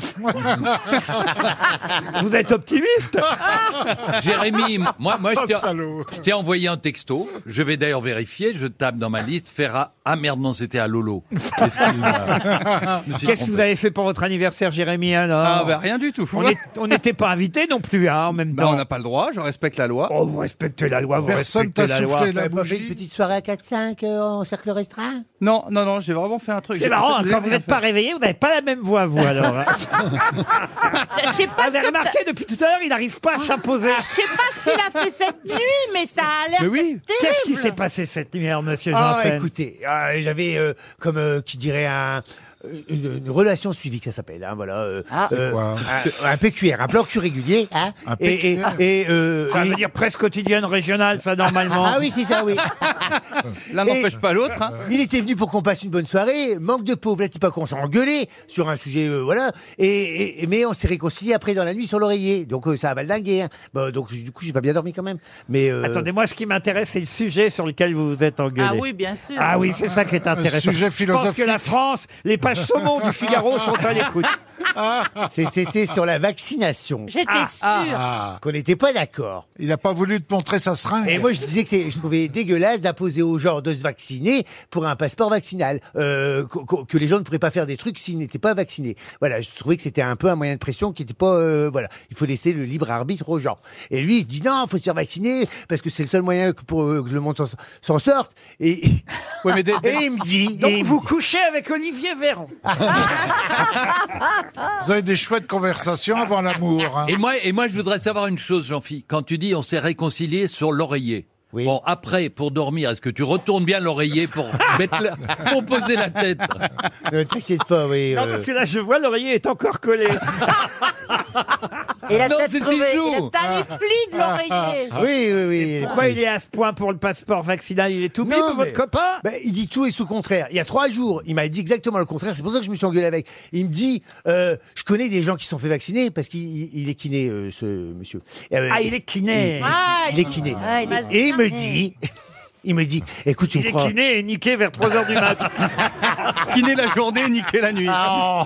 S1: Vous êtes optimiste
S11: Jérémy, moi, moi je t'ai-
S6: Oh, salaud.
S11: je t'ai envoyé un texto. Je vais d'ailleurs vérifier. Je tape dans ma liste. Ferra. Ah merde, non, c'était à Lolo. Qu'est-ce qu'il m'a- je me suis
S1: Qu'est-ce que
S11: trompé.
S1: vous avez fait pour votre anniversaire, Jérémy alors
S10: Ah, ben, rien du tout.
S1: On est- On n'était pas invité non plus, hein, en même
S10: Bah,
S1: temps.
S10: on n'a pas le droit, je respecte la loi.
S1: Oh, vous respectez la loi,
S10: vous
S1: respectez la
S16: Ah,
S1: loi.
S10: la
S9: Une petite soirée à 4-5 euh, en cercle restreint
S10: Non, non, non, j'ai vraiment fait un truc.
S1: C'est marrant, hein, quand vous n'êtes pas réveillé, vous n'avez pas la même voix, vous, alors. hein.
S9: Je sais pas
S1: Vous avez remarqué, depuis tout à l'heure, il n'arrive pas à s'imposer.
S10: Ah,
S9: Je sais pas ce qu'il a fait cette nuit, mais ça a l'air terrible.
S1: Qu'est-ce qui s'est passé cette nuit, alors, monsieur
S16: Ah,
S1: Janssen
S16: écoutez, ah, j'avais, euh, comme euh, qui dirait, un, euh, une, une relation suivie, que ça s'appelle. hein, voilà, euh,
S1: Ah. C'est
S16: euh,
S1: quoi
S16: un, un PQR, un plan cul régulier. hein,
S1: Un
S16: et, et,
S1: PQR.
S16: et, euh,
S1: Ça veut
S16: et-
S1: dire presse quotidienne régionale, ça, normalement. Euh,
S16: Ah oui, c'est ça, oui.
S10: L'un n'empêche pas l'autre. hein.
S16: Il était venu pour qu'on passe une bonne soirée. Manque de pauvre, là, pas qu'on s'est engueulé sur un sujet, euh, voilà. Et, et- et- mais on s'est réconcilié après dans la nuit sur l'oreiller. Donc euh, ça a valdingué. Hein. Bah, donc du coup, j'ai pas bien dormi quand même. Mais euh,
S1: Attendez, moi, ce qui m'intéresse, c'est le sujet sur lequel vous vous êtes engueulé.
S16: Ah oui, bien sûr.
S1: Ah oui, c'est ça qui est
S16: Un
S1: intéressant.
S16: sujet
S1: Je pense que
S16: philosophique.
S1: la France, les pages saumon du Figaro sont à l'écoute.
S16: c'est- c'était sur la vaccination.
S9: J'étais
S16: Ah,
S9: sûre.
S16: ah, qu'on n'était pas d'accord. Il n'a pas voulu te montrer sa seringue. Et moi, je disais que c'est- je trouvais dégueulasse d'imposer aux gens de se vacciner pour un passeport vaccinal, euh, qu'o- qu'o- que les gens ne pourraient pas faire des trucs s'ils n'étaient pas vaccinés. Voilà, je trouvais que c'était un peu un moyen de pression qui n'était pas, euh, voilà, il faut laisser le libre arbitre aux gens. Et lui, il dit non, faut se faire vacciner parce que c'est le seul moyen que pour euh, que le monde s'en- s'en sorte. Et, et il me dit,
S1: Donc
S16: et il me
S1: vous couchez avec Olivier Véran.
S16: Vous avez des chouettes conversations avant l'amour. hein.
S11: Et moi, et moi, je voudrais savoir une chose, Jean-Philippe. Quand tu dis on s'est réconcilié sur l'oreiller. Bon, après, pour dormir, est-ce que tu retournes bien l'oreiller pour, mettre la- pour poser la tête
S16: Ne t'inquiète pas, oui. euh.
S1: Non, parce que là, je vois, l'oreiller est encore collé.
S16: Et la
S1: Non,
S16: tête
S1: c'est
S16: crevée,
S1: ses
S16: et la
S1: joues.
S16: tarif plie de l'oreiller. Oui, oui, oui.
S1: Et pourquoi il est à ce point pour le passeport vaccinal Il est tout
S16: Non,
S1: mime,
S16: mais-
S1: votre copain
S16: Ben, Il dit tout et sous contraire. Il y a trois jours, il m'a dit exactement le contraire. C'est pour ça que je me suis engueulé avec. Il me dit, euh, je connais des gens qui se sont fait vacciner parce qu'il il- il est kiné, euh, ce monsieur. Et, euh,
S1: Ah, il est kiné.
S16: Il,
S1: Ah,
S16: il est kiné.
S1: ah, il est
S16: et il me
S1: kiné.
S16: dit, il me dit, écoute, tu
S1: Il
S16: me
S1: est
S16: crois.
S1: kiné et niqué vers 3h du mat.
S16: Kiné la journée, niqué la nuit.
S1: Ah.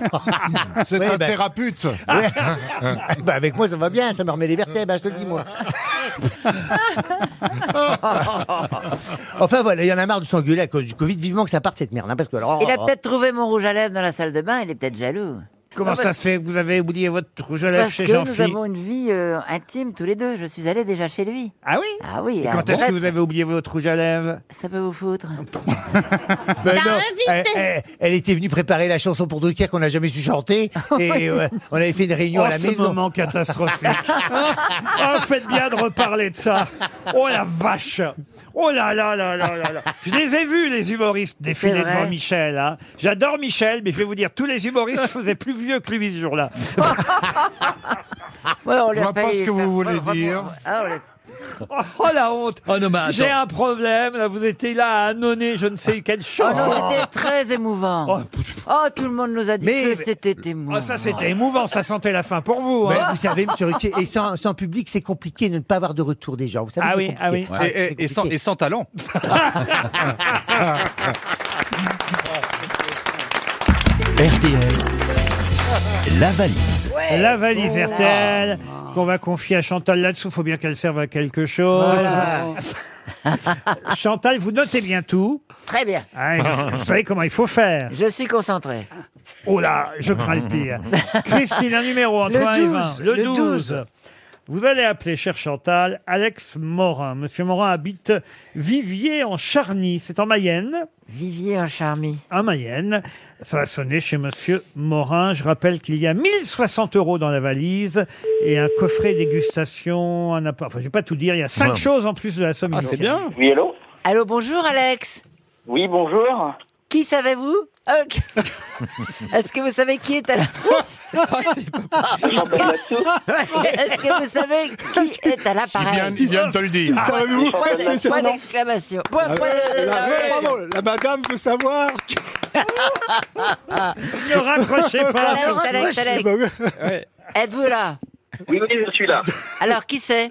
S6: C'est
S1: ben,
S6: un thérapeute.
S16: bah, avec moi, ça va bien, ça me remet les vertèbres, hein, je te le dis, moi.
S15: Oh.
S1: Oh
S16: enfin, voilà, il y en a marre de s'engueuler à cause du Covid. Vivement que ça parte cette merde. hein, parce que, alors,
S15: Il a peut-être trouvé mon rouge à lèvres dans la salle de bain, il est peut-être jaloux.
S1: Comment
S15: Ah,
S1: ça
S15: parce-
S1: se fait que vous avez oublié votre lèvre
S15: Parce
S1: chez
S15: que nous
S1: Jean-Philippe
S15: avons une vie euh, intime tous les deux. Je suis allée déjà chez lui.
S1: Ah oui
S15: Ah oui.
S1: Et
S15: la
S1: quand est-ce que
S15: brette,
S1: vous avez oublié votre rouge à lèvres
S15: Ça peut vous foutre.
S16: Ben non, elle, elle- elle était venue préparer la chanson pour Drucker qu'on n'a jamais su chanter.
S15: Ah
S16: Et ouais, on avait fait une réunion
S1: Oh,
S16: à la
S1: ce
S16: maison.
S1: moment catastrophique. Oh, faites bien de reparler de ça. Oh la vache. Oh là là là là là là. Je les ai vus, les humoristes, défiler
S16: C'est vrai.
S1: devant Michel. hein. J'adore Michel, mais je vais vous dire, tous les humoristes faisaient plus vieux que lui ce jour-là.
S15: Je vois pas ce que vous voulez dire.
S1: Oh, oh, la honte J'ai un problème, là, vous étiez là à annoncer je ne sais quelle
S15: Oh,
S1: chanson.
S15: non, c'était très émouvant. Oh, tout le monde nous a dit
S1: Mais-
S15: que c'était émouvant.
S1: Ah, ça c'était émouvant, ça sentait la fin pour vous.
S16: Ben,
S1: hein.
S16: vous savez, monsieur Ruquier, et sans, sans public, c'est compliqué de ne pas avoir de retour des gens. Vous savez,
S1: Ah
S16: c'est
S1: oui,
S16: compliqué.
S1: ah oui.
S16: Ah,
S10: Et, et- et sans, et sans talent.
S3: RTL, la valise.
S1: La valise
S15: Oh.
S1: RTL qu'on va confier à Chantal là-dessous. Faut bien qu'elle serve à quelque chose. Chantal, vous notez bien tout.
S15: Très bien.
S1: Hein, et vous, vous savez comment il faut faire.
S15: Je suis concentré.
S1: Oh là, je crains le pire. Christine, un numéro entre
S15: Le
S1: 1 et 20.
S15: 12,
S1: Le
S15: le
S1: 12. Vous allez appeler, cher Chantal, Alex Morin. Monsieur Morin habite Vivier en Charny. C'est en Mayenne.
S15: Vivier en Charny.
S1: En Mayenne. Ça va sonner chez Monsieur Morin. Je rappelle qu'il y a 1060 euros dans la valise et un coffret dégustation. Un apport. Enfin, je vais pas tout dire. Il y a cinq
S22: Ouais.
S1: choses en plus de la somme. initiale.
S22: Oui, allô
S15: Allô, bonjour Alex.
S22: Oui, bonjour.
S15: Qui savez-vous Euh, qui- Est-ce que vous savez qui est à la
S22: Ah,
S15: Est-ce que vous savez qui est à l'appareil
S4: Il vient de te le dire. Ah,
S15: Point de- Point d'exclamation. Point- point de-
S4: Ah, oh,
S1: la madame veut savoir. ne raccrochez pas.
S15: Alors,
S4: Ah,
S15: Alex, Alex, Êtes-vous là
S22: Oui, oui, je suis là.
S15: Alors, qui c'est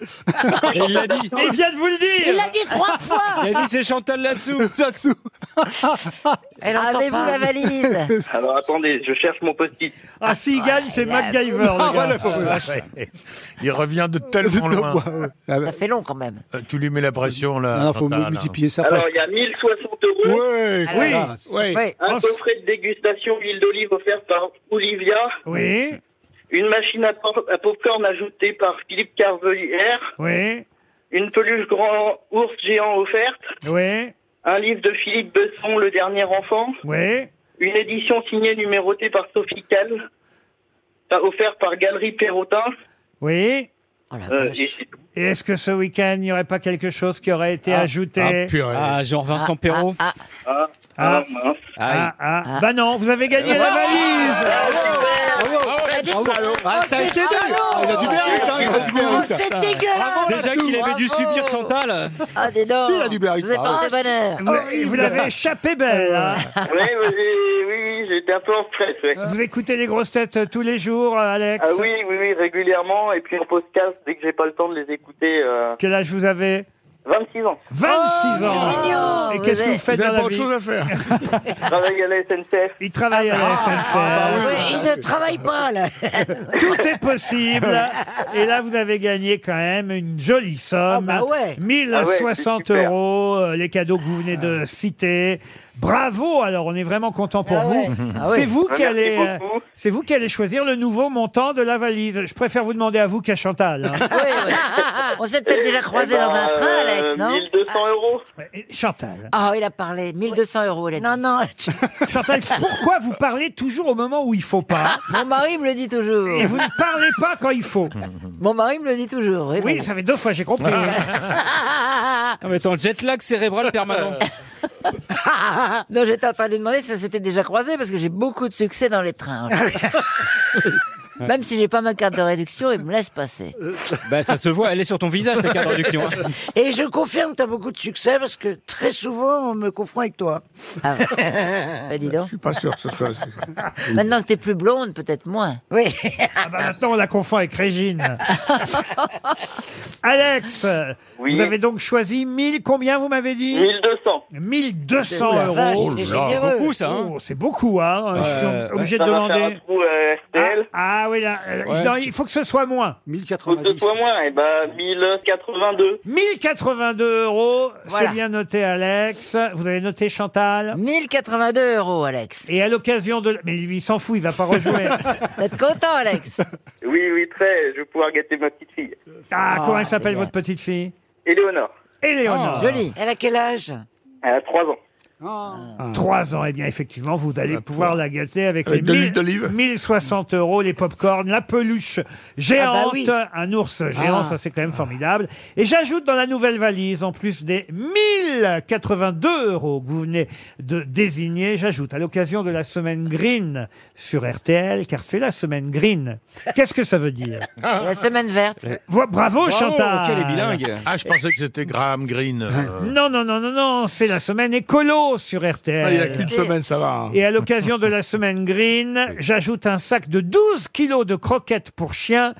S22: Il l'a dit.
S1: Il vient de vous le dire.
S22: Il l'a dit trois fois.
S2: Il a dit c'est Chantal là-dessous. là-dessous.
S15: Avez-vous la valise
S22: Alors attendez, je cherche mon post-it.
S1: Ah, s'il gagne, c'est MacGyver. le
S10: Ah,
S1: gars. Ah,
S4: Il revient de tellement loin.
S15: Ça fait long quand même.
S4: Euh, Tu lui mets la pression là.
S22: faut
S4: Chantal, là.
S22: multiplier Alors il y a 1060 euros.
S4: Ouais, Alors, oui, classe.
S22: oui,
S4: ouais.
S22: Un coffret de dégustation huile d'olive offert par Olivia.
S1: Oui.
S22: Une machine à, pop- à popcorn ajoutée par Philippe Carvelière.
S1: Oui.
S22: Une peluche grand ours géant offerte.
S1: Oui.
S22: Un livre de Philippe Besson, Le Dernier Enfant.
S1: Oui.
S22: Une édition signée numérotée par Sophie Cal. Enfin, offerte par Galerie Perrotin.
S1: Oui. Ah,
S22: Euh, et c'est tout.
S1: Et est-ce que ce week-end, il n'y aurait pas quelque chose qui aurait été ajouté
S2: Ah, Jean-Vincent Perrault.
S15: Ah,
S22: Ah,
S1: Ah.
S22: mince.
S1: Ah, ah. Bah non, vous avez gagné la valise
S9: Ah,
S2: Ah,
S1: Ah,
S9: ça a été dur. Ah, Il a du mérite, hein,
S2: Ah,
S9: il a
S1: Oh,
S9: du mérite. c'est dégueulasse.
S2: Déjà qu'il avait dû
S15: Bravo.
S2: subir Chantal.
S15: Ah, dis donc.
S2: Si, il a du mérite,
S15: Vous êtes
S2: ah,
S15: porté
S2: ouais.
S15: bonheur.
S1: Vous, vous l'avez échappé belle. hein.
S22: Ouais, ouais, j'ai- oui, oui, j'étais un peu en stress. ouais.
S1: Vous écoutez les grosses têtes euh, tous les jours, euh, Alex
S22: Ah oui, oui, oui, régulièrement. Et puis en podcast, dès que j'ai pas le temps de les écouter. euh,
S1: Quel âge vous avez
S22: 26
S9: Oh,
S22: ans.
S1: 26 ans.
S22: Oh, mignon.
S1: Et qu'est-ce
S22: Vous
S1: que vous
S22: êtes-
S1: faites
S22: vous avez
S1: dans la
S22: pas autre
S1: vie
S22: chose
S1: à faire.
S22: Je travaille à la SNCF.
S1: Il travaille à
S9: Ah,
S1: la SNCF.
S9: bah Il ne travaille pas, là.
S1: Tout est possible. Et là, vous avez gagné quand même une jolie somme.
S9: Ah bah ouais.
S1: 1060
S9: Ah ouais, c'est super.
S1: euros, euh, les cadeaux que vous venez
S22: Ah.
S1: de citer. Bravo, alors on est vraiment content pour
S9: Ah
S1: vous.
S9: ouais. Ah ouais.
S1: C'est vous
S22: Ah,
S1: qui
S22: merci
S1: allez euh,
S22: beaucoup.
S1: c'est vous qui allez choisir le nouveau montant de la valise. Je préfère vous demander à vous qu'à Chantal. hein.
S15: Oui, oui. On s'est peut-être déjà croisé
S22: Eh
S15: dans
S22: ben,
S15: un train,
S22: euh,
S15: Alex, non
S22: 1200 euros.
S1: Et Chantal.
S15: Ah, il a parlé. 1200 euros, Alex. Non, non.
S1: Chantal, pourquoi vous parlez toujours au moment où il faut pas
S15: Mon mari me le dit toujours.
S1: et vous ne parlez pas quand il faut
S15: Mon mari me le dit toujours. Oui,
S1: Oui, ça fait deux fois, j'ai compris.
S2: Non, mais ton jet lag cérébral permanent.
S15: Non, j'étais en train de lui demander si ça s'était déjà croisé parce que j'ai beaucoup de succès dans les trains. en fait. Même si j'ai pas ma carte de réduction, il me laisse passer.
S2: bah, ça se voit, elle est sur ton visage, la carte de réduction. hein.
S9: Et je confirme, t'as beaucoup de succès parce que très souvent, on me confond avec toi.
S15: Ah ouais. Bah, dis donc.
S4: Pas
S22: Ah,
S4: sûr que ce soit.
S15: Maintenant que t'es plus blonde, peut-être moins.
S9: Oui.
S1: Ah bah maintenant, on la confond avec Régine. Alex,
S22: Oui.
S1: vous avez donc choisi 1000, combien vous m'avez dit
S22: 1200.
S1: 1200
S22: Oh la vache,
S1: euros.
S22: il est Oh là là, généreux.
S2: beaucoup, ça, hein.
S22: Euh,
S1: Oh, c'est beaucoup, hein. Je suis
S2: Ouais,
S1: obligé
S22: Ça
S1: de
S22: va faire
S1: demander.
S22: un trou, euh,
S1: Ah,
S22: RTL.
S1: ah Ah oui, là, euh,
S22: Ouais.
S1: non, il faut que ce soit moins.
S22: Faut que ce soit moins, et ben 1082.
S1: 1082 euros,
S22: Voilà.
S1: c'est bien noté Alex. Vous avez noté Chantal
S15: 1082 euros, Alex.
S1: Et à l'occasion de... Mais lui, il s'en fout, il va pas rejouer.
S15: Vous êtes content, Alex
S22: Oui, oui, très, je vais pouvoir gâter ma petite fille.
S1: Ah, comment elle s'appelle votre petite fille
S22: Éléonore.
S1: Éléonore.
S15: Jolie.
S12: Oh. Elle a quel âge
S22: Elle a 3 ans.
S1: Trois ans, et bien effectivement, vous allez pouvoir Ah. la gâter avec,
S4: Avec de
S1: les
S4: l'huile
S1: 1000 1060 euros, les pop-corns, la peluche géante,
S4: Ah bah oui.
S1: un ours géant,
S4: Ah.
S1: ça c'est quand même formidable. Et j'ajoute dans la nouvelle valise, en plus des 1082 euros que vous venez de désigner, j'ajoute à l'occasion de la semaine green sur RTL, car c'est la semaine green. Qu'est-ce que ça veut dire
S15: La semaine verte.
S1: Vo- Euh, Bravo, Chantal
S4: Ah, je pensais que c'était Graham Greene. euh.
S1: non, non, non, non, non, c'est la semaine écolo sur RTL.
S4: Ah, il y a qu'une semaine, ça va, hein.
S1: Et à l'occasion de la semaine green, j'ajoute un sac de 12 kilos de croquettes pour chiens.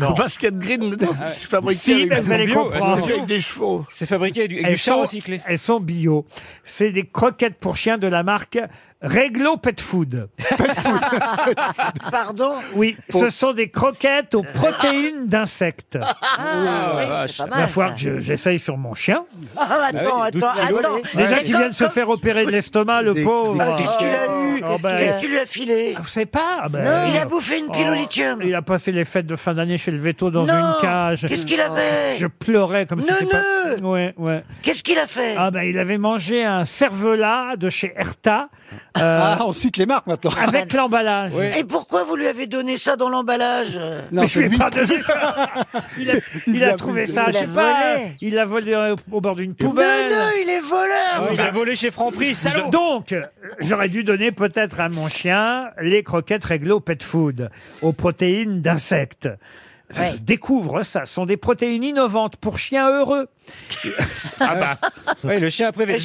S6: Non. Parce qu'il y a de green dedans, c'est fabriqué
S1: Si,
S6: avec
S1: mais
S6: des
S1: vous allez
S6: bio,
S1: comprendre.
S6: avec des chevaux.
S1: C'est fabriqué avec
S6: du sang recyclé.
S1: Elles sont bio. C'est des croquettes pour chiens de la marque Reglo Pet Food.
S12: Pardon
S1: Oui, ce sont des croquettes aux protéines d'insectes.
S12: Ah, oui,
S1: Il
S12: c'est pas
S1: va
S12: mal,
S1: falloir
S12: ça.
S1: que je- j'essaye sur mon chien.
S12: Ah, attends,
S1: Bah oui,
S12: attends,
S1: douze kilos,
S12: attends.
S1: allez. Déjà qu'il vient de se faire opérer de l'estomac, le pauvre.
S12: Ah, Qu'est-ce qu'il a eu
S1: Oh, ben.
S12: Qu'est-ce que tu lui as filé
S1: Vous savez pas Ah, ben,
S12: Il a bouffé une pile au
S1: oh,
S12: lithium.
S1: Il a passé les fêtes de fin d'année chez le veto dans
S12: Non,
S1: une cage.
S12: qu'est-ce qu'il avait
S1: Je pleurais comme si
S12: Non,
S1: c'était pas... Ouais, ouais.
S12: Qu'est-ce qu'il a fait
S1: Ah ben, il avait mangé un cervelas de chez Erta.
S12: Ah, on
S1: cite les marques maintenant. Avec l'emballage.
S12: Ah ben. Et pourquoi vous lui avez donné ça dans l'emballage
S1: Ah, Non, je lui ai pas donné ça. Il a, il
S12: il
S1: a
S12: l'a
S1: trouvé
S12: volé.
S1: ça,
S12: Il
S1: je
S12: l'a
S1: sais pas.
S12: volé.
S1: Il l'a volé euh, au bord d'une
S12: Non,
S1: poubelle.
S12: non, il est voleur
S1: Ah,
S12: vous
S1: vous avez-
S12: avez-
S2: Volé chez Franprix, salaud
S1: Donc, euh, j'aurais dû donner peut-être à mon chien les croquettes réglo pet food aux protéines d'insectes. Enfin,
S15: Ouais.
S1: Je découvre ça. Ce sont des protéines innovantes pour chiens heureux. ah bah.
S2: Oui, le chien après.
S1: Moi,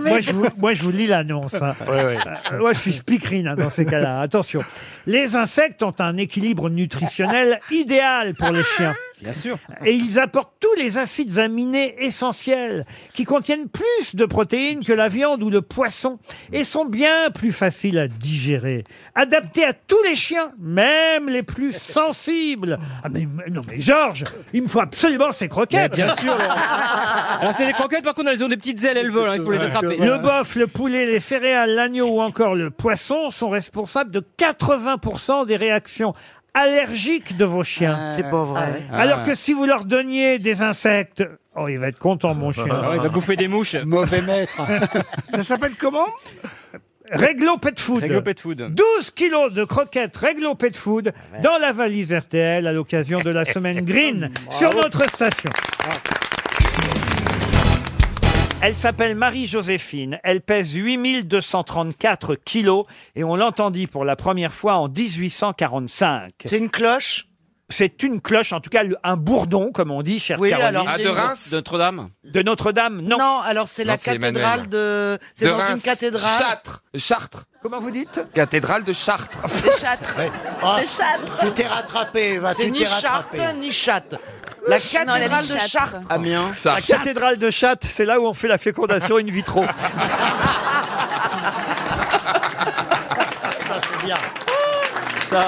S1: moi, je vous, moi, je vous lis l'annonce. hein. Euh, moi, je suis speakerine hein, dans ces cas-là. Attention. Les insectes ont un équilibre nutritionnel idéal pour les chiens.
S2: Bien sûr.
S1: Et ils apportent tous les acides aminés essentiels qui contiennent plus de protéines que la viande ou le poisson et sont bien plus faciles à digérer. Adaptés à tous les chiens, même les plus sensibles. Ah mais non mais Georges, il me faut absolument ces croquettes.
S2: Mais bien sûr, Laurent. Alors, c'est des croquettes, par contre, elles ont des petites ailes, elles volent, hein, il faut les attraper.
S1: Le bœuf, le poulet, les céréales, l'agneau ou encore le poisson sont responsables de 80% des réactions allergiques de vos chiens.
S12: Euh, C'est pas vrai.
S2: Ah ouais.
S1: Alors que si vous leur donniez des insectes, oh il va être content mon chien.
S2: Ah ouais, Il va bouffer des mouches. Mauvais maître.
S1: Ça s'appelle comment Réglo Pet Food.
S2: Réglo Pet Food.
S1: 12 kilos de croquettes Réglo Pet Food
S12: Ah
S1: dans la valise RTL à l'occasion de la semaine green sur notre station. Elle s'appelle Marie-Joséphine. Elle pèse 8234 kilos et on l'entendit pour la première fois en 1845. C'est une cloche c'est une cloche, en tout cas le- un bourdon, comme on dit, cher
S12: Oui,
S1: Caroline.
S12: alors, Ah, de c'est- Reims
S2: De Notre-Dame.
S1: De Notre-Dame, non.
S12: Non, alors c'est la
S7: Non, c'est
S12: cathédrale
S7: Emmanuel.
S12: de. C'est
S7: De
S12: dans une
S7: Reims.
S12: cathédrale.
S7: Châtres. Chartres.
S1: Comment vous dites
S7: Cathédrale de Chartres.
S12: C'est Châtres. Ah,
S8: C'est Châtres.
S6: Tu t'es rattrapé, va,
S12: C'est
S6: tu
S12: ni
S6: t'es
S12: Charte
S6: rattrapé.
S12: ni Châte. La
S8: Non, elle a dit
S12: cathédrale de
S8: Châtres.
S12: Chartres.
S2: Amiens.
S1: La cathédrale de Châtes, c'est là où on fait la fécondation in vitro.
S6: C'est bien.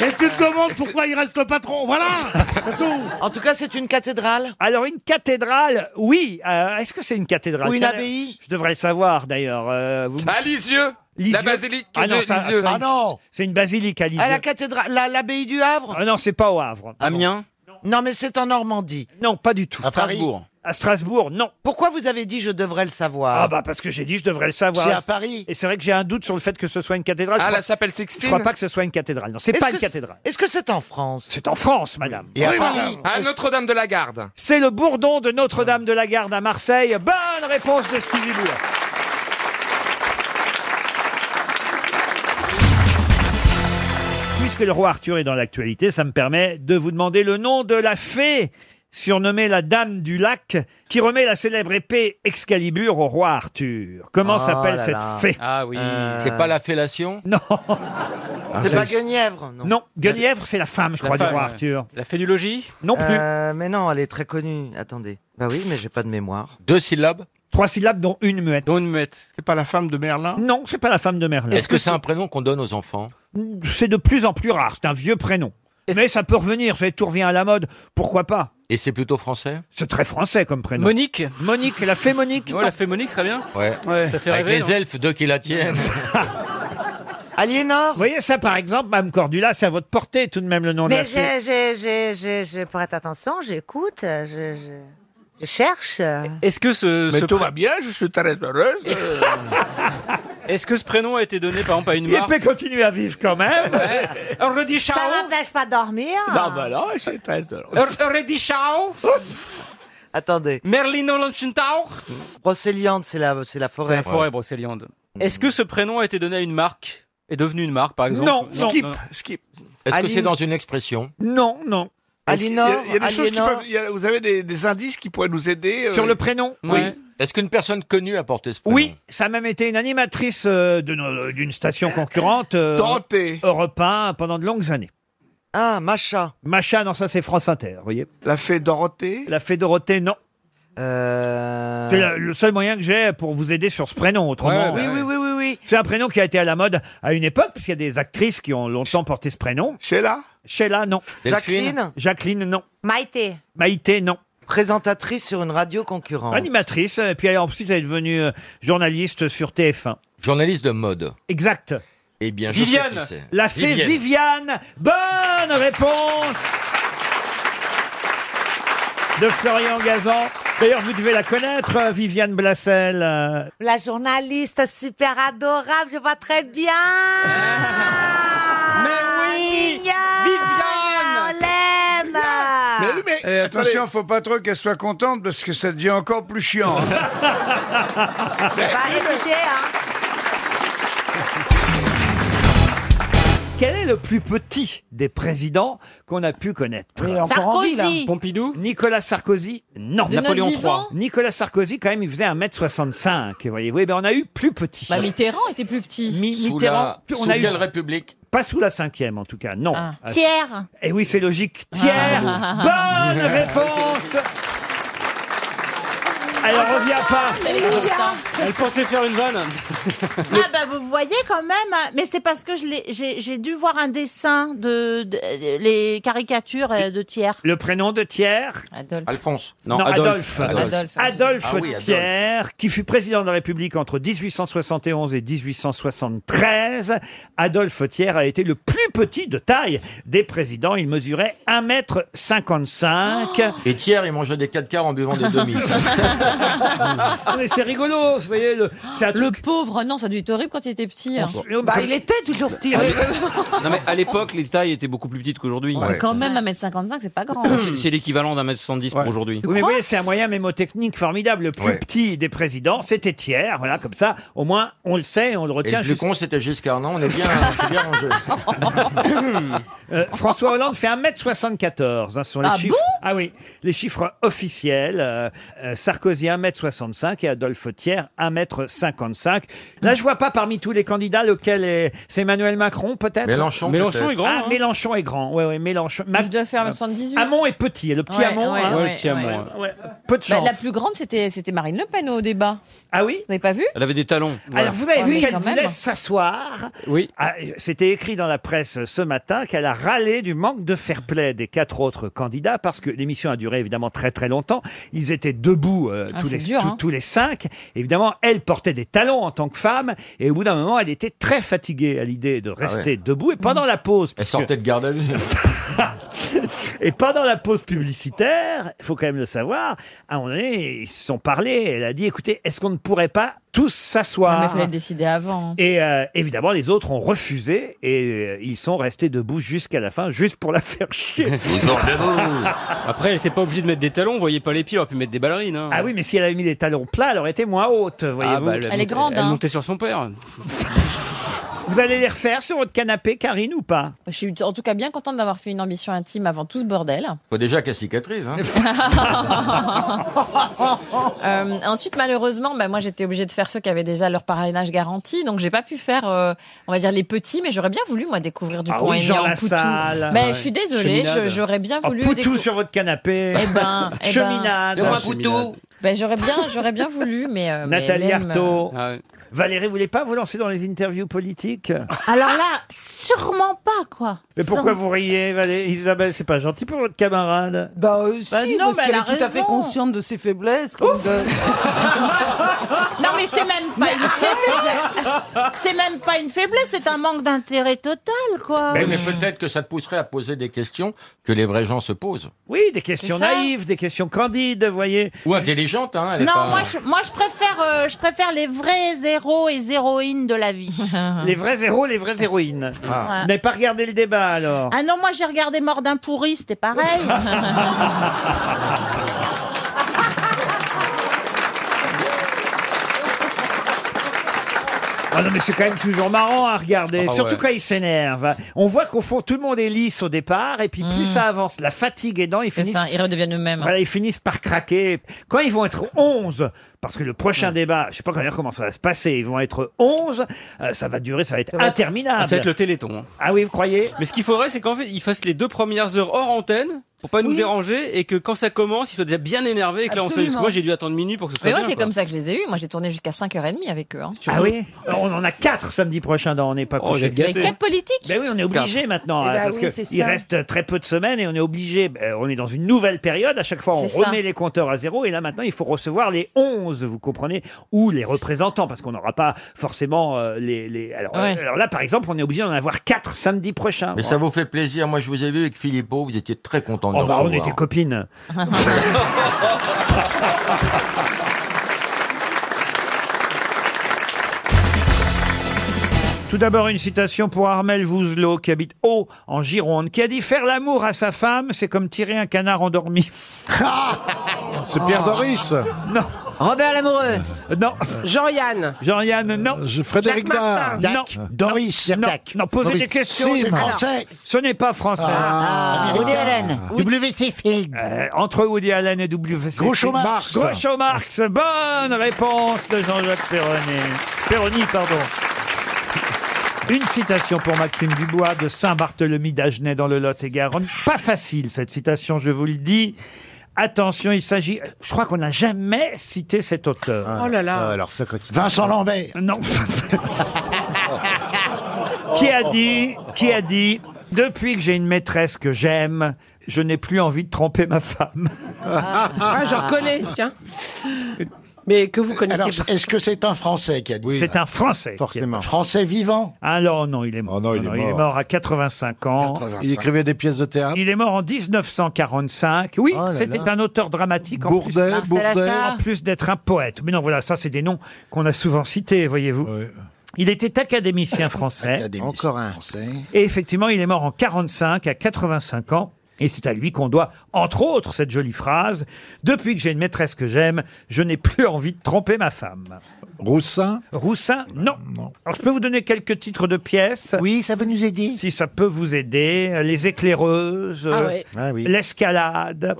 S8: Et tu te demandes pourquoi il reste le patron. Voilà
S12: En tout cas, c'est une cathédrale.
S1: Alors une cathédrale, oui. euh, Est-ce que c'est une cathédrale
S12: Ou une
S1: Tiens,
S12: abbaye
S1: Je devrais le savoir d'ailleurs. euh, vous-
S7: Ah, Lisieux. La basilique
S1: Ah non,
S7: de
S1: ça-
S7: Lisieux.
S1: ça-
S7: Ah non.
S1: C'est une basilique à Lisieux.
S12: À Ah, la cathédrale, la- l'abbaye du Havre. hein
S1: Ah non, c'est pas au Havre.
S2: Amiens.
S12: Non, mais c'est en Normandie.
S1: Non, pas du tout.
S12: À
S1: Strasbourg. À Strasbourg, non.
S12: Pourquoi vous avez dit je devrais le savoir
S1: Ah bah parce que j'ai dit je devrais le savoir.
S12: C'est à Paris.
S1: Et c'est vrai que j'ai un doute sur le fait que ce soit une cathédrale.
S12: Ah,
S1: Je crois-
S12: la chapelle Sixtine
S1: Je crois pas que ce soit une cathédrale. Non, c'est
S12: Est-ce
S1: pas
S12: que
S1: une cathédrale.
S12: Est-ce que c'est en France
S1: C'est en France, madame.
S7: Oui, madame.
S12: Ah,
S7: À Notre-Dame de la Garde.
S1: C'est le bourdon de Notre-Dame
S2: Ah.
S1: de la Garde à Marseille. Bonne réponse de Stevie Boulet. Puisque le roi Arthur est dans l'actualité, ça me permet de vous demander le nom de la fée surnommée la Dame du Lac, qui remet la célèbre épée Excalibur au roi Arthur. Comment
S2: Ah
S10: Oh
S1: s'appelle
S10: là
S1: cette
S10: là.
S1: fée
S10: Ah oui.
S2: Euh.
S1: Euh.
S10: C'est pas la fellation
S1: Non.
S12: C'est pas Guenièvre, non
S1: Non, Guenièvre, c'est la femme, je
S12: La
S1: crois, du
S12: femme,
S1: roi
S12: ouais.
S1: Arthur.
S2: La fée du logis
S1: Non plus.
S12: Euh, mais non, elle est très connue. Attendez. Bah oui, mais j'ai pas de mémoire.
S10: Deux syllabes
S1: Trois syllabes, dont une muette.
S2: Dont une muette. C'est pas la femme de Merlin
S1: Non, c'est pas la femme de Merlin.
S10: Est-ce que c'est un prénom qu'on donne aux enfants
S1: C'est de plus en plus rare, c'est un vieux prénom. Mais ça peut revenir, ça tout revient à la mode, pourquoi pas
S10: Et c'est plutôt français
S1: C'est très français comme prénom.
S2: Monique
S1: Monique, la fée Monique
S2: Ouais, la fée Monique serait bien.
S10: Ouais.
S2: Ça fait
S10: Avec
S2: rêver,
S10: les
S2: non
S10: elfes, deux qui la tiennent.
S1: Aliénor Vous voyez, ça par exemple, Mme Cordula, c'est à votre portée tout de même le nom de la
S5: Mais je,
S1: fée.
S5: je, je, je, je prête attention, j'écoute, je, je, je cherche.
S2: Est-ce que ce.
S13: Mais
S2: ce
S13: tout
S2: pré-
S13: va bien, je suis très heureuse. euh.
S2: Est-ce que ce prénom a été donné par exemple à une
S1: Il
S2: marque
S1: peut continuer à vivre quand même.
S2: Alors je dis ciao.
S5: Ça m'empêche pas de dormir.
S13: Non, bah non, je suis très heureuse.
S2: Euh, dit ciao.
S12: Attendez.
S2: Merlino Lanchentau
S12: Brocéliande, c'est la, c'est la forêt.
S2: C'est la forêt brocéliande. Est-ce que ce prénom a été donné à une marque Est devenu une marque par exemple
S12: Non, non. Skip,
S2: skip.
S10: Est-ce que
S12: Aline-
S10: c'est dans une expression
S1: Non, non.
S10: Est-ce qu'il y a-
S31: Alinor,
S10: il y a des choses qui
S31: Aliénor.
S10: peuvent-
S13: Il y a- vous avez des, des indices qui pourraient nous aider euh,
S10: Oui.
S13: Oui.
S10: Est-ce qu'une personne connue a porté ce prénom
S1: Oui, ça a même été une animatrice euh, de nos- d'une station concurrente euh, Europe 1 pendant de longues années.
S12: Ah, Macha.
S1: Macha, non, ça c'est France Inter, vous voyez.
S13: La fée Dorothée
S1: La fée Dorothée, non.
S12: Euh.
S1: C'est la- le seul moyen que j'ai pour vous aider sur ce prénom, autrement. euh,
S12: oui, oui, oui, oui, oui.
S1: C'est un prénom qui a été à la mode à une époque, puisqu'il y a des actrices qui ont longtemps porté ce prénom.
S13: Sheila
S1: Sheila, non.
S12: Delphine Jacqueline
S1: Jacqueline, non.
S5: Maïté.
S1: Maïté, non.
S12: Présentatrice sur une radio concurrente.
S1: Animatrice, et puis elle- ensuite elle est devenue euh, journaliste sur TF1.
S10: Journaliste de mode.
S1: Exact.
S10: Eh bien, je sais
S1: Viviane
S10: qui c'est.
S1: La fée Viviane. Bonne réponse de Florian Gazan. D'ailleurs, vous devez la connaître, euh, Viviane Blassel. euh,
S5: La journaliste super adorable, je vois très bien. Mais oui Viviane On l'aime
S26: Ah.
S31: Eh, attention, faut pas trop qu'elle soit contente parce que ça devient encore plus chiant. hein.
S5: Bah, écoutez, hein.
S1: Quel est le plus petit des présidents qu'on a pu connaître
S12: encore en vie, là. Sarkozy.
S1: Pompidou Nicolas Sarkozy Non.
S12: De Napoléon notre vivant
S1: Nicolas Sarkozy, quand même, il faisait 1m65. Voyez. Oui, ben on a eu plus petit.
S12: Bah,
S17: Bah,
S24: Mitterrand était plus petit.
S10: Sous
S1: Mitterrand,
S10: la-
S1: on
S10: sous
S1: a eu-
S10: quelle république
S1: Pas sous la cinquième, en tout cas, non. Ah,
S24: Thiers.
S1: Eh oui, c'est logique. Thiers,
S24: Ah.
S1: bonne réponse Elle ne revient
S26: Ah,
S1: pas
S2: Elle pensait faire une vanne.
S24: Ah bah vous voyez quand même, hein, mais c'est parce que je l'ai- j'ai j'ai dû voir un dessin de, de- de- les caricatures euh, de Thiers.
S1: Le prénom de Thiers
S10: Alphonse.
S1: Non, Adolphe. Adolphe,
S24: Adolphe.
S10: Ah oui, Adolphe.
S1: Thiers, qui fut président de la République entre 1871 et 1873. Adolphe Thiers a été le plus petit de taille des présidents. Il mesurait 1m55.
S10: Et Thiers, il mangeait des 4 quarts en buvant des demi.
S1: Ah, Mais c'est rigolo, vous voyez. Le,
S24: pauvre, non, ça devait être horrible quand il était petit. hein.
S8: Bah, il était toujours petit.
S1: Ah,
S21: Non mais à l'époque, les tailles étaient beaucoup plus petites qu'aujourd'hui.
S24: Quand même, 1m55, c'est pas grand.
S21: C'est- C'est l'équivalent d'un mètre 70 pour aujourd'hui.
S1: Oui, mais vous voyez, c'est un moyen mémotechnique formidable. Le plus petit des présidents, c'était Thiers. Voilà, comme ça, au moins, on le sait, on le
S10: Et
S1: retient.
S10: le plus
S1: jusqu'au-
S10: con, c'était Giscard. Non, on est bien, c'est bien rangé.
S1: Euh, François Hollande fait 1m74. hein, ce sont les
S24: Ah
S1: chiffres.
S24: bon
S1: ah oui, les chiffres officiels. euh, euh, Sarkozy 1m65 et Adolphe Thiers 1m55. Là, je vois pas parmi tous les candidats lequel est. C'est Emmanuel Macron peut-être.
S10: Mélenchon, Mélenchon peut-être. est grand,
S1: Ah,
S10: hein.
S1: Mélenchon est grand. Ouais, ouais, Mélenchon.
S24: Je dois faire 78.
S1: Hamon est petit. Le petit Hamon. hein. Peu de chance.
S24: Bah, la plus grande, c'était c'était Marine Le Pen au débat.
S1: Ah oui
S24: Vous n'avez pas vu
S21: Elle avait des talons.
S1: Alors vous avez
S24: Ouais,
S1: vu
S24: mais
S1: qu'elle
S24: quand
S1: vous
S24: même.
S1: laisse s'asseoir.
S21: Oui.
S1: Ah, C'était écrit dans la presse ce matin qu'elle a râlé du manque de fair-play des quatre autres candidats parce que l'émission a duré évidemment très très longtemps. Ils étaient debout euh,
S24: Ah,
S1: tous
S24: c'est
S1: les
S24: dur,
S1: tous-
S24: hein.
S1: tous les cinq. Évidemment, elle portait des talons en tant que femme et au bout d'un moment, elle était très fatiguée à l'idée de rester
S10: Ah ouais.
S1: debout et pendant la pause.
S10: Elle
S1: puisque-
S10: sortait de garde à vue.
S1: et pendant la pause publicitaire, il faut quand même le savoir, à un moment donné, ils se sont parlé. Elle a dit écoutez, est-ce qu'on ne pourrait pas tous s'asseoir
S24: Ah, mais il fallait décider avant.
S1: et euh, évidemment, les autres ont refusé et euh, ils sont restés debout jusqu'à la fin, juste pour la faire chier.
S2: Après, elle était pas obligée de mettre des talons. On voyait pas les pieds. Elle aurait pu mettre des ballerines. hein.
S1: ah oui, mais si elle avait mis les talons plats, elle aurait été moins haute, voyez-vous.
S17: hein.
S2: Ah bah, montait- Elle est grande. Elle montait sur son père.
S1: Vous allez les refaire sur votre canapé, Karine, ou pas
S17: Je suis en tout cas bien contente d'avoir fait une ambition intime avant tout ce bordel.
S10: Faut déjà qu'elle cicatrise. Hein.
S17: Euh, ensuite, malheureusement, bah, moi j'étais obligée de faire ceux qui avaient déjà leur parrainage garanti, donc j'ai pas pu faire, euh, on va dire, les petits, mais j'aurais bien voulu, moi, découvrir du
S1: Ah
S17: point
S1: oui, Jean
S17: en Poutou.
S1: Lassalle.
S17: Ben,
S1: Ouais.
S17: je suis désolée,
S1: Cheminade.
S17: je- j'aurais bien
S1: Oh,
S17: voulu.
S1: Poutou
S17: décou-
S1: sur votre canapé.
S17: Eh ben, eh ben.
S1: Cheminade.
S17: Ben, j'aurais bien, j'aurais bien voulu, mais.
S26: Ah,
S17: euh, mais
S1: Nathalie
S17: même, euh,
S1: Arthaud.
S12: Ah
S1: Valérie, vous voulez pas vous lancer dans les interviews politiques
S12: Ah.
S26: Alors là, sûrement pas, quoi.
S1: Mais pourquoi
S26: Sûrement-
S1: vous riez, Valérie Isabelle C'est pas gentil pour votre camarade.
S12: Bah, euh, si,
S1: Bah non,
S12: parce
S1: mais
S12: qu'elle
S1: elle
S12: est
S1: a
S12: tout à fait
S1: raison.
S12: consciente de ses faiblesses. comme de-
S26: Non, mais c'est même pas une faiblesse. C'est même pas une faiblesse, c'est un manque d'intérêt total, quoi.
S10: Mais, mais peut-être que ça te pousserait à poser des questions que les vrais gens se posent.
S1: Oui, des questions
S26: C'est ça.
S1: naïves, des questions candides, vous voyez.
S10: Ou intelligentes, hein. elle est
S26: Non,
S10: pas-
S26: moi je, moi je préfère euh, je préfère les vrais héros et héroïnes de la vie.
S1: Les vrais héros, les vraies héroïnes.
S26: Ah.
S1: Vous n'avez pas regardé le débat alors
S26: Ah non, moi j'ai regardé Mort d'un pourri, c'était pareil.
S1: Ah non, mais c'est quand même toujours marrant à regarder,
S9: Ah
S1: surtout
S9: ouais.
S1: quand il s'énerve. On voit qu'au fond, tout le monde est lisse au départ, et puis plus ça avance, la fatigue aidant, ils
S17: Hmm. C'est
S1: finissent,
S17: ça, ils redeviennent eux-mêmes.
S1: voilà, ils finissent par craquer. Quand ils vont être 11, parce que le
S17: Hmm.
S1: prochain débat, je sais pas quand d'ailleurs comment ça va se passer, ils vont être 11, euh, ça va durer, ça va être interminable.
S35: Ah, Ça va être le téléthon.
S1: Ah oui, vous croyez
S35: Mais ce qu'il faudrait, c'est qu'en fait, ils fassent les deux premières heures hors antenne pour pas nous déranger et que quand ça commence, ils soient déjà bien énervés et que là, on sait. parce que Moi, j'ai dû attendre minuit pour que ce soit
S17: Mais moi,
S35: bien,
S17: c'est
S35: quoi.
S17: comme ça que je les ai eus. Moi, j'ai tourné jusqu'à 5h30 avec eux. hein.
S1: Ah oui Alors, On en a 4 samedi prochain dans On n'est pas couché.
S17: Oh, Vous avez quatre politiques
S1: Ben oui, on est obligé maintenant,
S17: Eh
S1: hein,
S17: ben
S1: parce
S17: oui,
S1: que
S17: c'est ça.
S1: il reste très peu de semaines et on est obligé, ben, on est dans une nouvelle période, à chaque fois on
S17: C'est ça.
S1: remet les compteurs à zéro et là maintenant il faut recevoir les 11, vous comprenez, ou les représentants, parce qu'on n'aura pas forcément euh, les... les- Alors, euh,
S10: Ouais.
S1: alors là par exemple, on est obligé d'en avoir 4 samedi prochain.
S10: Mais ça vous fait plaisir. Moi, je vous ai vu avec Philippot, vous étiez très content de
S1: Oh,
S10: nous
S1: bah, on
S10: recevoir.
S1: était copines. Tout d'abord, une citation pour Armel Vouzelot, qui habite Haut, en Gironde, qui a dit Faire l'amour à sa femme, c'est comme tirer un canard endormi.
S6: C'est Pierre Doris.
S1: Non.
S15: Robert Lamoureux.
S1: Non.
S13: Jean-Yann.
S1: Jean-Yann, non.
S6: Euh, Frédéric Jacques Martin. Dard.
S1: Non.
S6: Dac.
S1: Doris. Non, non, posez
S6: Doris.
S1: des questions.
S6: Si,
S1: c'est
S6: mais-
S1: français.
S6: Alors.
S1: Ce n'est pas français.
S6: Ah, Woody Allen.
S1: W.C. Field. Euh, entre Woody Allen et W.C.
S6: Groucho
S1: Field.
S6: Marx.
S1: Groucho Marx. Bonne réponse de Jean-Jacques Perroni. Perroni, pardon. Une citation pour Maxime Dubois de Saint-Barthélemy d'Agenais dans le Lot-et-Garonne. Pas facile cette citation, je vous le dis. Attention, il s'agit. Je crois qu'on n'a jamais cité cet auteur.
S13: Oh là là.
S1: alors,
S6: Vincent Lambert.
S1: Non. qui a dit Qui a dit Depuis que j'ai une maîtresse que j'aime, je n'ai plus envie de tromper ma femme.
S13: Ah, j'en connais, tiens. Mais que vous connaissez
S6: Alors,
S13: pas.
S6: est-ce que c'est un Français qui a dit
S1: C'est un Français. Forcément.
S6: Français vivant Oh
S1: Ah non, non, il est mort.
S6: il
S1: Non,
S6: est
S1: il est
S6: mort.
S1: mort à 85 ans.
S6: 85. Il écrivait
S1: des pièces de théâtre. Il est mort en 1945. Oui,
S6: Oh là
S1: c'était
S6: là.
S1: un auteur dramatique en plus-
S6: Bourdet, Marcel Bourdet. Achard.
S1: en plus d'être un poète. Mais non, voilà, ça c'est des noms qu'on a souvent cités, voyez-vous. Il était académicien français.
S6: Encore un Français.
S1: Et effectivement, il est mort en 45 à 85 ans. Et c'est à lui qu'on doit, entre autres, cette jolie phrase Depuis que j'ai une maîtresse que j'aime, je n'ai plus envie de tromper ma femme. Roussin Roussin, non. Alors, je peux vous donner quelques titres de pièces. Oui, ça peut nous aider. Si ça peut vous aider. Les éclaireuses,
S13: Ah ouais.
S1: euh, l'escalade,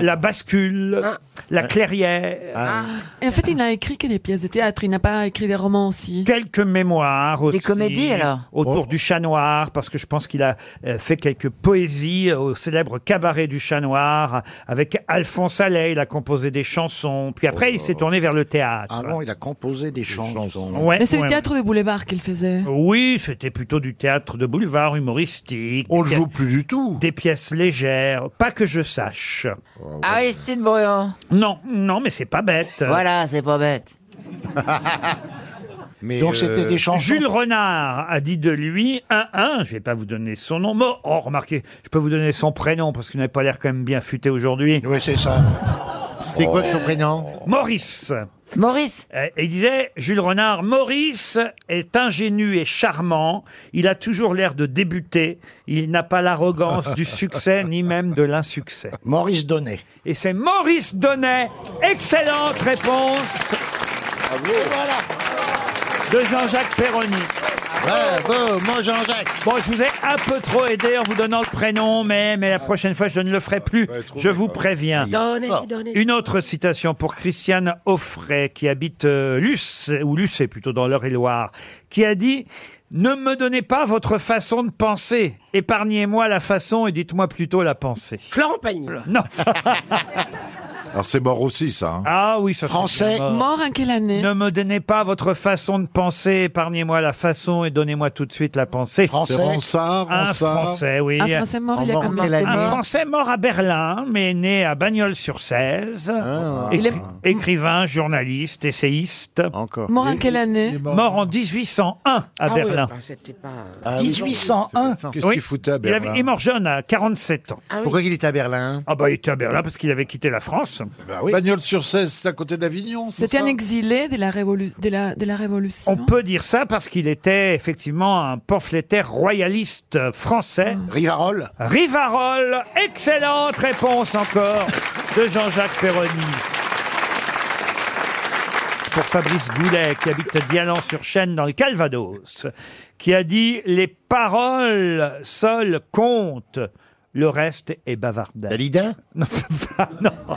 S1: la bascule, la clairière.
S6: Ah.
S12: Ah. Et en fait, il n'a écrit que des pièces de théâtre, il n'a pas écrit des romans aussi.
S1: Quelques mémoires aussi.
S12: comédies, alors
S6: Oh.
S1: Autour du chat noir, parce que je pense qu'il a euh, fait quelques poésies euh, au célèbre cabaret du chat noir avec Alphonse Allais. Il a composé des chansons. Puis après, il s'est tourné vers le théâtre.
S6: Oh. Ah non, il a composé des chansons.
S1: Ouais,
S12: Mais c'est
S1: ouais,
S12: le théâtre de boulevard qu'il faisait.
S1: Oui, c'était plutôt du théâtre de boulevard humoristique. On le joue plus du tout. Des pièces légères, pas que je sache.
S6: Ah
S12: Ah,
S15: Aristide Bruand.
S1: Non, non, mais c'est pas bête.
S15: Voilà, c'est pas bête.
S1: Donc
S6: euh, c'était des chansons.
S1: Jules Renard a dit de lui un un. Je vais pas vous donner son nom. mais oh, remarquez, je peux vous donner son prénom parce qu'il n'avait pas l'air quand même bien futé aujourd'hui. Oui, c'est ça.
S6: C'est quoi son
S1: prénom Maurice. Maurice. il disait Jules Renard. Maurice est ingénu et charmant. Il a toujours l'air de débuter. Il n'a pas l'arrogance du succès ni même de l'insuccès. Maurice Donnet. Et c'est Maurice Donnet. Excellente réponse. de Jean-Jacques Perroni. Bravo, mon Jean-Jacques. Bon, je vous ai un peu trop aidé en vous donnant le prénom, mais, mais la prochaine fois, je ne le ferai plus. Je vous préviens.
S9: Donnez, donnez.
S1: Une autre citation pour Christiane Offray, qui habite euh, Luce, ou Lucé plutôt dans l'Eure-et-Loire, qui a dit Ne me donnez pas votre façon de penser. Épargnez-moi la façon et dites-moi plutôt la pensée.
S8: Florent Pagny.
S1: Non.
S4: Alors c'est mort aussi, ça. hein.
S1: Ah oui, ça
S4: Français.
S1: Mort en quelle année Ne me donnez pas votre façon de penser, épargnez-moi la façon et donnez-moi tout de suite la pensée.
S4: Français. C'est Ronsard,
S1: Un
S4: Ronsard.
S1: Français, oui.
S4: Un Français mort, il a Mort en combien quelle de temps
S1: Un
S4: année
S1: Français mort à Berlin, mais né à Bagnols-sur-Cèze.
S4: Ah,
S1: Écri-
S17: Il est-
S1: Écrivain, journaliste, essayiste. Encore.
S17: Mort en quelle année
S1: Mort en 1801 à
S4: Ah
S1: Berlin.
S4: bah,
S8: c'était pas...
S1: Ah oui.
S16: 1801.
S1: Qu'est-ce qu'il foutait à Il,
S16: Berlin
S1: avait- il est mort jeune, à 47
S4: Ah
S1: ans.
S16: Pourquoi il était à Berlin
S1: Ah bah il était à Berlin Bah parce qu'il avait quitté la France.
S4: sur 16, c'est à côté d'Avignon.
S17: C'était un exilé de la, révolu- de la, de la Révolution.
S1: On peut dire ça parce qu'il était effectivement un pamphlétaire royaliste français.
S17: Ah.
S1: Rivarol Rivarol Excellente réponse encore de Jean-Jacques Perroni. Pour Fabrice Goulet, qui habite Dianan-sur-Chêne dans le Calvados, qui a dit « Les paroles seules comptent, le reste est bavardage. » Dalida Non.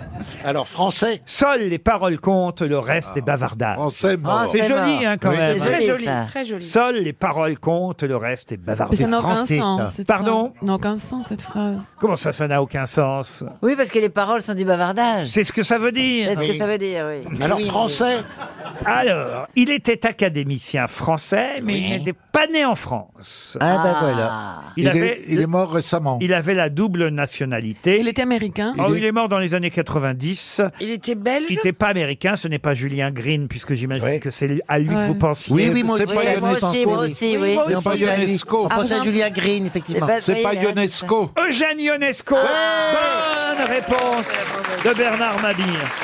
S1: Alors, français Seules les paroles comptent, le reste est bavardage. Français
S16: mort.
S1: C'est
S16: Français
S1: joli,
S16: mort.
S1: hein, quand
S16: Oui, c'est
S1: même.
S16: Très joli, joli, très joli.
S1: Seules les paroles comptent, le reste est bavardage.
S17: Mais ça n'a aucun sens. cette
S1: Pardon
S17: phrase. n'a aucun sens, cette phrase.
S1: Comment ça, ça n'a aucun sens
S15: Oui, parce que les paroles sont du bavardage.
S1: C'est ce que ça veut dire.
S15: C'est ce que ça veut dire, oui. Oui, oui.
S1: Alors, il était académicien français, mais il n'était pas né en France.
S17: Ah, bah voilà.
S1: Il,
S4: Il est-
S1: avait-
S4: il est mort récemment.
S1: Il avait la double nationalité.
S17: Il était américain.
S1: Oh, il est mort dans les années 90.
S8: Il était belge
S1: Il n'était pas américain, ce n'est pas Julien Green, puisque j'imagine que c'est à lui que vous pensiez.
S16: Oui, oui, moi aussi, oui, moi aussi, moi aussi, oui.
S1: C'est pas Ionesco.
S16: Ah, c'est
S1: Argent-
S16: Julien Green, effectivement.
S1: Eugène Ionesco. Bonne réponse de Bernard Mabille.